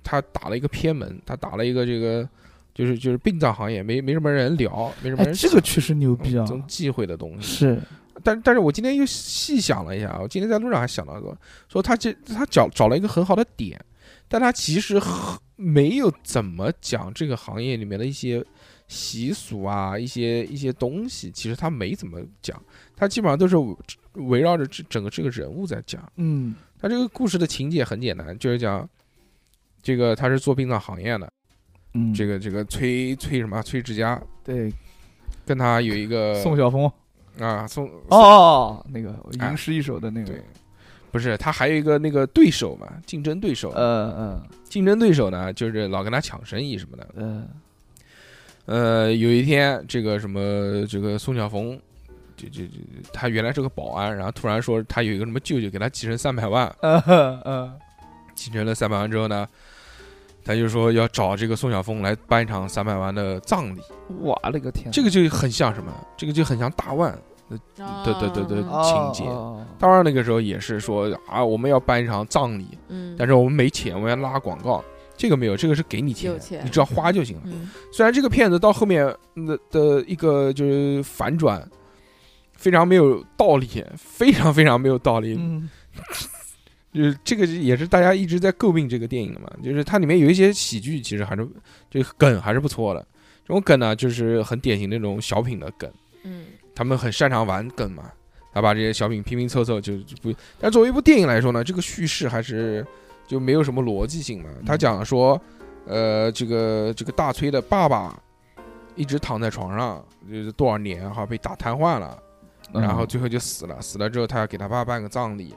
Speaker 2: 他打了一个偏门，他打了一个这个就是就是殡葬行业没没什么人聊，没什么
Speaker 3: 哎，
Speaker 2: 人嗯
Speaker 3: 这个确实牛逼啊
Speaker 2: 这！种忌讳的东西。
Speaker 3: 是，
Speaker 2: 但但是我今天又细想了一下，我今天在路上还想到过，说他这他找找了一个很好的点，但他其实很没有怎么讲这个行业里面的一些习俗啊，一些一些东西，其实他没怎么讲，他基本上都是围围绕着这整个这个人物在讲。
Speaker 3: 嗯
Speaker 2: 他这个故事的情节很简单，就是讲这个他是做殡葬行业的，
Speaker 3: 嗯，
Speaker 2: 这个这个崔崔什么啊崔志佳
Speaker 3: 对
Speaker 2: 跟他有一个
Speaker 3: 宋晓峰
Speaker 2: 啊宋
Speaker 3: 哦，那个
Speaker 2: 哎
Speaker 3: 吟诗一首的那个
Speaker 2: 对，，不是他还有一个那个对手嘛，竞争对手，
Speaker 3: 呃
Speaker 2: 竞争对手呢就是老跟他抢生意什么的。
Speaker 3: 呃呃，
Speaker 2: 呃，有一天这个什么这个宋晓峰。就就就，他原来是个保安，然后突然说他有一个什么舅舅给他继承三百万，
Speaker 3: 呃呃，
Speaker 2: 继承了三百万之后呢，他就说要找这个宋晓峰来办一场三百万的葬礼。
Speaker 3: 我勒个天，
Speaker 4: 嗯
Speaker 2: 这个就很像什么？这个就很像大腕，对对对对
Speaker 4: 嗯
Speaker 2: 哦情节
Speaker 3: 哦
Speaker 2: 当然那个时候也是说啊，我们要办一场葬礼，
Speaker 4: 嗯，
Speaker 2: 但
Speaker 4: 是
Speaker 2: 是我们没钱，我们要拉广告。这个没有，这个是给你钱
Speaker 4: 有
Speaker 2: 的，
Speaker 4: 钱
Speaker 2: 你只要花就行了。
Speaker 4: 嗯
Speaker 2: 虽然这个片子到后面的的一个就是反转，非常没有道理，非常非常没有道理。
Speaker 3: 嗯
Speaker 2: 就是这个也是大家一直在诟病这个电影的嘛，就是它里面有一些喜剧，其实还是这个梗还是不错的。这种梗呢，就是很典型那种小品的梗，
Speaker 4: 嗯
Speaker 2: 他们很擅长玩梗嘛，他把这些小品拼拼凑凑就就不。但作为一部电影来说呢，这个叙事还是就没有什么逻辑性嘛。他讲说，呃，这个这个大崔的爸爸一直躺在床上，就是多少年哈被打瘫痪了。
Speaker 3: 嗯
Speaker 2: 然后最后就死了。死了之后，他要给他爸办个葬礼。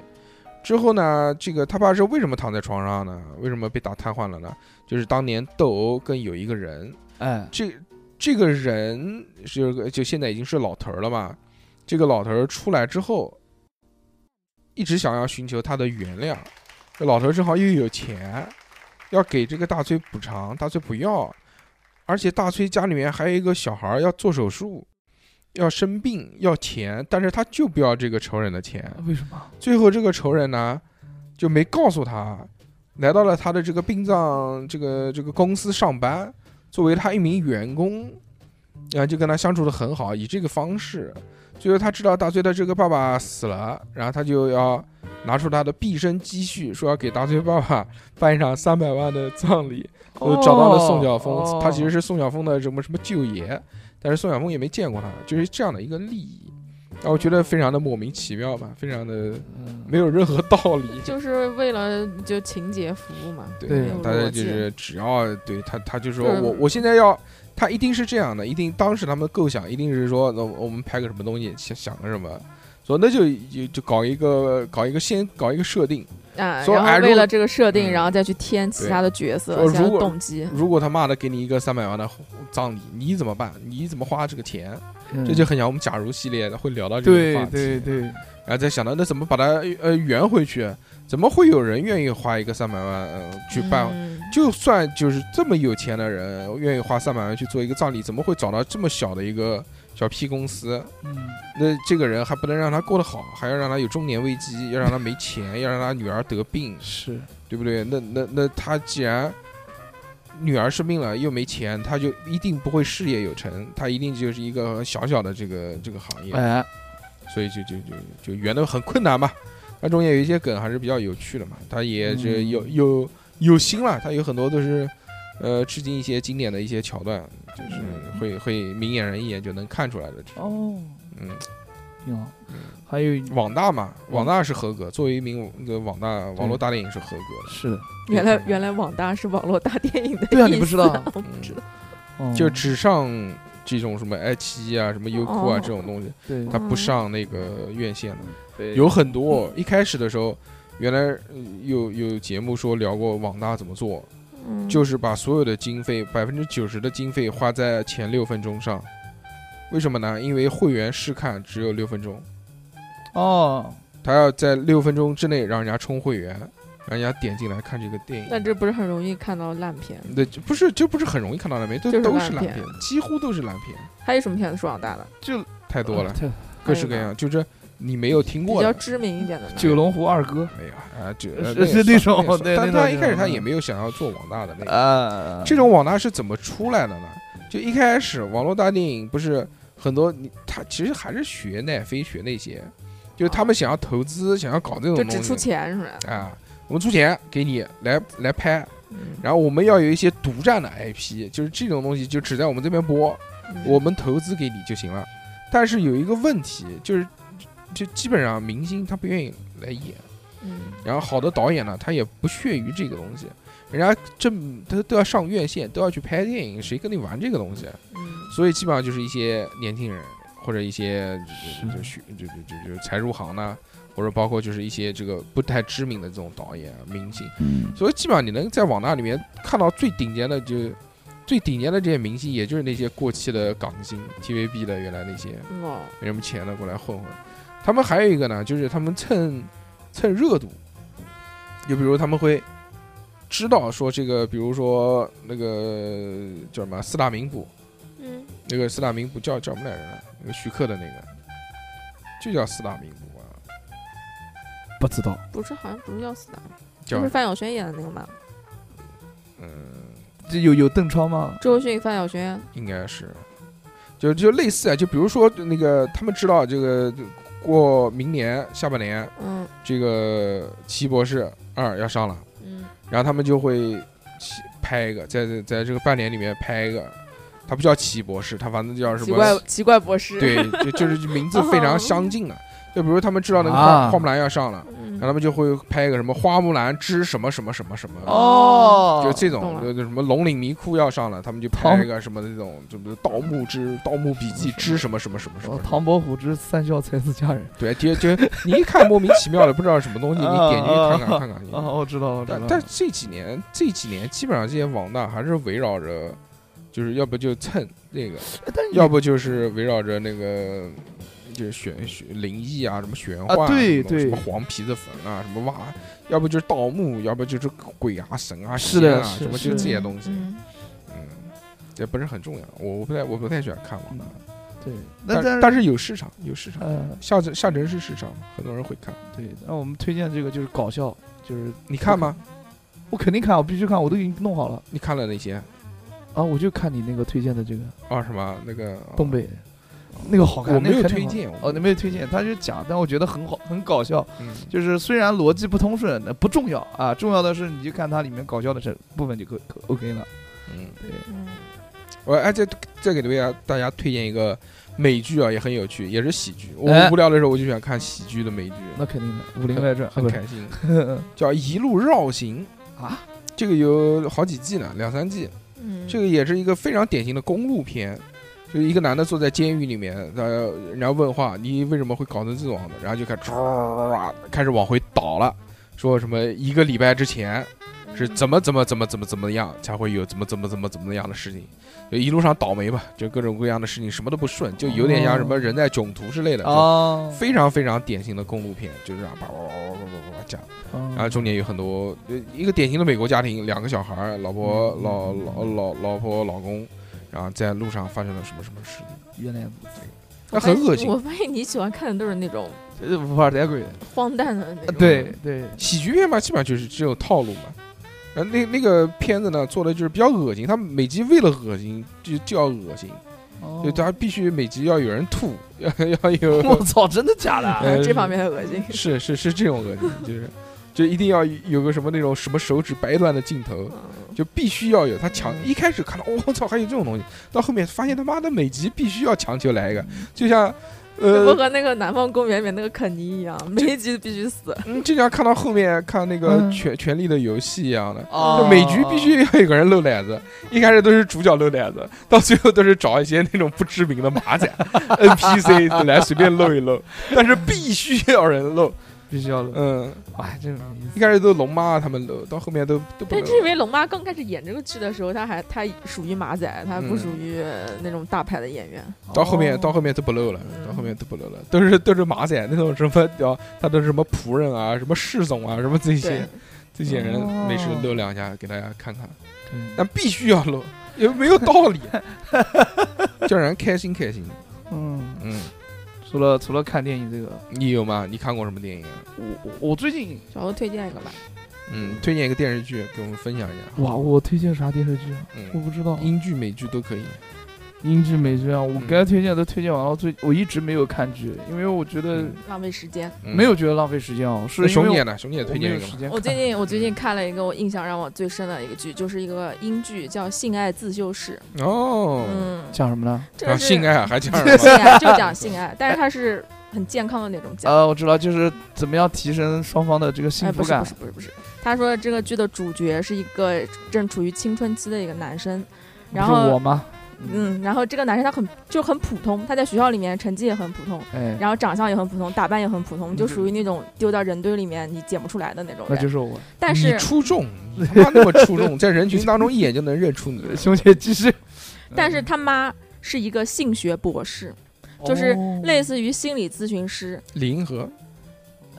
Speaker 2: 之后呢，这个他爸是为什么躺在床上呢？为什么被打瘫痪了呢？就是当年斗殴跟有一个人，
Speaker 3: 哎
Speaker 2: 这这个人是个就现在已经是老头儿了嘛。这个老头儿出来之后，一直想要寻求他的原谅。这老头儿正好又有钱，要给这个大崔补偿，大崔不要，而且大崔家里面还有一个小孩儿要做手术，要生病要钱，但是他就不要这个仇人的钱。
Speaker 3: 为什么？
Speaker 2: 最后这个仇人呢，就没告诉他，来到了他的这个殡葬这个这个公司上班，作为他一名员工，然后就跟他相处的很好，以这个方式，最后他知道大崔的这个爸爸死了，然后他就要拿出他的毕生积蓄，说要给大崔爸爸办一场 三百万的葬礼，就找到了宋晓峰，
Speaker 3: 哦
Speaker 2: 他其实是宋晓峰的什么什么舅爷，但是宋晓峰也没见过他，就是这样的一个利益，啊让我觉得非常的莫名其妙吧，非常的
Speaker 3: 嗯
Speaker 2: 没有任何道理。
Speaker 4: 就是为了就情节服务嘛，
Speaker 3: 对嗯
Speaker 2: 大家就是只要对他，他就说
Speaker 4: 就是
Speaker 2: 我我现在要，他一定是这样的，一定当时他们的构想一定是说，那我们拍个什么东西，想想个什么，说那就就就搞一个搞一个先搞一个设定，
Speaker 4: 啊，
Speaker 2: 说
Speaker 4: 然
Speaker 2: 哎
Speaker 4: 后
Speaker 2: 如
Speaker 4: 为
Speaker 2: 果
Speaker 4: 了这个设定，
Speaker 2: 嗯
Speaker 4: 然后再去添其
Speaker 2: 对
Speaker 4: 他的角色
Speaker 2: 说、
Speaker 4: 其他的
Speaker 2: 如果
Speaker 4: 动机，
Speaker 3: 嗯
Speaker 2: 如果他妈的给你一个三百万的葬礼，你怎么办？你怎么花这个钱？
Speaker 3: 嗯
Speaker 2: 这就很像我们假如系列会聊到这个话
Speaker 3: 对
Speaker 2: 题，
Speaker 3: 对对，
Speaker 2: 然后再想到那怎么把它呃圆回去？怎么会有人愿意花一个三百万、呃、去办？
Speaker 4: 嗯
Speaker 2: 就算就是这么有钱的人，愿意花三百万去做一个葬礼，怎么会找到这么小的一个小屁公司？
Speaker 3: 嗯
Speaker 2: 那这个人还不能让他过得好，还要让他有中年危机，要让他没钱，要让他女儿得病，
Speaker 3: 是
Speaker 2: 对不对？那那那他既然女儿生病了又没钱，他就一定不会事业有成，他一定就是一个小小的这个这个行业，
Speaker 3: 哎
Speaker 2: 所以就就就就圆的很困难嘛。但中间有一些梗还是比较有趣的嘛，他也是
Speaker 3: 嗯
Speaker 2: 有、有有心了，他有很多都是呃致敬一些经典的一些桥段，就是
Speaker 3: 嗯
Speaker 2: 会会明眼人一眼就能看出来的这种。
Speaker 3: 哦，
Speaker 2: 嗯，
Speaker 3: 挺好。还有一
Speaker 2: 网大嘛，
Speaker 4: 哦
Speaker 3: 嗯
Speaker 2: 网大是合格，作为一名那个网大网络大电影是合格
Speaker 3: 是的，
Speaker 4: 原来原来网大是网络大电影的，
Speaker 3: 对啊你不知道
Speaker 4: 我不知道，
Speaker 2: 的，
Speaker 3: 哦
Speaker 2: 嗯就只上这种什么爱奇艺啊、什么优酷啊
Speaker 4: 哦
Speaker 2: 这种东西，
Speaker 3: 对
Speaker 2: 它不
Speaker 4: 哦
Speaker 2: 上那个院线的。
Speaker 3: 对
Speaker 2: 有很多。一开始的时候，原来呃有有节目说聊过网大怎么做，
Speaker 4: 嗯
Speaker 2: 就是把所有的经费百分之九十的经费花在前六分钟上。为什么呢？因为会员试看只有六分钟，
Speaker 3: 哦，
Speaker 2: 他要在六分钟之内让人家充会员，让人家点进来看这个电
Speaker 4: 那
Speaker 2: 影。
Speaker 4: 这不是很容易看到烂片？
Speaker 2: 那就不是就不是很容易看到烂片，都
Speaker 4: 就是
Speaker 2: 都
Speaker 4: 烂
Speaker 2: 是烂
Speaker 4: 片
Speaker 2: 片，几乎都是烂片，
Speaker 4: 还有什么片子是网大的？
Speaker 3: 就
Speaker 2: 太多
Speaker 4: 嗯
Speaker 2: 了，嗯
Speaker 3: 太
Speaker 2: 各式各样，就是你没有听
Speaker 4: 比
Speaker 2: 过
Speaker 4: 较
Speaker 2: 的。
Speaker 4: 知名一点的呢？
Speaker 3: 九龙湖二哥
Speaker 2: 哎呀，啊，这 那
Speaker 3: 是
Speaker 2: 也
Speaker 3: 是那
Speaker 2: 算
Speaker 3: 种
Speaker 2: 也算
Speaker 3: 对
Speaker 2: 但
Speaker 3: 那种嗯
Speaker 2: 他一开始
Speaker 3: 那种
Speaker 2: 他也没有想要做网大的那个，
Speaker 3: 啊，
Speaker 2: 这种网大是怎么出来的呢？就一开始网络大电影不是很多，你他其实还是学奈飞学那些，就是他们想要投资，想要搞这种
Speaker 4: 就
Speaker 2: 东西，
Speaker 4: 只出钱是吧？
Speaker 2: 啊，我们出钱给你来来拍，
Speaker 4: 嗯
Speaker 2: 然后我们要有一些独占的 IP，就是这种东西就只在我们这边播，
Speaker 4: 嗯
Speaker 2: 我们投资给你就行了。但是有一个问题，就是就基本上明星他不愿意来演。
Speaker 4: 嗯
Speaker 2: 然后好的导演呢，他也不屑于这个东西，人家正他都要上院线，都要去拍电影，谁跟你玩这个东西？
Speaker 4: 嗯
Speaker 2: 所以基本上就是一些年轻人或者一些
Speaker 3: 是
Speaker 2: 就就就学就就就就才入行呢，或者包括就是一些这个不太知名的这种导演啊明星，
Speaker 3: 嗯
Speaker 2: 所以基本上你能在网大里面看到最顶尖的就。最顶尖的这些明星，也就是那些过气的港星、TVB 的原来那些，
Speaker 4: 哦
Speaker 2: 没什么钱的过来混混。他们还有一个呢，就是他们蹭蹭热度，就比如他们会知道说这个，比如说那个叫什么四大名捕，
Speaker 5: 嗯，
Speaker 2: 那个四大名捕叫叫什么来着呢？那个徐克的那个，就叫四大名捕啊，
Speaker 8: 不知道，
Speaker 4: 不是，好像不是叫死的，
Speaker 2: 叫
Speaker 4: 就是范晓萱演的那个吧？
Speaker 2: 嗯，
Speaker 3: 这有有邓超吗？
Speaker 4: 周迅、范晓萱，
Speaker 2: 应该是，就就类似啊，就比如说那个他们知道这个过明年下半年
Speaker 4: 嗯
Speaker 2: 这个《奇异博士二》要上了，
Speaker 4: 嗯，
Speaker 2: 然后他们就会起拍一个，在在在这个半年里面拍一个，它不叫奇异博士，它反正叫什
Speaker 4: 奇
Speaker 2: 么？
Speaker 4: 怪奇怪博士，，哦
Speaker 2: 对，就就是名字非常相近的。就比如他们知道那个花
Speaker 3: 啊
Speaker 2: 花木兰要上了，然后
Speaker 4: 嗯，
Speaker 2: 他们就会拍一个什么花木兰之什么什么什么什么。
Speaker 3: 哦，
Speaker 2: 就这
Speaker 4: 懂
Speaker 2: 种，
Speaker 4: 了
Speaker 2: 就就什么龙岭迷窟要上了，他们就拍一个什么这种，就比如《盗墓之盗墓笔记》之什么什么什么什么
Speaker 3: 哦，
Speaker 2: 什么。
Speaker 3: 唐伯虎之三笑才是佳人。
Speaker 2: 对，就就你一看莫名其妙的，不知道什么东西，你
Speaker 3: 啊
Speaker 2: 点进去看看
Speaker 3: 啊
Speaker 2: 看看。你
Speaker 3: 哦，我知道，我知道
Speaker 2: 但。但这几年这几年基本上这些网大还是围绕着，就是要不就蹭那个，
Speaker 3: 但你
Speaker 2: 要不就是围绕着那个。就是玄玄灵异啊，什么玄幻、
Speaker 3: 啊
Speaker 2: 什
Speaker 3: 对
Speaker 2: 么东西什
Speaker 3: 对
Speaker 2: 么黄皮子坟啊，什么哇，要不就是盗墓，要不就是鬼啊神啊
Speaker 3: 是
Speaker 2: 仙
Speaker 3: 的
Speaker 2: 啊，
Speaker 3: 是
Speaker 2: 什么
Speaker 3: 是
Speaker 2: 就这些东西。
Speaker 4: 嗯
Speaker 2: 嗯，这不是很重要，我我不太我不太喜欢看网大，
Speaker 3: 对，嗯那
Speaker 2: 但但是有市场，有市场，
Speaker 3: 呃，
Speaker 2: 下沉下沉是市场，很多人会看，
Speaker 3: 对，那我们推荐这个就是搞笑，就是
Speaker 2: 你看吗？
Speaker 3: 我肯定看，我必须看，我都已经弄好了
Speaker 2: 你看了哪些？
Speaker 3: 啊！我就看你那个推荐的这个
Speaker 2: 啊，什么那个哦
Speaker 3: 东北，那个好看，
Speaker 2: 我没有
Speaker 3: 那个肯
Speaker 2: 推
Speaker 3: 定好
Speaker 2: 荐，
Speaker 3: 哦，你没有推荐，他就讲，但我觉得很好，很搞笑，
Speaker 2: 嗯，
Speaker 3: 就是虽然逻辑不通顺，那不重要啊，重要的是你就看它里面搞笑的这部分就可可 OK 了。
Speaker 2: 嗯，
Speaker 4: 嗯，
Speaker 2: 我哎，再再给大家大家推荐一个美剧啊，也很有趣，也是喜剧。我
Speaker 3: 哎
Speaker 2: 无聊的时候我就喜欢看喜剧的美剧，
Speaker 3: 那肯定的，《武林外传》啊
Speaker 2: 很
Speaker 3: 不
Speaker 2: 开心。
Speaker 3: 是
Speaker 2: 叫《一路绕行》
Speaker 3: 啊，
Speaker 2: 这个有好几季呢，两三季。
Speaker 4: 嗯
Speaker 2: 这个也是一个非常典型的公路片，就是一个男的坐在监狱里面，呃，人家问话，你为什么会搞成这种样子？然后就开始唰开始往回倒了，说什么一个礼拜之前是怎么怎么怎么怎么怎么样才会有怎么怎么怎么怎么样的事情，就一路上倒霉吧，就各种各样的事情，什么都不顺，就有点像什么人在囧途之类的。
Speaker 3: 哦，
Speaker 2: 非常非常典型的公路片，就这样叭叭叭叭叭叭叭讲，然后
Speaker 3: 啊
Speaker 2: 中间有很多，呃一个典型的美国家庭，两个小孩儿，老婆、
Speaker 3: 嗯
Speaker 2: 老老老老婆、老公，然后在路上发生了什么什么事情，
Speaker 3: 原来
Speaker 2: 那
Speaker 3: 哎
Speaker 2: 很恶心
Speaker 4: 我。发现你喜欢看的都是那种
Speaker 3: 这是富二代鬼，
Speaker 4: 荒诞的
Speaker 2: 啊
Speaker 4: 那种，
Speaker 3: 对对，
Speaker 2: 喜剧片嘛，基本上就是这种套路嘛。然后那那个片子呢，做的就是比较恶心，他们每集为了恶心就就要恶心，
Speaker 3: 哦
Speaker 2: 就他必须每集要有人吐，要 要
Speaker 3: 我
Speaker 2: 有，
Speaker 3: 操，真的假 的？
Speaker 2: 呃
Speaker 4: 啊这方面的恶心。
Speaker 2: 是是是这种恶心，就是就一定要有个什么那种什么手指掰断的镜头，
Speaker 4: 嗯
Speaker 2: 就必须要有他强。
Speaker 3: 嗯
Speaker 2: 一开始看到哦我操，还有这种东西，到后面发现他妈的每集必须要强求来一个，就像
Speaker 4: 这不
Speaker 2: 呃，
Speaker 4: 和那个南方公园里面那个肯尼一样，每一集必须死。
Speaker 2: 嗯就像看到后面看那个
Speaker 3: 嗯
Speaker 2: 《权权力的游戏》一样的。
Speaker 3: 哦
Speaker 2: 就每局必须要有个人露奶子，一开始都是主角露奶子，到最后都是找一些那种不知名的马 仔 NPC 来随便露一露，但是必须要人露。
Speaker 3: 必须要的，
Speaker 2: 嗯，
Speaker 3: 哎，这种意思
Speaker 2: 一开始都龙妈他们露，到后面都都不
Speaker 4: 但
Speaker 2: 露。
Speaker 4: 是因为龙妈刚开始演这个剧的时候，她还她属于马仔，她不
Speaker 2: 嗯
Speaker 4: 属于那种大牌的演员。
Speaker 2: 到后面，到后
Speaker 3: 面
Speaker 2: 面都不露了，
Speaker 4: 嗯
Speaker 2: 到后面都不露了，都是都是马仔那种什么屌，他都是什么仆人啊，什么侍从啊，什么这
Speaker 4: 对
Speaker 2: 些，这些人
Speaker 3: 哦
Speaker 2: 没事露两下给大家看看，但必须要露，也没有道理， 叫人开心开心。
Speaker 3: 嗯，
Speaker 2: 嗯，
Speaker 3: 除了除了看电影这个，
Speaker 2: 你有吗？你看过什么电影啊？
Speaker 3: 我我我最近
Speaker 4: 小欧推荐一个吧，
Speaker 2: 嗯，推荐一个电视剧给我们分享一下。
Speaker 3: 哇，我推荐啥电视剧啊？我
Speaker 2: 嗯，
Speaker 3: 不知道，
Speaker 2: 英剧、美剧都可以。
Speaker 3: 英剧、美剧啊，我
Speaker 2: 嗯
Speaker 3: 该推荐都推荐完了，最我一直没有看剧，因为我觉得
Speaker 2: 嗯
Speaker 4: 浪费时间。
Speaker 2: 嗯
Speaker 3: 没有觉得浪费时间哦，是
Speaker 2: 那
Speaker 3: 因为
Speaker 2: 熊姐
Speaker 3: 我
Speaker 2: 呢？熊姐
Speaker 3: 我
Speaker 2: 推
Speaker 3: 没
Speaker 2: 荐
Speaker 3: 有
Speaker 2: 一个
Speaker 3: 时
Speaker 2: 吧。
Speaker 3: 间看。
Speaker 4: 我最近我最近看了一个我印象让我最深的一个剧，就是一个英剧叫《性爱自修室》。
Speaker 2: 哦，
Speaker 4: 嗯，
Speaker 3: 讲什么呢？
Speaker 4: 这
Speaker 2: 啊，
Speaker 4: 个是
Speaker 2: 性爱啊还这样
Speaker 4: 性
Speaker 2: 吗？
Speaker 4: 爱，就讲性爱，但是它是很健康的那种讲。
Speaker 3: 呃，我知道，就是怎么样提升双方的这个幸
Speaker 4: 哎，不
Speaker 3: 福
Speaker 4: 是
Speaker 3: 感
Speaker 4: 不是不是不是，他说这个剧的主角是一个正处于青春期的一个男生，然
Speaker 3: 不是我
Speaker 4: 后
Speaker 3: 吗？
Speaker 4: 嗯，然后这个男生他很就很普通，他在学校里面成绩也很普通，
Speaker 3: 哎，
Speaker 4: 然后长相也很普通，打扮也很普通，就属于那种丢到人堆里面你捡不出来的那种
Speaker 3: 嗯那
Speaker 4: 人。
Speaker 3: 就是我。
Speaker 4: 但
Speaker 2: 你
Speaker 4: 是
Speaker 2: 出众， 你他妈那么出众，在人群当中一眼就能认出你。
Speaker 4: 呃
Speaker 3: 熊姐继续。
Speaker 4: 但
Speaker 3: 嗯
Speaker 4: 是他妈是一个性学博士，就是
Speaker 3: 哦嗯
Speaker 4: 类似于心理咨询师。
Speaker 2: 李银河，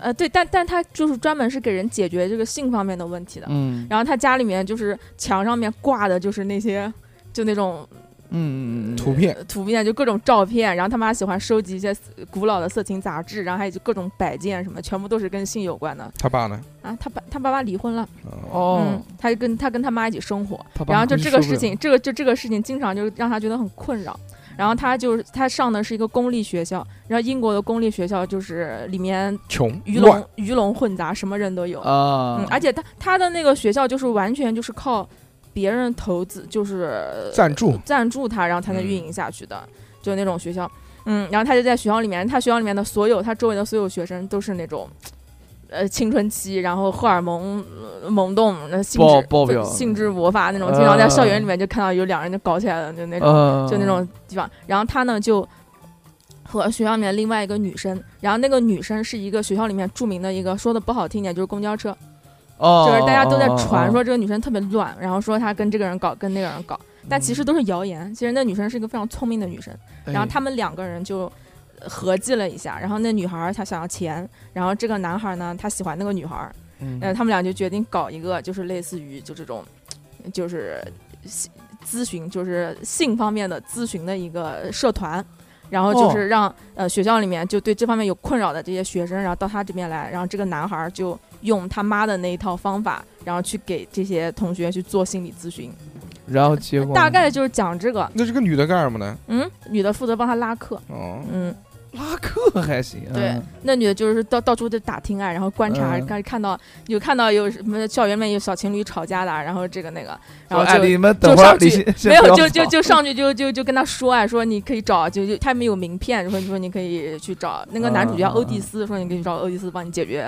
Speaker 4: 呃，对，但但他就是专门是给人解决这个性方面的问题的。
Speaker 3: 嗯，
Speaker 4: 然后他家里面就是墙上面挂的就是那些就那种
Speaker 3: 嗯嗯嗯，
Speaker 7: 图片
Speaker 4: 呃图片，就各种照片，然后他妈喜欢收集一些古老的色情杂志，然后还有就各种摆件什么，全部都是跟性有关的
Speaker 2: 他爸呢？
Speaker 4: 啊。他爸他爸妈离婚了，
Speaker 2: 哦，
Speaker 3: 哦
Speaker 4: 嗯，，他就跟他跟他妈一起生活，
Speaker 3: 他爸
Speaker 4: 然后就
Speaker 3: 估计
Speaker 4: 这个
Speaker 3: 受不
Speaker 4: 事
Speaker 3: 了
Speaker 4: 情，这个就这个事情，经常就让他觉得很困扰。然后他就是他上的是一个公立学校，然后英国的公立学校就是里面
Speaker 2: 穷
Speaker 4: 鱼
Speaker 2: 乱
Speaker 4: 龙鱼龙混杂，什么人都有。嗯
Speaker 3: 啊，，
Speaker 4: 而且他他的那个学校就是完全就是靠别人投资，就是呃
Speaker 7: 赞助，
Speaker 4: 赞助他，然后才能运营下去的，
Speaker 3: 嗯
Speaker 4: 就那种学校。嗯，然后他就在学校里面，他学校里面的所有，他周围的所有学生都是那种，呃，青春期，然后荷尔蒙、呃萌动，那性
Speaker 3: 爆
Speaker 4: 致
Speaker 3: 爆表
Speaker 4: 性致勃发那种，
Speaker 3: 呃
Speaker 4: 经常在校园里面就看到有两人就搞起来了，就那种，
Speaker 3: 呃，
Speaker 4: 就那种地方。然后他呢就和学校里面另外一个女生，然后那个女生是一个学校里面著名的一个，说的不好听点就是公交车，
Speaker 3: 哦，
Speaker 4: 就是大家都在传
Speaker 3: 哦
Speaker 4: 说，这个女生特别乱，然后说她跟这个人搞，跟那个人搞，
Speaker 3: 嗯
Speaker 4: 但其实都是谣言。其实那女生是一个非常聪明的女生，
Speaker 3: 嗯哎
Speaker 4: 然后他们两个人就呃合计了一下，然后那女孩儿她想要钱，然后这个男孩儿呢，他喜欢那个女孩儿，
Speaker 3: 嗯
Speaker 4: 呃，他们俩就决定搞一个就是类似于就这种，就是性咨询，就是性方面的咨询的一个社团。然后
Speaker 3: 哦
Speaker 4: 就是让、呃学校里面就对这方面有困扰的这些学生，然后到他这边来，然后这个男孩儿就用他妈的那一套方法，然后去给这些同学去做心理咨询，
Speaker 3: 然后结果
Speaker 4: 大概就是讲这个。
Speaker 2: 那这个女的干什么呢？
Speaker 4: 嗯，女的负责帮他拉客，
Speaker 2: 哦，
Speaker 4: 嗯，
Speaker 3: 拉客 还行，
Speaker 4: 对，
Speaker 3: 嗯
Speaker 4: 那女的就是到到处就打听啊，然后观察，
Speaker 3: 嗯
Speaker 4: 看、看到有看到有什么校园里面有小情侣吵架的，啊然后这个那个，然后
Speaker 3: 说哎
Speaker 4: 就。
Speaker 3: 你们等会
Speaker 4: 上
Speaker 3: 儿你
Speaker 4: 去
Speaker 3: 先先
Speaker 4: 没
Speaker 3: 不要
Speaker 4: 有，就就
Speaker 3: 跑
Speaker 4: 就上去就就就跟他说啊，说你可以找，就就他们有名片，说你说你可以去找那个男主角
Speaker 3: 嗯嗯
Speaker 4: 欧蒂斯，说你可以找欧蒂斯帮你解决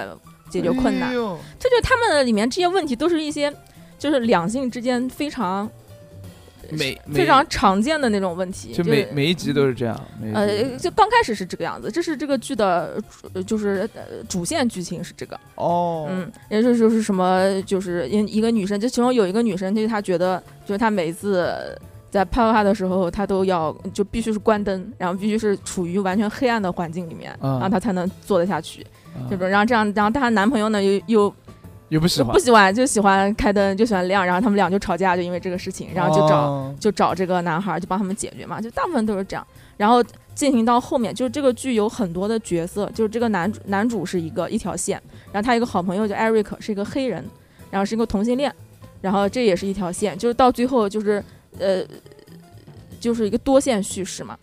Speaker 4: 解决困难
Speaker 3: 哎。呦
Speaker 4: 这就是他们的里面这些问题都是一些就是两性之间非常
Speaker 3: 每
Speaker 4: 非常常见的那种问题，
Speaker 3: 就
Speaker 4: 就
Speaker 3: 每每一集都是这样，每一集都
Speaker 4: 呃，
Speaker 3: 是
Speaker 4: 就刚开始是这个样子，这是这个剧的主，呃就是呃主线剧情是这个，
Speaker 3: 哦，
Speaker 4: 嗯，也就是就是什么，就是一一个女生，就其中有一个女生，就是她觉得，就是她每次在啪啪啪的时候，她都要就必须是关灯，然后必须是处于完全黑暗的环境里面，
Speaker 3: 嗯
Speaker 4: 然后她才能做得下去，
Speaker 3: 啊
Speaker 4: 这种，然后这样，然后但她男朋友呢又又
Speaker 3: 又不喜欢
Speaker 4: 不，喜欢，就喜欢开灯，就喜欢亮，然后他们俩就吵架，就因为这个事情，然后就找
Speaker 3: 哦
Speaker 4: 就找这个男孩儿就帮他们解决嘛，就大部分都是这样。然后进行到后面，就是这个剧有很多的角色，就是这个男主男主是一个一条线，然后他有一个好朋友叫艾瑞克，是一个黑人，然后是一个同性恋，然后这也是一条线，就是到最后就是呃，就是一个多线叙事嘛，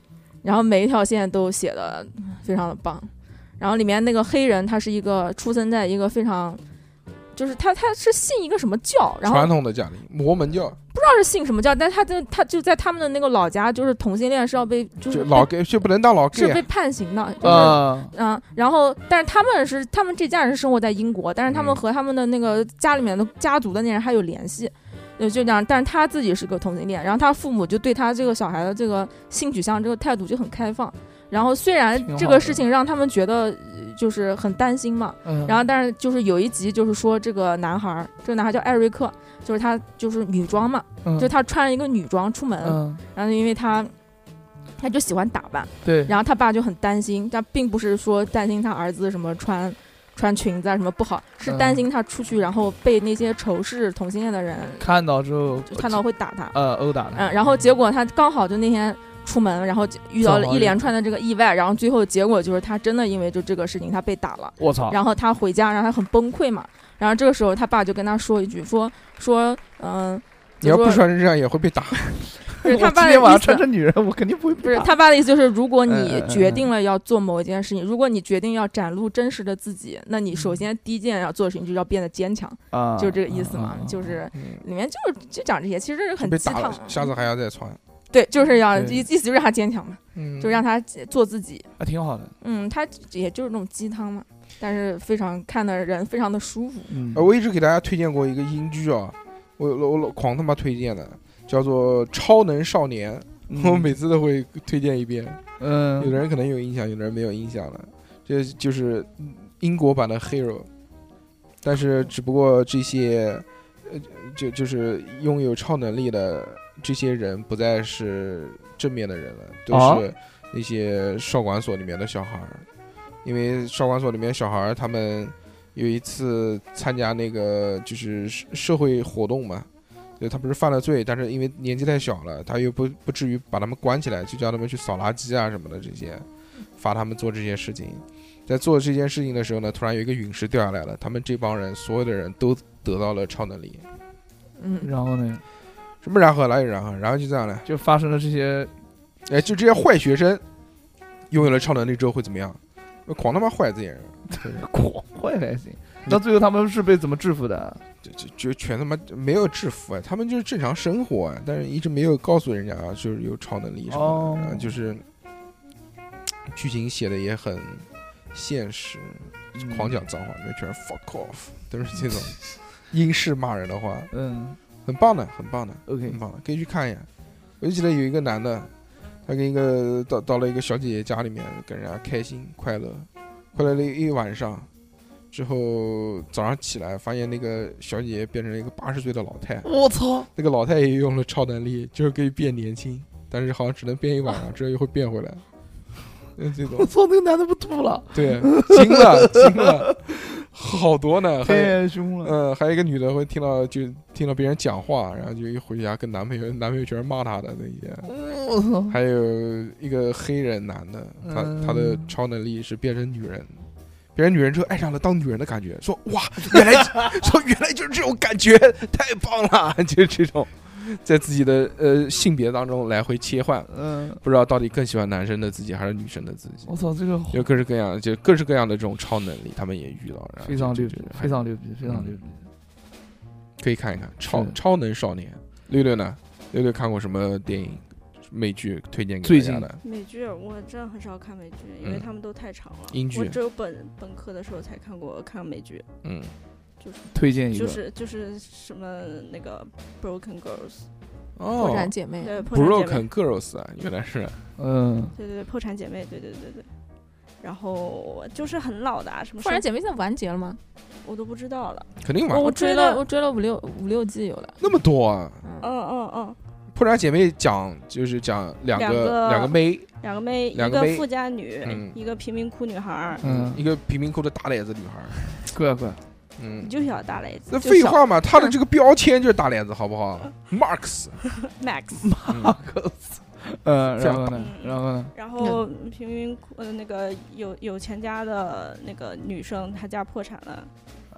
Speaker 4: 然后每一条线都写的非常的棒。然后里面那个黑人，他是一个出生在一个非常，就是他他是信一个什么教，然后
Speaker 2: 传统的家庭，摩门教，
Speaker 4: 不知道是信什么教，但他在他就在他们的那个老家，就是同性恋是要被就是
Speaker 2: 就
Speaker 4: 被
Speaker 2: 老 gay 就不能当老
Speaker 4: 是
Speaker 2: gay
Speaker 4: 被
Speaker 2: 啊。
Speaker 4: 判刑的，就是、
Speaker 3: 啊，
Speaker 4: 嗯，然后但是他们是他们这家人是生活在英国，但是他们
Speaker 2: 嗯
Speaker 4: 和他们的那个家里面的家族的那人还有联系，就就这样。但是他自己是个同性恋，然后他父母就对他这个小孩的这个性取向这个态度就很开放。然后虽然
Speaker 3: 挺好
Speaker 4: 这个
Speaker 3: 的
Speaker 4: 事情让他们觉得呃就是很担心嘛，
Speaker 3: 嗯
Speaker 4: 然后但是就是有一集就是说这个男孩儿，这个男孩叫艾瑞克，就是他就是女装嘛。
Speaker 3: 嗯
Speaker 4: 就他穿一个女装出门，
Speaker 3: 嗯
Speaker 4: 然后因为他他就喜欢打扮，
Speaker 3: 对，
Speaker 4: 然后他爸就很担心，但并不是说担心他儿子什么穿穿裙子啊什么不好，是担
Speaker 3: 嗯
Speaker 4: 心他出去然后被那些仇视同性恋的人
Speaker 3: 看到之后
Speaker 4: 就看到会打他，
Speaker 3: 呃殴打他，
Speaker 4: 嗯，然后结果他刚好就那天。出门，然后就遇到
Speaker 3: 正
Speaker 4: 了
Speaker 3: 好
Speaker 4: 一
Speaker 3: 遇
Speaker 4: 连串的这个意外，然后最后结果就是他真的因为就这个事情他被打了，
Speaker 3: 我操，
Speaker 4: 然后他回家，然后他很崩溃嘛，然后这个时候他爸就跟他说一句，说说嗯，
Speaker 2: 你
Speaker 4: 就
Speaker 2: 要不
Speaker 4: 说
Speaker 2: 穿成这样也会被打。
Speaker 4: 就是他
Speaker 3: 我今
Speaker 4: 爸的
Speaker 3: 天晚
Speaker 4: 意
Speaker 3: 上
Speaker 4: 思
Speaker 3: 穿成女人，我肯定不会
Speaker 4: 不
Speaker 3: 被
Speaker 4: 是
Speaker 3: 打
Speaker 4: 他爸的意思，就是如果
Speaker 3: 嗯
Speaker 4: 你
Speaker 3: 嗯嗯
Speaker 4: 决定了要做某一件事情，如果你决定要展露真实的自己，那你首先第一件要做的事情就要变得坚强，
Speaker 3: 嗯啊，
Speaker 4: 就是这个意思嘛
Speaker 3: 啊。啊
Speaker 4: 就是
Speaker 2: 嗯
Speaker 4: 里面就是就讲这些，其实是很
Speaker 2: 被
Speaker 4: 鸡
Speaker 2: 打
Speaker 4: 汤嗯
Speaker 2: 了，，下次还要再穿。
Speaker 4: 对，就是要
Speaker 3: 对
Speaker 4: 意意思就让他坚强嘛，
Speaker 2: 嗯，
Speaker 4: 就让他做自己。
Speaker 3: 啊挺好的，
Speaker 4: 嗯，他也就是那种鸡汤嘛，但是非常看的人非常的舒服。
Speaker 3: 嗯
Speaker 2: 呃，我一直给大家推荐过一个英剧啊，我我我狂他妈推荐的，叫做《超能少年》，我每次都会推荐一遍。
Speaker 3: 嗯
Speaker 2: 有的人可能有印象，有的人没有印象了。这就是嗯英国版的 Hero，但是只不过这些呃就就是拥有超能力的这些人不再是正面的人了，都
Speaker 3: 哦
Speaker 2: 是那些少管所里面的小孩儿。因为少管所里面小孩儿他们有一次参加那个就是社社会活动嘛，就他不是犯了罪，但是因为年纪太小了，他又不不至于把他们关起来，就叫他们去扫垃圾啊什么的这些，罚他们做这些事情。在做这件事情的时候呢，突然有一个陨石掉下来了，他们这帮人所有的人都得到了超能力。
Speaker 4: 嗯，
Speaker 3: 然后呢，
Speaker 2: 什么然后哪有然后？然后就这样了，
Speaker 3: 就发生了这些，
Speaker 2: 哎，就这些坏学生拥有了超能力之后会怎么样？狂他妈坏这些人，
Speaker 3: 狂坏还行。到最后他们是被怎么制服的？啊
Speaker 2: 就就就全他妈没有制服啊，他们就是正常生活啊，但是一直没有告诉人家啊，就是有超能力什么的，
Speaker 3: 哦
Speaker 2: 啊就是剧情写的也很现实，
Speaker 3: 嗯
Speaker 2: 狂讲脏话，里面全是 fuck off，都是这种 英式骂人的话，
Speaker 3: 嗯
Speaker 2: 很棒的，很棒的，
Speaker 3: ，OK，
Speaker 2: 很棒的，可以去看一眼。我就记得有一个男的，他跟一个到到了一个小姐姐家里面，跟人家开心快乐，快乐了一晚上，之后早上起来发现那个小姐姐变成了一个八十岁的老太，
Speaker 3: 我操，
Speaker 2: 那个老太也用了超能力，就是可以变年轻，但是好像只能变一晚上，之后又会变回来。就这
Speaker 3: 我
Speaker 2: 种
Speaker 3: 操，那个男的不 吐了，
Speaker 2: 对，惊了惊了，好多呢，还有
Speaker 3: 太凶了。
Speaker 2: 嗯，还有一个女的会听到就听到别人讲话，然后就一回家跟男朋友，男朋友全是骂她的那些。
Speaker 3: 我操，
Speaker 2: 还有一个黑人男的，他他的
Speaker 3: 嗯
Speaker 2: 超能力是变成女人，变成女人之后爱上了当女人的感觉，说哇，原来 说原来就是这种感觉，太棒了， 就是这种，在自己的呃性别当中来回切换，
Speaker 3: 嗯，
Speaker 2: 不知道到底更喜欢男生的自己还是女生的自己，
Speaker 3: 我操，这个好
Speaker 2: 有各式各样就各式各样的这种超能力，他们也遇到了，
Speaker 3: 非常
Speaker 2: 就
Speaker 3: 牛
Speaker 2: 就哎嗯
Speaker 3: 逼
Speaker 2: 就，还
Speaker 3: 非常牛逼，非常牛逼。
Speaker 2: 可以看一看超
Speaker 3: 是
Speaker 2: 超能少年。六六呢？六六看过什么电影、美剧推荐给
Speaker 3: 最
Speaker 2: 大家
Speaker 3: 近
Speaker 2: 的？
Speaker 5: 美剧我真的很少看美剧，因为
Speaker 2: 嗯
Speaker 5: 他们都太长了。
Speaker 2: 英剧
Speaker 5: 我只有本本科的时候才看过看美剧，
Speaker 2: 嗯，
Speaker 3: 推荐一
Speaker 5: 就
Speaker 3: 个，
Speaker 5: 是就是什么那个 Broken Girls，
Speaker 4: 破
Speaker 2: 哦
Speaker 4: 产姐妹，
Speaker 5: 对，破产姐妹，
Speaker 2: ，Broken Girls 啊，原来是
Speaker 3: 嗯，
Speaker 5: 对对对，破产姐妹，对对对对。然后就是很老的啊，什么
Speaker 4: 破产
Speaker 5: 生
Speaker 4: 姐妹现在完结了吗？
Speaker 5: 我都不知道了。
Speaker 2: 肯
Speaker 3: 啊
Speaker 2: 定玩
Speaker 4: 我
Speaker 5: 我
Speaker 4: 追
Speaker 5: 追
Speaker 4: 了，
Speaker 5: 了
Speaker 4: 我追了五六五六季有了。
Speaker 2: 那么多啊！
Speaker 5: 嗯
Speaker 4: 嗯，
Speaker 5: 嗯嗯，
Speaker 2: 破产姐妹讲就是讲两
Speaker 5: 两
Speaker 2: 个
Speaker 5: 个
Speaker 2: 两个妹，
Speaker 5: 两个妹，一
Speaker 2: 两个
Speaker 5: 个
Speaker 2: 妹
Speaker 5: 富家女，
Speaker 2: 嗯
Speaker 5: 一个贫民窟女孩儿，
Speaker 3: 嗯
Speaker 2: 一个贫民窟的大奶子女孩儿，
Speaker 3: 乖乖，
Speaker 2: 嗯
Speaker 5: 你。就晓得大雷子
Speaker 2: 那废话嘛，她的这个标签就是大奶子，好不好？Marx，
Speaker 5: 嗯 Max，
Speaker 2: 嗯
Speaker 3: 嗯，
Speaker 2: 这样
Speaker 3: 然后呢，然后呢，
Speaker 5: 然后贫民窟呃那个有有钱家的那个女生，她家破产了，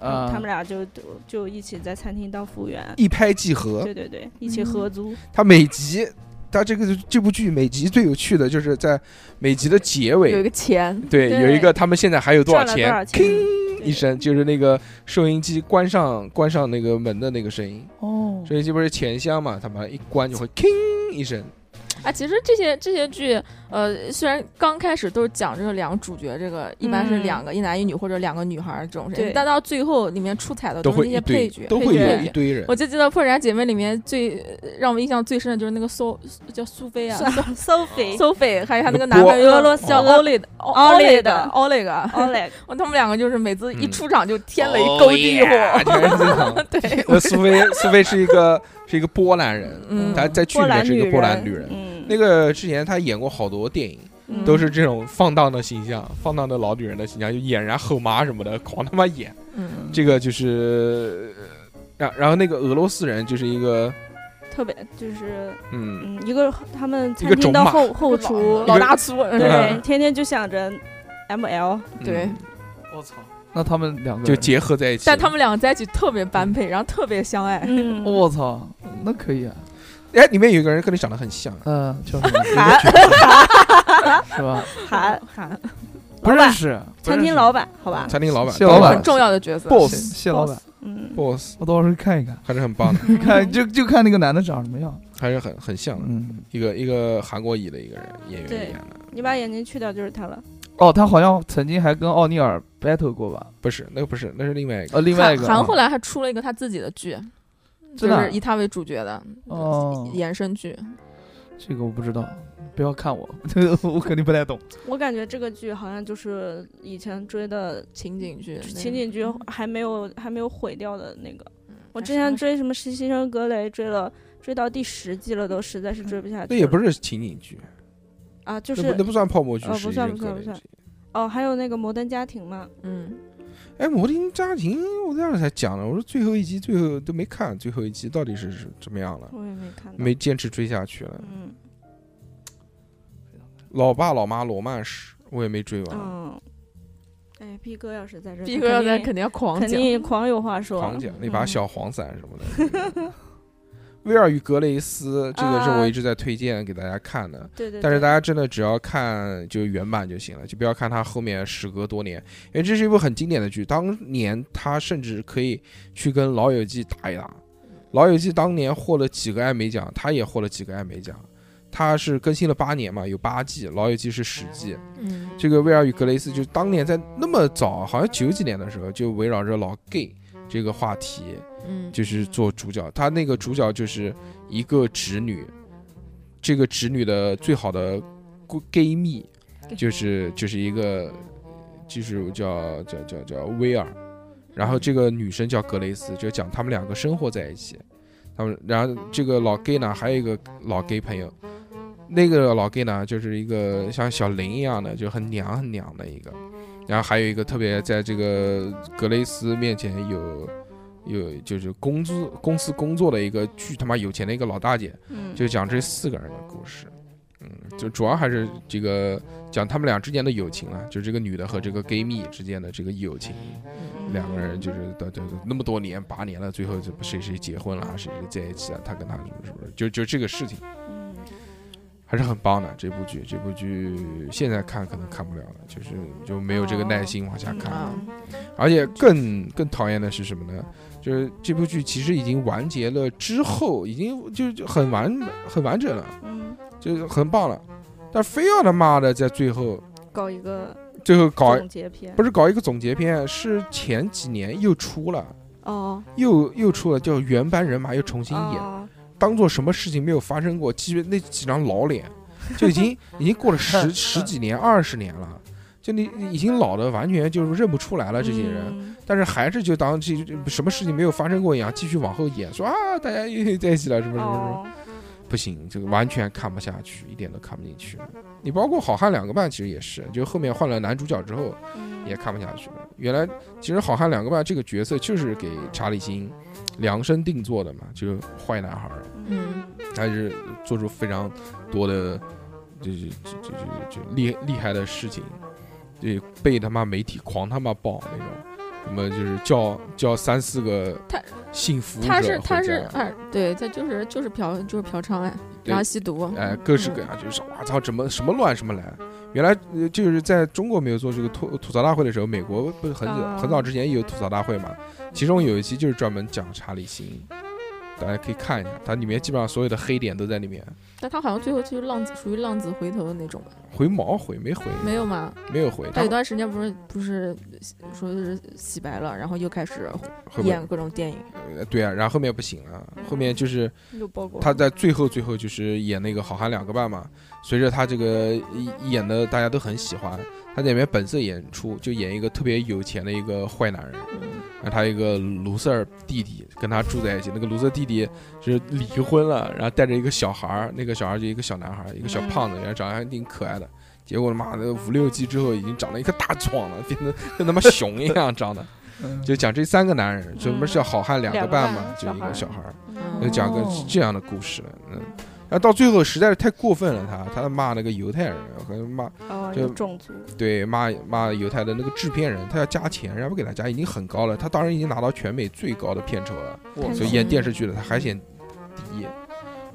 Speaker 3: 啊，
Speaker 5: 他们俩就就就一起在餐厅当服务员，
Speaker 2: 一拍即合。
Speaker 5: 对对对，一起合租，
Speaker 2: 她每集，她这个这部剧每集最有趣的就是在每集的结尾
Speaker 4: 有一个钱，
Speaker 2: 对，
Speaker 5: 对
Speaker 2: 有一个他们现在还有多少
Speaker 5: 赚了多少钱
Speaker 2: 吭
Speaker 5: 对
Speaker 2: 一声，就是那个收音机关上关上那个门的那个声音。
Speaker 3: 哦，
Speaker 2: 收音机不是前箱嘛，他们一关就会吭一声。
Speaker 4: 啊，其实这些这些剧，呃，虽然刚开始都是讲这个两个主角，这个一般是
Speaker 5: 嗯
Speaker 4: 两个、一男一女或者两个女孩儿这种事情
Speaker 5: 对，
Speaker 4: 但到最后里面出彩的
Speaker 2: 都
Speaker 4: 是
Speaker 2: 会
Speaker 4: 那
Speaker 2: 一
Speaker 4: 些
Speaker 2: 堆
Speaker 4: 配角，，
Speaker 2: 都
Speaker 4: 配
Speaker 2: 会
Speaker 4: 角
Speaker 2: 有一堆人
Speaker 4: 我。就记得《破产姐妹》里面最呃让我印象最深的就是那个苏叫苏菲啊
Speaker 5: 算
Speaker 2: 嗯
Speaker 5: Sophie、
Speaker 2: 哦
Speaker 4: ，Sophie，还有她那个
Speaker 2: 那
Speaker 4: 男朋友
Speaker 5: 波俄罗斯哦
Speaker 4: 叫
Speaker 5: 的
Speaker 4: Oleg 哦 Oleg Oleg，
Speaker 5: Oleg，
Speaker 4: 哦他们两个就是每次一
Speaker 2: 嗯
Speaker 4: 出场就天雷勾地火，
Speaker 2: 全是这种
Speaker 4: 对，
Speaker 2: 那苏 菲，苏菲是一个是一个波兰人，
Speaker 4: 嗯
Speaker 2: 她在剧
Speaker 5: 波
Speaker 2: 里面
Speaker 5: 兰
Speaker 2: 是一个
Speaker 5: 女
Speaker 2: 波兰女
Speaker 5: 人
Speaker 2: 人，。
Speaker 5: 嗯，
Speaker 2: 那个之前她演过好多电影，
Speaker 4: 嗯
Speaker 2: 都是这种放荡的形象，放荡的老女人的形象，就俨然后妈什么的，狂他妈演。
Speaker 4: 嗯，
Speaker 2: 这个就是，呃然然后那个俄罗斯人就是一个，
Speaker 5: 特别就是
Speaker 2: 嗯，
Speaker 5: 嗯，一个他们
Speaker 2: 一个
Speaker 5: 餐
Speaker 2: 种
Speaker 5: 厅的
Speaker 2: 马
Speaker 5: 后后厨，
Speaker 4: 老大粗，嗯
Speaker 5: 对，天天就想着 M L，
Speaker 4: 对
Speaker 2: 嗯
Speaker 3: 我操，那他们两个
Speaker 2: 就
Speaker 3: 人
Speaker 2: 结合在一起。
Speaker 4: 但他们两个在一起特别般配，然后特别相爱。
Speaker 5: 嗯，
Speaker 3: 我操，那可以啊，
Speaker 2: 哎，里面有一个人跟你长得很像，
Speaker 3: 嗯，叫什么？ 是吧？
Speaker 5: 韩
Speaker 4: 喊
Speaker 3: 不认识
Speaker 5: 餐厅老板，好吧，
Speaker 2: 餐厅老板，
Speaker 3: 谢老板
Speaker 4: 很重要的角色，
Speaker 3: 谢
Speaker 2: boss
Speaker 3: 谢老板，
Speaker 5: 嗯，
Speaker 2: boss
Speaker 3: 我到时候看一看，
Speaker 2: 还是很 棒的，
Speaker 3: 看就就看那个男的长什么样。
Speaker 2: 还是很很像的，
Speaker 3: 嗯，
Speaker 2: 一个一个韩国裔的一个人演员
Speaker 5: 对
Speaker 2: 演的，
Speaker 5: 你把眼睛去掉就是他了，
Speaker 3: 哦，他好像曾经还跟奥尼尔 battle 过吧？
Speaker 2: 不是那个不是，那是另外一个。
Speaker 3: 呃，另外一个
Speaker 4: 韩
Speaker 3: 啊
Speaker 4: 后来还出了一个他自己的剧，就
Speaker 3: 真的啊
Speaker 4: 是以他为主角的
Speaker 3: 哦，
Speaker 2: 嗯
Speaker 4: 衍生剧。
Speaker 3: 这个我不知道，不要看我，我肯定不 太懂。
Speaker 5: 我感觉这个剧好像就是以前追的
Speaker 4: 情景剧，
Speaker 5: 情景剧还没有还没有毁掉的那个。我之
Speaker 4: 嗯还是
Speaker 5: 前追什么实习生格雷，追了追到第十季了，都实在是追不下去。
Speaker 2: 那也不是情景剧，
Speaker 5: 啊，就
Speaker 2: 那
Speaker 5: 是
Speaker 2: 不那不算泡沫剧，
Speaker 5: 呃
Speaker 2: 是
Speaker 5: 不
Speaker 2: 一
Speaker 5: 算
Speaker 2: 个
Speaker 5: 不算
Speaker 2: 个人
Speaker 5: 不算
Speaker 2: 剧
Speaker 5: 哦，还有那个摩登家庭嘛，
Speaker 4: 嗯，
Speaker 2: 哎，《摩登家庭》，我这样才讲的，我说最后一集最后都没看，最后一集到底是是怎么样了？
Speaker 5: 我也没看到。
Speaker 2: 没坚持追下去了。
Speaker 5: 嗯
Speaker 2: 老爸老妈罗曼史我也没追完，
Speaker 5: 嗯，哎，B 哥要是在这儿，
Speaker 4: 逼
Speaker 5: 他
Speaker 4: 哥要在
Speaker 5: 肯
Speaker 4: 肯定要狂
Speaker 5: 肯
Speaker 4: 讲，
Speaker 5: 定狂有话说。
Speaker 2: 狂讲那把
Speaker 5: 嗯
Speaker 2: 小黄伞什么的。 威尔与格雷斯，这个是我一直在推荐给大家看的。
Speaker 5: 对对，
Speaker 2: 但啊是
Speaker 5: 对
Speaker 2: 大家真的只要看就原版就行了，就不要看它后面时隔多年，因为这是一部很经典的剧。当年它甚至可以去跟《老友记》打一打，《老友记》当年获了几个艾美奖，它也获了几个艾美奖。它是更新了八年嘛，有八季，《老友记》是十季。
Speaker 4: 嗯，
Speaker 2: 这个威尔与格雷斯就是当年在那么早，好像九几年的时候，就围绕着老 gay 这个话题，
Speaker 4: 嗯，
Speaker 2: 就是做主角，他那个主角就是一个侄女，这个侄女的最好的闺闺蜜就是就是一个就是叫叫叫叫威尔，然后这个女生叫格雷斯，就讲他们两个生活在一起，他们然后这个老 gay 呢还有一个老 gay 朋友，那个老 gay 呢就是一个像小林一样的，就很娘很娘的一个，然后还有一个特别在这个格雷斯面前有。有就是工资公司工作的一个巨他妈有钱的一个老大姐，
Speaker 5: 嗯，
Speaker 2: 就讲这四个人的故事。嗯，就主要还是这个讲他们俩之间的友情了、就这个女的和这个 gay 蜜之间的这个友情，两个人就是到对对那么多年八年了，最后就谁谁结婚了，谁谁在一起了，他跟他什么什么，就就这个事情
Speaker 5: 嗯
Speaker 2: 还是很棒的。这部剧，这部剧现在看可能看不了了，就是就没有这个耐心往下看了。
Speaker 5: 嗯
Speaker 2: 而且更更讨厌的是什么呢？就是这部剧其实已经完结了之后，已经就就很完很完整了，
Speaker 5: 嗯，
Speaker 2: 就是很棒了，但非要他妈的在最后
Speaker 5: 搞一个
Speaker 2: 最后搞
Speaker 5: 总结篇
Speaker 2: 不是搞一个总结篇，是前几年又出了，
Speaker 5: 哦，
Speaker 2: 又又出了，叫原班人马又重新演，
Speaker 5: 哦
Speaker 2: 当做什么事情没有发生过，记住那几张老 脸，就已经已经过了
Speaker 5: 嗯
Speaker 2: 十十几年二十年了，就你你已经老的完全就是认不出来了这些人。
Speaker 5: 嗯
Speaker 2: 但是还是就当这什么事情没有发生过一样，继续往后演，说啊，大家又在一起了，什么什么什么，
Speaker 5: 哦，
Speaker 2: 不行，这个完全看不下去，一点都看不进去。你包括《好汉两个半》，其实也是，就后面换了男主角之后，
Speaker 5: 嗯
Speaker 2: 也看不下去了。原来其实《好汉两个半》这个角色就是给查理辛量身定做的嘛，就是坏男孩儿，
Speaker 4: 嗯
Speaker 2: 他是做出非常多的，就是就就就就厉厉害的事情，对，被他妈媒体狂他妈爆那种，什么就是叫叫三四个
Speaker 4: 他
Speaker 2: 幸福者
Speaker 4: 他是
Speaker 2: 回
Speaker 4: 他是
Speaker 2: 家
Speaker 4: 哎，对，他就是就是嫖就是嫖娼哎，然后吸毒，嗯
Speaker 2: 哎，各式各样，就是我操，怎么什么乱什么来。原来呃就是在中国没有做这个吐吐槽大会的时候，美国不是很
Speaker 5: 啊
Speaker 2: 久很早之前也有吐槽大会嘛，其中有一期就是专门讲查理辛，大家可以看一下，它里面基本上所有的黑点都在里面，
Speaker 4: 但他好像最后就是浪子，属于浪子回头的那种吧？
Speaker 2: 回毛回没回
Speaker 4: 没有吗？
Speaker 2: 没有回，
Speaker 4: 他
Speaker 2: 他
Speaker 4: 有段时间不是不是说是洗白了，然后又开始
Speaker 2: 回不
Speaker 4: 演各种电影，
Speaker 2: 呃对啊，然后后面不行了，后面就是
Speaker 5: 又包括
Speaker 2: 他在最后最后就是演那个《好汉两个半》嘛，随着他这个一演的大家都很喜欢，他在里面本色演出就演一个特别有钱的一个坏男人，然后他有一个卢瑟尔弟弟跟他住在一起，那个卢瑟弟弟是离婚了，然后带着一个小孩儿，那个小孩儿就一个小男孩儿，一个小胖子，然后长得还挺可爱的。结果他妈的五六季之后，已经长了一个大壮了，变得跟他妈熊一样 长的。
Speaker 3: 嗯
Speaker 2: 就讲这三个男人，什么叫好汉嗯两个半嘛，就
Speaker 5: 两
Speaker 2: 一
Speaker 5: 个半
Speaker 2: 个小
Speaker 5: 小
Speaker 2: 孩儿。
Speaker 4: 嗯
Speaker 2: 就讲个
Speaker 3: 哦
Speaker 2: 这样的故事了。嗯，然后到最后实在是太过分了，他他骂那个犹太人，和骂
Speaker 4: 嗯
Speaker 5: 哦
Speaker 2: 就
Speaker 5: 有种族
Speaker 2: 对骂骂犹太的那个制片人，他要加钱，然后给他加已经很高了，他当然已经拿到全美最高的片酬了，
Speaker 3: 我
Speaker 4: 嗯
Speaker 2: 所以演电视剧了，他还嫌第一。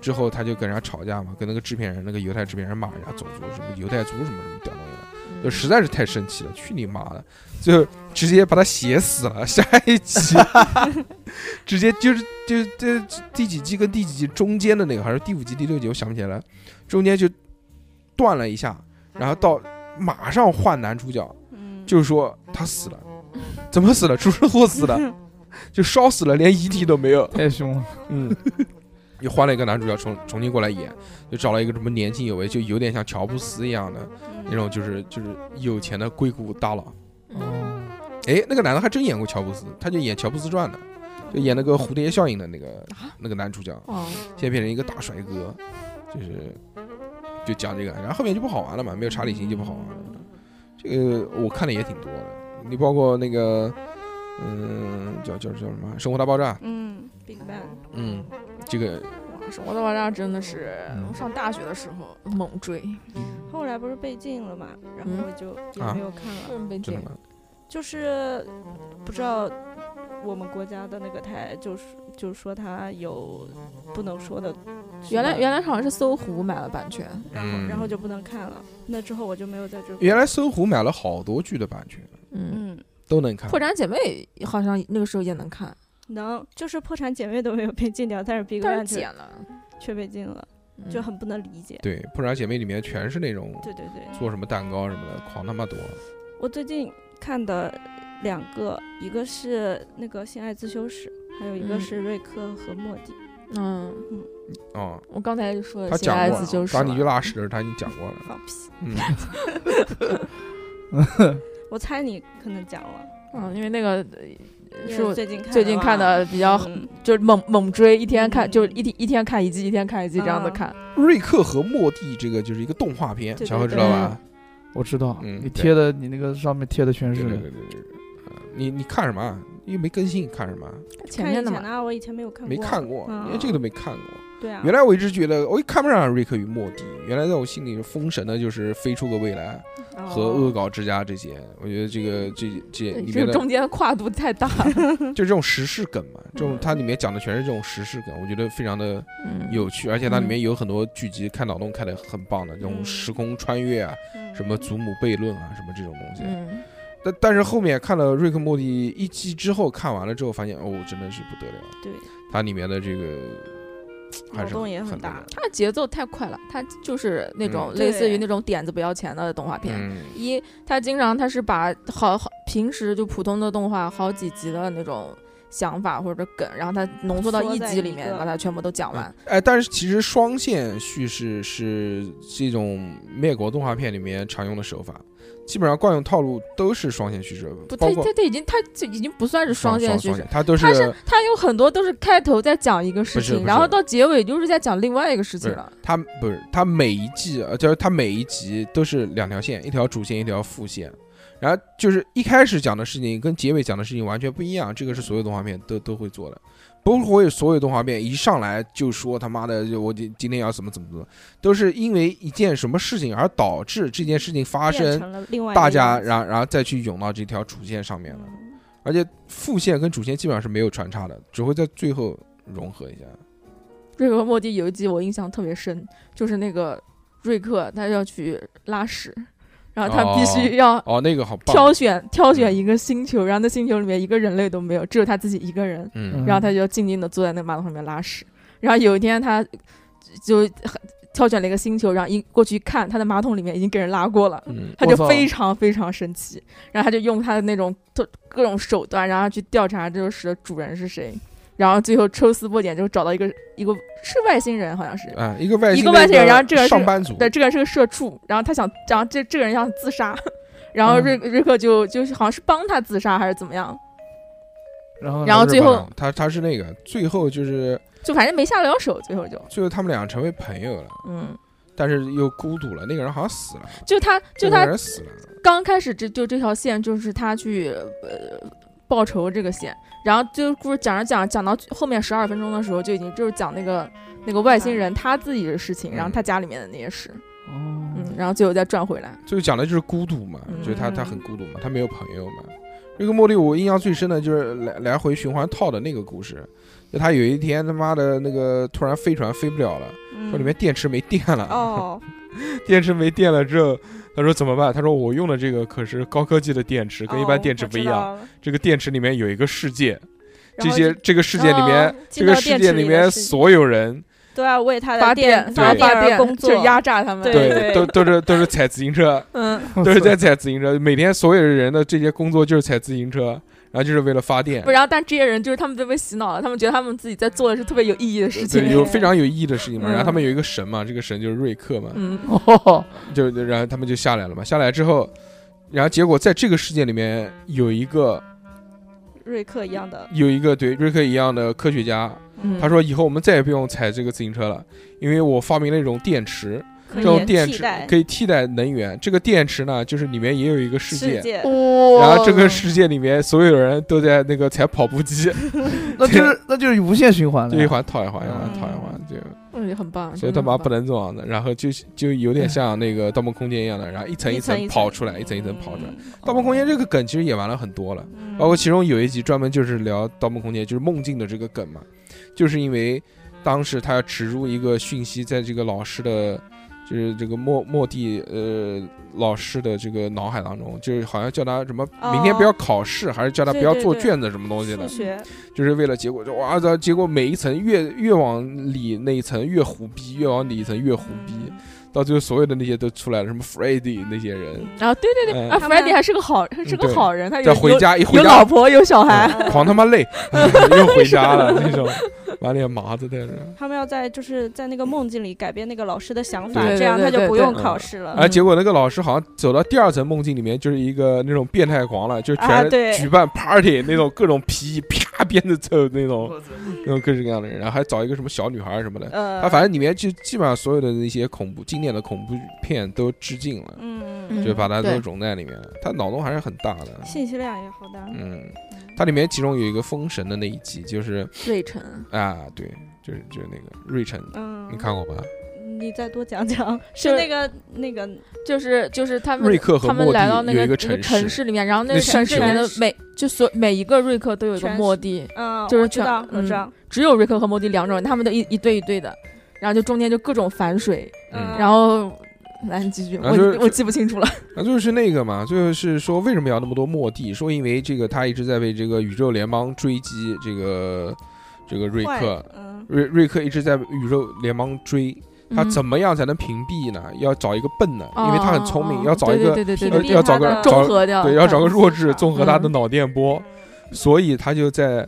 Speaker 2: 之后他就跟人家吵架嘛，跟那个制片人，那个犹太制片人骂人家种族什么犹太族什么什么屌东西的。就实在是太生气了，去你妈的！最后直接把他写死了。 下一集直接就是就是这第几季跟第几季中间的那个，还是第五集、第六集，我想不起来了。中间就断了一下，然后到马上换男主角，
Speaker 5: 嗯
Speaker 2: 就是说他死了，怎么死了？出车祸死的，就烧死了，连遗体都没有。
Speaker 3: 太凶了，
Speaker 2: 嗯， 又换了一个男主角重重新过来演，就找了一个什么年轻有为，就有点像乔布斯一样的
Speaker 5: 嗯
Speaker 2: 那种，就是就是有钱的硅谷大佬。
Speaker 4: 嗯
Speaker 2: 哎，那个男的还真演过乔布斯，他就演《乔布斯传》的，就演那个蝴蝶效应的那个
Speaker 5: 啊
Speaker 2: 那个男主角，
Speaker 4: 哦，
Speaker 2: 现在变成一个大帅哥，就是就讲这个，然后后面就不好玩了嘛，没有查理辛就不好玩了。这个我看的也挺多的，你包括那个，嗯，叫叫叫什么《生活大爆炸》，
Speaker 5: 嗯，Big Bang，
Speaker 2: 嗯，这个
Speaker 4: 哇，生活大爆炸真的是
Speaker 2: 嗯
Speaker 4: 我上大学的时候猛追，
Speaker 3: 哦
Speaker 5: 后来不是被禁了嘛，然后我就也
Speaker 2: 啊
Speaker 5: 没有看了，
Speaker 4: 嗯，被
Speaker 2: 真
Speaker 4: 禁
Speaker 2: 的。吗？
Speaker 5: 就是不知道我们国家的那个台就是就说它有不能说的什么，
Speaker 4: 原来原来好像是搜狐买了版权，
Speaker 5: 然后然后
Speaker 2: 嗯
Speaker 5: 就不能看了，那之后我就没有在这
Speaker 2: 原来搜狐买了好多剧的版权，
Speaker 4: 嗯，
Speaker 5: 嗯。
Speaker 2: 都能看
Speaker 4: 破。产姐妹好像那个时候也能看，
Speaker 5: 能，就是破产姐妹都没有被禁掉，但是 Big
Speaker 4: 但
Speaker 5: Bang
Speaker 4: 是
Speaker 5: 却
Speaker 4: 剪了，
Speaker 5: 却被禁了，
Speaker 4: 嗯
Speaker 5: 就很不能理解。
Speaker 2: 对，《破产姐妹》里面全是那种
Speaker 5: 对对对，
Speaker 2: 做什么蛋糕什么的，狂他妈多。
Speaker 5: 我最近看的两个，一个是那个《性爱自修室》，还有一个
Speaker 4: 嗯
Speaker 5: 是瑞克和莫蒂。
Speaker 4: 嗯，
Speaker 2: 哦，
Speaker 4: 我刚才就说了，
Speaker 2: 他
Speaker 4: 性
Speaker 2: 讲
Speaker 4: 爱
Speaker 2: 过
Speaker 4: 自修
Speaker 2: 了，
Speaker 4: 室
Speaker 2: 打你
Speaker 4: 嘛
Speaker 2: 去拉屎，他已经讲过了。
Speaker 5: 放屁！
Speaker 2: 嗯，
Speaker 5: 我猜你可能讲了，
Speaker 4: 嗯，因为那个呃
Speaker 5: 因
Speaker 4: 是
Speaker 5: 为
Speaker 4: 我
Speaker 5: 最近看
Speaker 4: 最近看
Speaker 5: 的
Speaker 4: 的比较
Speaker 5: 嘛，嗯
Speaker 4: 就是猛猛追，一天看
Speaker 5: 嗯
Speaker 4: 就一天一天看一季，一天看一季这样子
Speaker 5: 啊
Speaker 4: 看。
Speaker 2: 瑞克和莫蒂这个就是一个动画片，
Speaker 5: 对对
Speaker 2: 小何知道吧？
Speaker 3: 我知道，
Speaker 2: 嗯对
Speaker 3: 你贴的你那个上面贴的
Speaker 5: 嗯
Speaker 3: 全
Speaker 2: 对对对
Speaker 3: 是，
Speaker 2: 对对，呃你你看什么啊？又没更新，看什么啊？
Speaker 4: 前
Speaker 5: 看以
Speaker 4: 面
Speaker 5: 前
Speaker 4: 的
Speaker 5: 的
Speaker 4: 嘛，
Speaker 5: 啊，我以前没有看
Speaker 2: 没
Speaker 5: 过，
Speaker 2: 看过，
Speaker 5: 嗯
Speaker 2: 连这个都没看过。
Speaker 5: 对啊，
Speaker 2: 原来我一直觉得我看不上瑞克与莫蒂，原来在我心里封神的就是《飞出个未来》
Speaker 5: 哦
Speaker 2: 和《恶搞之家》这些。我觉得这个这这
Speaker 4: 对
Speaker 2: 里
Speaker 4: 这
Speaker 2: 面的
Speaker 4: 个中间跨度 太大了。
Speaker 2: 就这种时事梗嘛，这
Speaker 5: 嗯
Speaker 2: 种它里面讲的全是这种时事梗，我觉得非常的
Speaker 4: 嗯，
Speaker 2: 有趣，而且它里面有很多剧集看脑洞开的很棒的，这种
Speaker 5: 嗯
Speaker 2: 时空穿越啊，
Speaker 5: 嗯
Speaker 2: 什么祖母悖论啊，什么这种东西。
Speaker 4: 嗯，
Speaker 2: 但但是后面看了《瑞克莫蒂》一季之后，看完了之后发现，哦，真的是不得了，
Speaker 5: 对，
Speaker 2: 它里面的这个还
Speaker 5: 脑
Speaker 2: 是
Speaker 5: 洞也
Speaker 2: 很
Speaker 5: 很
Speaker 2: 那
Speaker 5: 大
Speaker 2: 个，
Speaker 4: 它的节奏太快了，它就是那种
Speaker 2: 嗯
Speaker 4: 类似于
Speaker 5: 对
Speaker 4: 那种点子不要钱的动画片。
Speaker 2: 嗯，
Speaker 4: 一，它经常它是把好好平时就普通的动画好几集的那种想法或者梗，然后它浓缩到
Speaker 5: 缩
Speaker 4: 一
Speaker 5: 在
Speaker 4: 集里
Speaker 5: 一
Speaker 4: 面，
Speaker 5: 个
Speaker 4: 把它全部都讲完。
Speaker 2: 哎，但是其实双线叙事是这种美国动画片里面常用的手法，基本上惯用套路都是双线叙事，
Speaker 4: 不，它
Speaker 2: 包括
Speaker 4: 它它已经它这已经不算是双线叙
Speaker 2: 双
Speaker 4: 事
Speaker 2: 线，，它都
Speaker 4: 它是它有很多都是开头在讲一个事
Speaker 2: 不是
Speaker 4: 情，
Speaker 2: 不
Speaker 4: 然后
Speaker 2: 是
Speaker 4: 到结尾就是在讲另外一个事
Speaker 2: 不
Speaker 4: 情
Speaker 2: 是
Speaker 4: 了。
Speaker 2: 它不是它每一季呃，就是它每一集都是两条线，一条主线，一条副线。然后就是一开始讲的事情跟结尾讲的事情完全不一样，这个是所有动画片都都会做的，不会所有动画片一上来就说他妈的就我今今天要怎么怎么怎么，都是因为一件什么事情而导致这件事情发
Speaker 5: 变
Speaker 2: 生，
Speaker 5: 成了另外一个
Speaker 2: 大家
Speaker 5: 样子
Speaker 2: 然然后再去涌到这条主线上面了，
Speaker 5: 嗯
Speaker 2: 而且副线跟主线基本上是没有穿插的，只会在最后融合一下。
Speaker 4: 瑞克和莫蒂有一集我印象特别深，就是那个瑞克他要去拉屎，然后他必须要
Speaker 2: 哦，那个好棒，嗯
Speaker 4: 挑选、挑选一个星球，然后那星球里面一个人类都没有，只有他自己一个人，
Speaker 2: 嗯
Speaker 4: 然后他就静静的坐在那马桶上面拉屎。然后有一天他就挑选了一个星球，然后一过去一看，他的马桶里面已经给人拉过了。
Speaker 2: 嗯，
Speaker 4: 他
Speaker 3: 我
Speaker 4: 就
Speaker 3: 操
Speaker 4: 非常非常生气，然后他就用他的那种特各种手段，然后去调查这个屎的主人是谁，然后最后抽丝剥茧，就找到一个一个是外星人，好像
Speaker 3: 哎
Speaker 4: 是。
Speaker 2: 啊，一个外
Speaker 4: 一
Speaker 2: 星
Speaker 4: 个外星人
Speaker 2: 的
Speaker 4: 然后这个是
Speaker 2: 上班族，
Speaker 4: 对，这个人是个社畜，然后他想，然后这这个人想自杀，然后瑞、
Speaker 3: 嗯
Speaker 4: 瑞克就就是好像是帮他自杀还是怎么样，
Speaker 3: 然后呢
Speaker 4: 然后最后
Speaker 2: 他他是那个最后就是
Speaker 4: 就反正没下得了手，最后就
Speaker 2: 最后他们俩成为朋友了，
Speaker 4: 嗯，
Speaker 2: 但是又孤独了。那个人好像死了，
Speaker 4: 就他就
Speaker 2: 那个
Speaker 4: 他
Speaker 2: 人死了，
Speaker 4: 刚开始这就这条线就是他去呃报仇这个线，然后就故事讲着讲讲到后面十二分钟的时候，就已经就是讲那个那个外星人他自己的事情，
Speaker 2: 嗯
Speaker 4: 然后他家里面的那些事，
Speaker 3: 哦，
Speaker 4: 嗯，然后最后再转回来，
Speaker 2: 最后讲的就是孤独嘛，
Speaker 4: 嗯
Speaker 2: 就是他他很孤独嘛，他没有朋友嘛。这个茉莉，我印象最深的就是来来回循环套的那个故事，就他有一天他妈的那个突然飞船飞不了了，
Speaker 5: 嗯
Speaker 2: 说里面电池没电了，
Speaker 5: 哦，
Speaker 2: 电池没电了之后，他说怎么办？他说我用的这个可是高科技的电池，跟一般电池不一样，
Speaker 5: 哦，
Speaker 2: 这个电池里面有一个世界，
Speaker 5: 我
Speaker 2: 这
Speaker 5: 知道了
Speaker 2: 些这个世界里面
Speaker 5: 哦，
Speaker 2: 这个
Speaker 5: 进到
Speaker 2: 世
Speaker 5: 电池
Speaker 2: 界
Speaker 5: 里
Speaker 2: 里
Speaker 5: 的
Speaker 2: 面
Speaker 5: 世界
Speaker 2: 所有人，
Speaker 5: 都要啊为他
Speaker 4: 发
Speaker 5: 的电
Speaker 4: 发
Speaker 5: 电
Speaker 4: 发
Speaker 5: 而
Speaker 4: 电
Speaker 5: 工作，
Speaker 4: 就是压榨他们，
Speaker 5: 对
Speaker 2: 都都是都是踩自行车，
Speaker 4: 嗯，
Speaker 2: 都是在踩自行车，每天所有的人的这些工作就是踩自行车，然后就是为了发电
Speaker 4: 不，，然后但这些人就是他们都被洗脑了，他们觉得他们自己在做的是特别有意义的事
Speaker 2: 对，
Speaker 4: 情，
Speaker 2: 有非常有意义的事情嘛。
Speaker 4: 嗯
Speaker 2: 然后他们有一个神嘛，这个神就是瑞克嘛，
Speaker 4: 嗯，
Speaker 3: 哦，
Speaker 2: 就就然后他们就下来了嘛，下来之后。然后结果在这个世界里面有一个
Speaker 5: 瑞克一样的，
Speaker 2: 有一个对瑞克一样的科学家，
Speaker 4: 嗯
Speaker 2: 他说以后我们再也不用踩这个自行车了，因为我发明了一种电池，
Speaker 5: 可
Speaker 2: 这
Speaker 5: 以
Speaker 2: 种电
Speaker 5: 替
Speaker 2: 池
Speaker 5: 代
Speaker 2: 可以替代能源。这个电池呢，就是里面也有一个世界
Speaker 5: 世，界
Speaker 3: 哇
Speaker 2: 然后这个世界里面所有人都在那个踩跑步机，
Speaker 3: 那就是那就是无限循环了
Speaker 2: 就一
Speaker 3: 呀。
Speaker 2: 环套一环，一环
Speaker 5: 嗯
Speaker 2: 套一环，就
Speaker 4: 嗯，也很棒。
Speaker 2: 所以
Speaker 4: 真的
Speaker 2: 他
Speaker 4: 很
Speaker 2: 妈
Speaker 4: 棒
Speaker 2: 不能这样的。然后就就有点像那个《盗梦空间》一样的，然后一层
Speaker 5: 一
Speaker 2: 层
Speaker 5: 层，
Speaker 2: 跑出来，一层一层跑出来。《
Speaker 4: 嗯
Speaker 2: 盗梦空间》这个梗其实也玩了很多了。
Speaker 5: 嗯
Speaker 2: 包括其中有一集专门就是聊《盗梦空间》，就是梦境的这个梗嘛，就是因为当时他要植入一个讯息在这个老师的，就是这个莫莫蒂呃老师的这个脑海当中，就是好像叫他什么
Speaker 5: 哦
Speaker 2: 明天不要考试，还是叫他不要
Speaker 5: 嗯对对
Speaker 2: 做
Speaker 5: 对
Speaker 2: 卷子什么东西的
Speaker 5: 数，学
Speaker 2: 就是为了结果就哇操，结果每一层越越往里那一层越胡逼，越往里一层越胡逼，
Speaker 5: 嗯
Speaker 2: 到最后所有的那些都出来了，什么 Freddy 那些人。
Speaker 4: 啊，对对对，
Speaker 2: 嗯
Speaker 4: 啊
Speaker 5: 他
Speaker 4: f r e d d
Speaker 5: 们
Speaker 4: y 还是个好是
Speaker 2: 对
Speaker 4: 个好人，他有
Speaker 2: 再回家一
Speaker 4: 有
Speaker 2: 回
Speaker 4: 有
Speaker 2: 家，
Speaker 4: 老婆有小孩，
Speaker 5: 嗯
Speaker 2: 狂他妈 累，又回家了那种，满脸麻子的人。
Speaker 5: 他们要在就是在那个梦境里改变那个老师的想法，
Speaker 4: 对
Speaker 5: 这样
Speaker 4: 对
Speaker 5: 他
Speaker 4: 对
Speaker 5: 就不
Speaker 4: 对
Speaker 5: 用
Speaker 2: 对
Speaker 5: 考试了。
Speaker 2: 哎，结果那个老师好像走到第二层梦境里面，就是一个那种变态狂了，就是
Speaker 5: 啊
Speaker 2: 全
Speaker 5: 对
Speaker 2: 举办 party 那种各种皮衣啪鞭子抽那种，那种各式各样的人，然后还找一个什么小女孩什么的。
Speaker 5: 呃，
Speaker 2: 他反正里面就基本上所有的那些恐怖经典的恐怖片都致敬了，
Speaker 5: 嗯
Speaker 4: 嗯
Speaker 5: 嗯，
Speaker 2: 就把它都
Speaker 4: 对
Speaker 2: 融在里面了。他脑洞还是很大的，
Speaker 5: 信息量也好大。
Speaker 2: 嗯，它里面其中有一个封神的那一集，就是
Speaker 4: 嗯瑞晨，
Speaker 2: 啊，对，就是就是那个瑞晨，
Speaker 5: 嗯，
Speaker 2: 你看过吧？
Speaker 5: 你再多讲讲，
Speaker 4: 就是
Speaker 5: 那个那个
Speaker 4: 就是就是他们
Speaker 2: 瑞克和
Speaker 4: 他们
Speaker 2: 莫蒂
Speaker 4: 来到那
Speaker 2: 有
Speaker 4: 个
Speaker 2: 一个
Speaker 4: 那
Speaker 2: 城市
Speaker 4: 市里面，然后那
Speaker 2: 那
Speaker 4: 个城市
Speaker 2: 山
Speaker 4: 里面
Speaker 5: 全
Speaker 4: 的
Speaker 5: 是
Speaker 4: 每就所每一个瑞克都有一个
Speaker 5: 全是
Speaker 4: 莫蒂，
Speaker 5: 嗯，
Speaker 4: 就是
Speaker 5: 我知
Speaker 4: 全
Speaker 5: 道我知
Speaker 4: 嗯
Speaker 5: 道，
Speaker 4: 只有瑞克和莫蒂两种人，他们都一一对一对的，然后就中间就各种反水，
Speaker 5: 呃
Speaker 2: 嗯
Speaker 4: 然后来你继续，
Speaker 2: 然后就是
Speaker 4: 我我记不清楚了，
Speaker 2: 那就是那个嘛，就是说为什么要那么多末地？说因为这个他一直在被这个宇宙联邦追击，这个这个瑞
Speaker 5: 坏
Speaker 2: 克，
Speaker 5: 嗯，
Speaker 2: 瑞瑞克一直在宇宙联邦追， 他
Speaker 4: 嗯
Speaker 2: 怎么样才能屏蔽呢？要找一个笨的，因为他很聪明，
Speaker 4: 哦
Speaker 2: 要找一
Speaker 4: 对
Speaker 2: 个
Speaker 4: 对对对
Speaker 5: 屏
Speaker 4: 对
Speaker 2: 呃
Speaker 5: 蔽
Speaker 2: 要找
Speaker 5: 他
Speaker 2: 个
Speaker 5: 的
Speaker 2: 找
Speaker 4: 综合掉，
Speaker 2: 对要找个
Speaker 5: 他的
Speaker 2: 弱
Speaker 5: 思
Speaker 2: 智
Speaker 5: 想
Speaker 2: 综合他的
Speaker 4: 嗯
Speaker 2: 脑电波，
Speaker 5: 嗯
Speaker 2: 所以他就在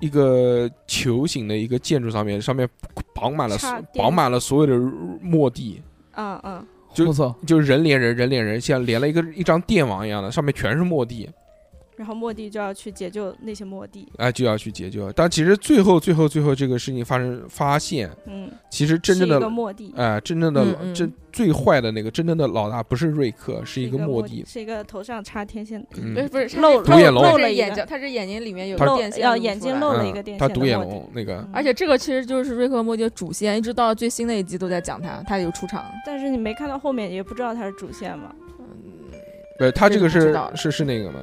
Speaker 2: 一个球形的一个建筑上面，上面绑满了所
Speaker 5: 插电
Speaker 2: 绑满了所有的末地，
Speaker 5: 嗯嗯，
Speaker 2: 就
Speaker 3: 我操，
Speaker 2: 就是人连人，人连人，像连了一个一张电网一样的，上面全是末地，
Speaker 5: 然后莫蒂就要去解救那些莫蒂，
Speaker 2: 哎，就要去解救。但其实最后最后最后这个事情发生发现，
Speaker 5: 嗯，
Speaker 2: 其实真正
Speaker 5: 是一
Speaker 2: 的
Speaker 5: 个莫蒂，
Speaker 2: 哎、真正的
Speaker 4: 嗯
Speaker 2: 老
Speaker 4: 嗯
Speaker 2: 真最坏的那个真正的老大不是瑞克，是
Speaker 5: 是
Speaker 2: 一个
Speaker 5: 莫
Speaker 2: 莫蒂。
Speaker 5: 是一个头上插天线，
Speaker 2: 嗯
Speaker 4: 对，不是他
Speaker 5: 漏
Speaker 4: 他
Speaker 2: 独眼龙
Speaker 4: 他
Speaker 5: 漏
Speaker 4: 是
Speaker 5: 了一
Speaker 4: 眼
Speaker 5: 个
Speaker 4: 睛，他是眼睛里面有
Speaker 2: 他
Speaker 4: 个
Speaker 5: 漏
Speaker 4: 电线
Speaker 5: 要
Speaker 4: 露
Speaker 5: 眼
Speaker 4: 出
Speaker 5: 睛
Speaker 4: 来
Speaker 5: 漏了
Speaker 2: 嗯
Speaker 5: 一个电
Speaker 2: 他
Speaker 5: 线
Speaker 2: 独
Speaker 5: 的嗯
Speaker 2: 眼
Speaker 5: 莫蒂
Speaker 2: 龙那个，
Speaker 4: 而且这个其实就是瑞克和莫蒂的主线，一直到最新的一集都在讲他，他有出场。
Speaker 5: 但是你没看到后面，也不知道它是主线嘛，
Speaker 2: 不是他这个
Speaker 4: 这个不
Speaker 2: 是
Speaker 4: 知道
Speaker 2: 是是那个吗？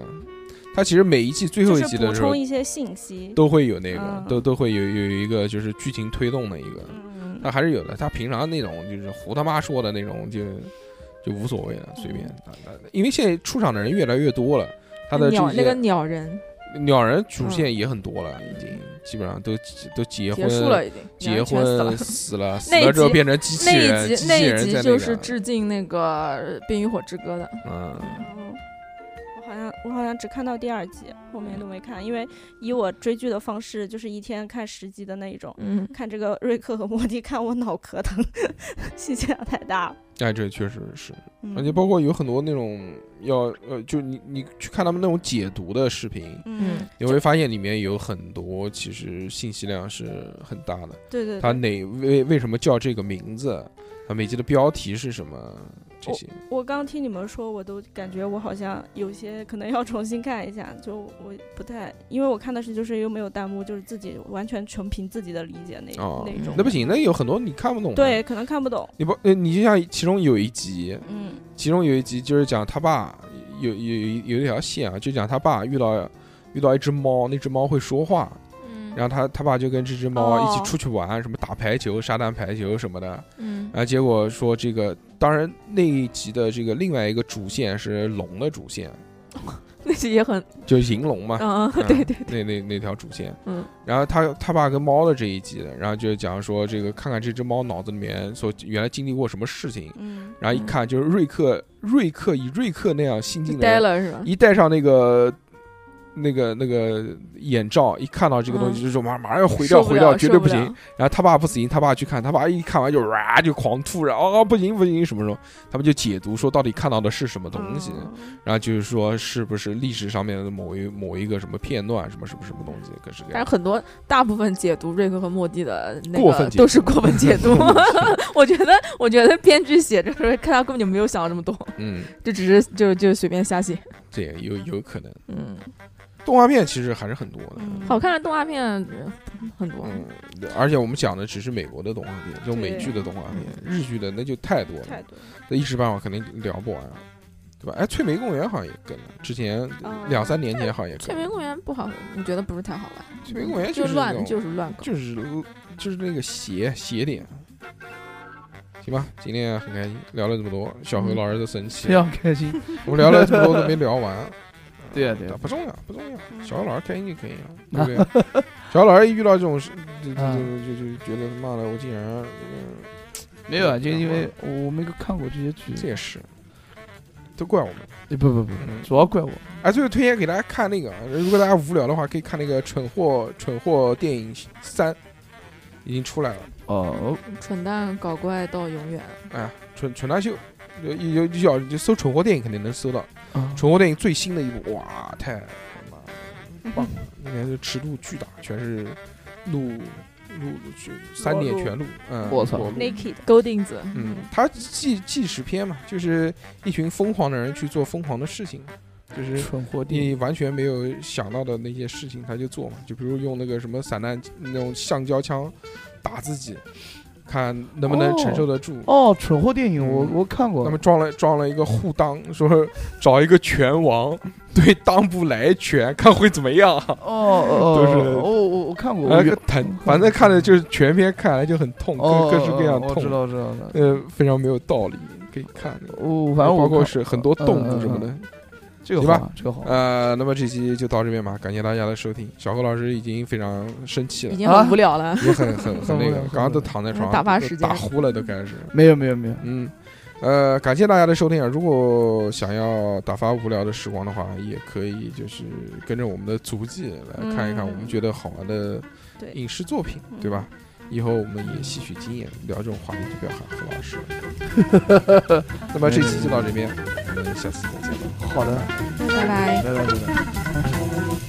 Speaker 2: 他其实每一季最
Speaker 5: 就
Speaker 2: 后一
Speaker 5: 是
Speaker 2: 集
Speaker 5: 补
Speaker 2: 的时候
Speaker 5: 充一些信息。
Speaker 2: 都会有那个，
Speaker 5: 嗯
Speaker 2: 都都会有有一个就是剧情推动的一个，
Speaker 5: 嗯
Speaker 2: 那还是有的。他平常那种就是胡他妈说的那种就就无所谓了，随便。那那因为现在出场的人越来越多了，他的这
Speaker 4: 嗯鸟
Speaker 2: 些
Speaker 4: 那个鸟人
Speaker 2: 鸟人主线也很多了，已经基本上都都结
Speaker 4: 结
Speaker 2: 婚
Speaker 4: 束了，已经
Speaker 2: 结
Speaker 4: 全死了
Speaker 2: 婚。死了，死
Speaker 4: 那一
Speaker 2: 了之后
Speaker 4: 集
Speaker 2: 变成机器
Speaker 4: 那
Speaker 2: 人，
Speaker 4: 一
Speaker 2: 机
Speaker 4: 集
Speaker 2: 器
Speaker 4: 一
Speaker 2: 人在
Speaker 4: 集
Speaker 2: 那
Speaker 4: 就
Speaker 2: 个
Speaker 4: 是致敬那个《冰与火之歌》的，
Speaker 2: 嗯，
Speaker 5: 哦我好像我好像只看到第二集，后
Speaker 2: 嗯
Speaker 5: 面都没看，因为以我追剧的方式，就是一天看十集的那一种。
Speaker 4: 嗯，
Speaker 5: 看这个瑞克和莫蒂，看我脑壳疼， 信息量太大了。
Speaker 2: 哎，这确实是，
Speaker 5: 嗯
Speaker 2: 而且包括有很多那种要呃，就你你去看他们那种解读的视频，
Speaker 5: 嗯
Speaker 4: 嗯，
Speaker 2: 你会发现里面有很多其实信息量是很大的。
Speaker 5: 对对
Speaker 2: 它
Speaker 5: 对，
Speaker 2: 哪为为什么叫这个名字？它每集的标题是什么？这些
Speaker 5: 我刚听你们说，我都感觉我好像有些可能要重新看一下，就我不太，因为我看的是就是又没有弹幕，就是自己完全纯凭自己的理解那、
Speaker 2: 哦
Speaker 5: 那种。
Speaker 2: 那不行，那有很多你看不懂。
Speaker 5: 对，，可能看不懂。
Speaker 2: 你不，呃你就像其中有一集，
Speaker 5: 嗯
Speaker 2: 其中有一集就是讲他爸有有有有一条线啊，就讲他爸遇到遇到一只猫，那只猫会说话，
Speaker 4: 嗯
Speaker 2: 然后他他爸就跟这只猫啊一起
Speaker 5: 哦
Speaker 2: 出去玩，什么打排球、沙滩排球什么的。
Speaker 4: 嗯
Speaker 2: 啊，结果说这个，当然那一集的这个另外一个主线是龙的主线，
Speaker 4: 那集也很，
Speaker 2: 就是银龙嘛。
Speaker 4: 嗯，
Speaker 2: 嗯
Speaker 4: 对对，
Speaker 2: 那那那条主线，
Speaker 4: 嗯，
Speaker 2: 然后他他爸跟猫的这一集，然后就讲说这个看看这只猫脑子里面所原来经历过什么事情，
Speaker 5: 嗯，
Speaker 2: 然后一看就是瑞克，瑞克以瑞克那样心境
Speaker 4: 就
Speaker 2: 的
Speaker 4: 呆
Speaker 2: 人，
Speaker 4: 了是吧？
Speaker 2: 一戴上那个那个那个眼罩，一看到这个东西
Speaker 4: 嗯
Speaker 2: 就是马马上要毁
Speaker 4: 受
Speaker 2: 掉
Speaker 4: 不
Speaker 2: 毁
Speaker 4: 了
Speaker 2: 掉，绝对不。
Speaker 4: 受
Speaker 2: 行
Speaker 4: 了。
Speaker 2: 然后他爸不死心，他爸去看，他爸一看完就哇就狂吐，然后哦不行不行什么什么，他们就解读说到底看到的是什么东西，
Speaker 5: 嗯
Speaker 2: 然后就是说是不是历史上面的某一某一个什么片段，什么什么什么东西，各式各
Speaker 4: 但
Speaker 2: 样
Speaker 4: 是。很多大部分解读瑞克和莫蒂的那
Speaker 2: 过分
Speaker 4: 个
Speaker 2: 解读
Speaker 4: 都是过分解 读， 我觉得我觉得编剧写着时候，看他根本就没有想到这么多，
Speaker 2: 嗯，
Speaker 4: 就只是就就随便瞎写。
Speaker 2: 这也有有可能。
Speaker 4: 嗯，
Speaker 2: 动画片其实还是很多的，
Speaker 5: 嗯
Speaker 4: 好看的动画片呃很多，
Speaker 2: 嗯，而且我们讲的只是美国的动画片，就美剧的动画片，日剧的那就太多了
Speaker 5: 太，多了。
Speaker 2: 那一时半会儿肯定聊不完，对吧？哎，翠梅公园好像也跟了，之前
Speaker 5: 嗯
Speaker 2: 两三年前好像也
Speaker 4: 翠
Speaker 2: 跟
Speaker 4: 梅
Speaker 2: 了。
Speaker 4: 公园不好，我觉得不是太好玩。
Speaker 2: 翠梅公园
Speaker 4: 就是
Speaker 2: 那
Speaker 4: 乱，
Speaker 2: 种
Speaker 4: 就是乱搞。
Speaker 2: 就是就是那个邪邪点。行吧，今天很开心，聊了这么多，小何老师都生气
Speaker 3: 非
Speaker 2: 了，
Speaker 3: 常 开心。
Speaker 2: 我们聊了这么多都没聊完。
Speaker 3: 对呀对呀啊
Speaker 2: 不重要，不重要，
Speaker 5: 嗯
Speaker 2: 小何老师开心就可以了，对不对？小何老师一遇到这种事，就就
Speaker 3: 啊
Speaker 2: 就就就觉得妈的，我竟然嗯
Speaker 3: 没有啊，就因为我没看过这些剧。
Speaker 2: 这也是，都怪我们。
Speaker 3: 哎不不不，
Speaker 2: 嗯
Speaker 3: 主要怪我。
Speaker 2: 哎，最后推荐给大家看那个，如果大家无聊的话，可以看那个《蠢货蠢货电影三》，已经出来了。
Speaker 3: 哦，
Speaker 4: 蠢蛋搞怪到永远，
Speaker 2: 哎，蠢蠢蛋秀，有有有小就搜蠢货电影肯定能搜到，
Speaker 3: 啊
Speaker 2: 蠢货电影最新的一部，哇，太他妈
Speaker 3: 嗯
Speaker 2: 棒了！那个是尺度巨大，全是路路全三点全路，嗯，
Speaker 3: 我操
Speaker 2: 裸露
Speaker 5: Naked，
Speaker 4: 勾钉子。
Speaker 2: 嗯，它纪纪实片嘛，就是一群疯狂的人去做疯狂的事情，就是
Speaker 3: 蠢货电影，
Speaker 2: 你完全没有想到的那些事情，他就做嘛。就比如用那个什么散弹那种橡胶枪打自己，看能不能承受得住。
Speaker 3: 哦，蠢货电影，我
Speaker 2: 嗯
Speaker 3: 我看过
Speaker 2: 他。们装了装了一个护裆，说找一个拳 王对裆部来一拳，看会怎么样。
Speaker 3: 哦哦，
Speaker 2: 都是哎
Speaker 3: 哦我我我看过。
Speaker 2: 然后
Speaker 3: 我
Speaker 2: 就
Speaker 3: 原
Speaker 2: 疼，反正看的就是全篇看来就很痛，
Speaker 3: 哦，
Speaker 2: 各各式各样
Speaker 3: 哦哦我知
Speaker 2: 痛，
Speaker 3: 道，我知道，我知道。
Speaker 2: 呃，非常没有道理，可以看。
Speaker 3: 我反正我
Speaker 2: 包括
Speaker 3: 看
Speaker 2: 是很多动
Speaker 3: 嗯嗯
Speaker 2: 物什么的
Speaker 3: 嗯，这个
Speaker 2: 行吧
Speaker 3: 好，这个好。啊
Speaker 2: 呃，那么这期就到这边吧，感谢大家的收听。小何老师已经非常生气
Speaker 4: 已
Speaker 2: 了，
Speaker 4: 经很无聊了。
Speaker 2: 也很很很
Speaker 3: 很无
Speaker 2: 那
Speaker 3: 聊
Speaker 2: 个，
Speaker 3: 很
Speaker 2: 刚刚
Speaker 3: 无
Speaker 2: 都
Speaker 3: 聊
Speaker 2: 躺在
Speaker 4: 嗯
Speaker 2: 床上
Speaker 4: 打发
Speaker 2: 都
Speaker 4: 时
Speaker 2: 打
Speaker 4: 间
Speaker 2: 呼了，都开始。
Speaker 3: 没有没有没有，
Speaker 2: 嗯，呃，感谢大家的收听啊！如果想要打发无聊的时光的话，也可以就是跟着我们的足迹来看一看我们
Speaker 5: 嗯
Speaker 2: 觉得好玩的
Speaker 5: 对
Speaker 2: 影视作品，对吧？以后我们也吸取经验，聊这种话题就不要喊何老师 了。那么这嗯期就到这边，我们下次再见。
Speaker 3: 好的，
Speaker 4: 拜拜。
Speaker 3: 拜拜拜拜。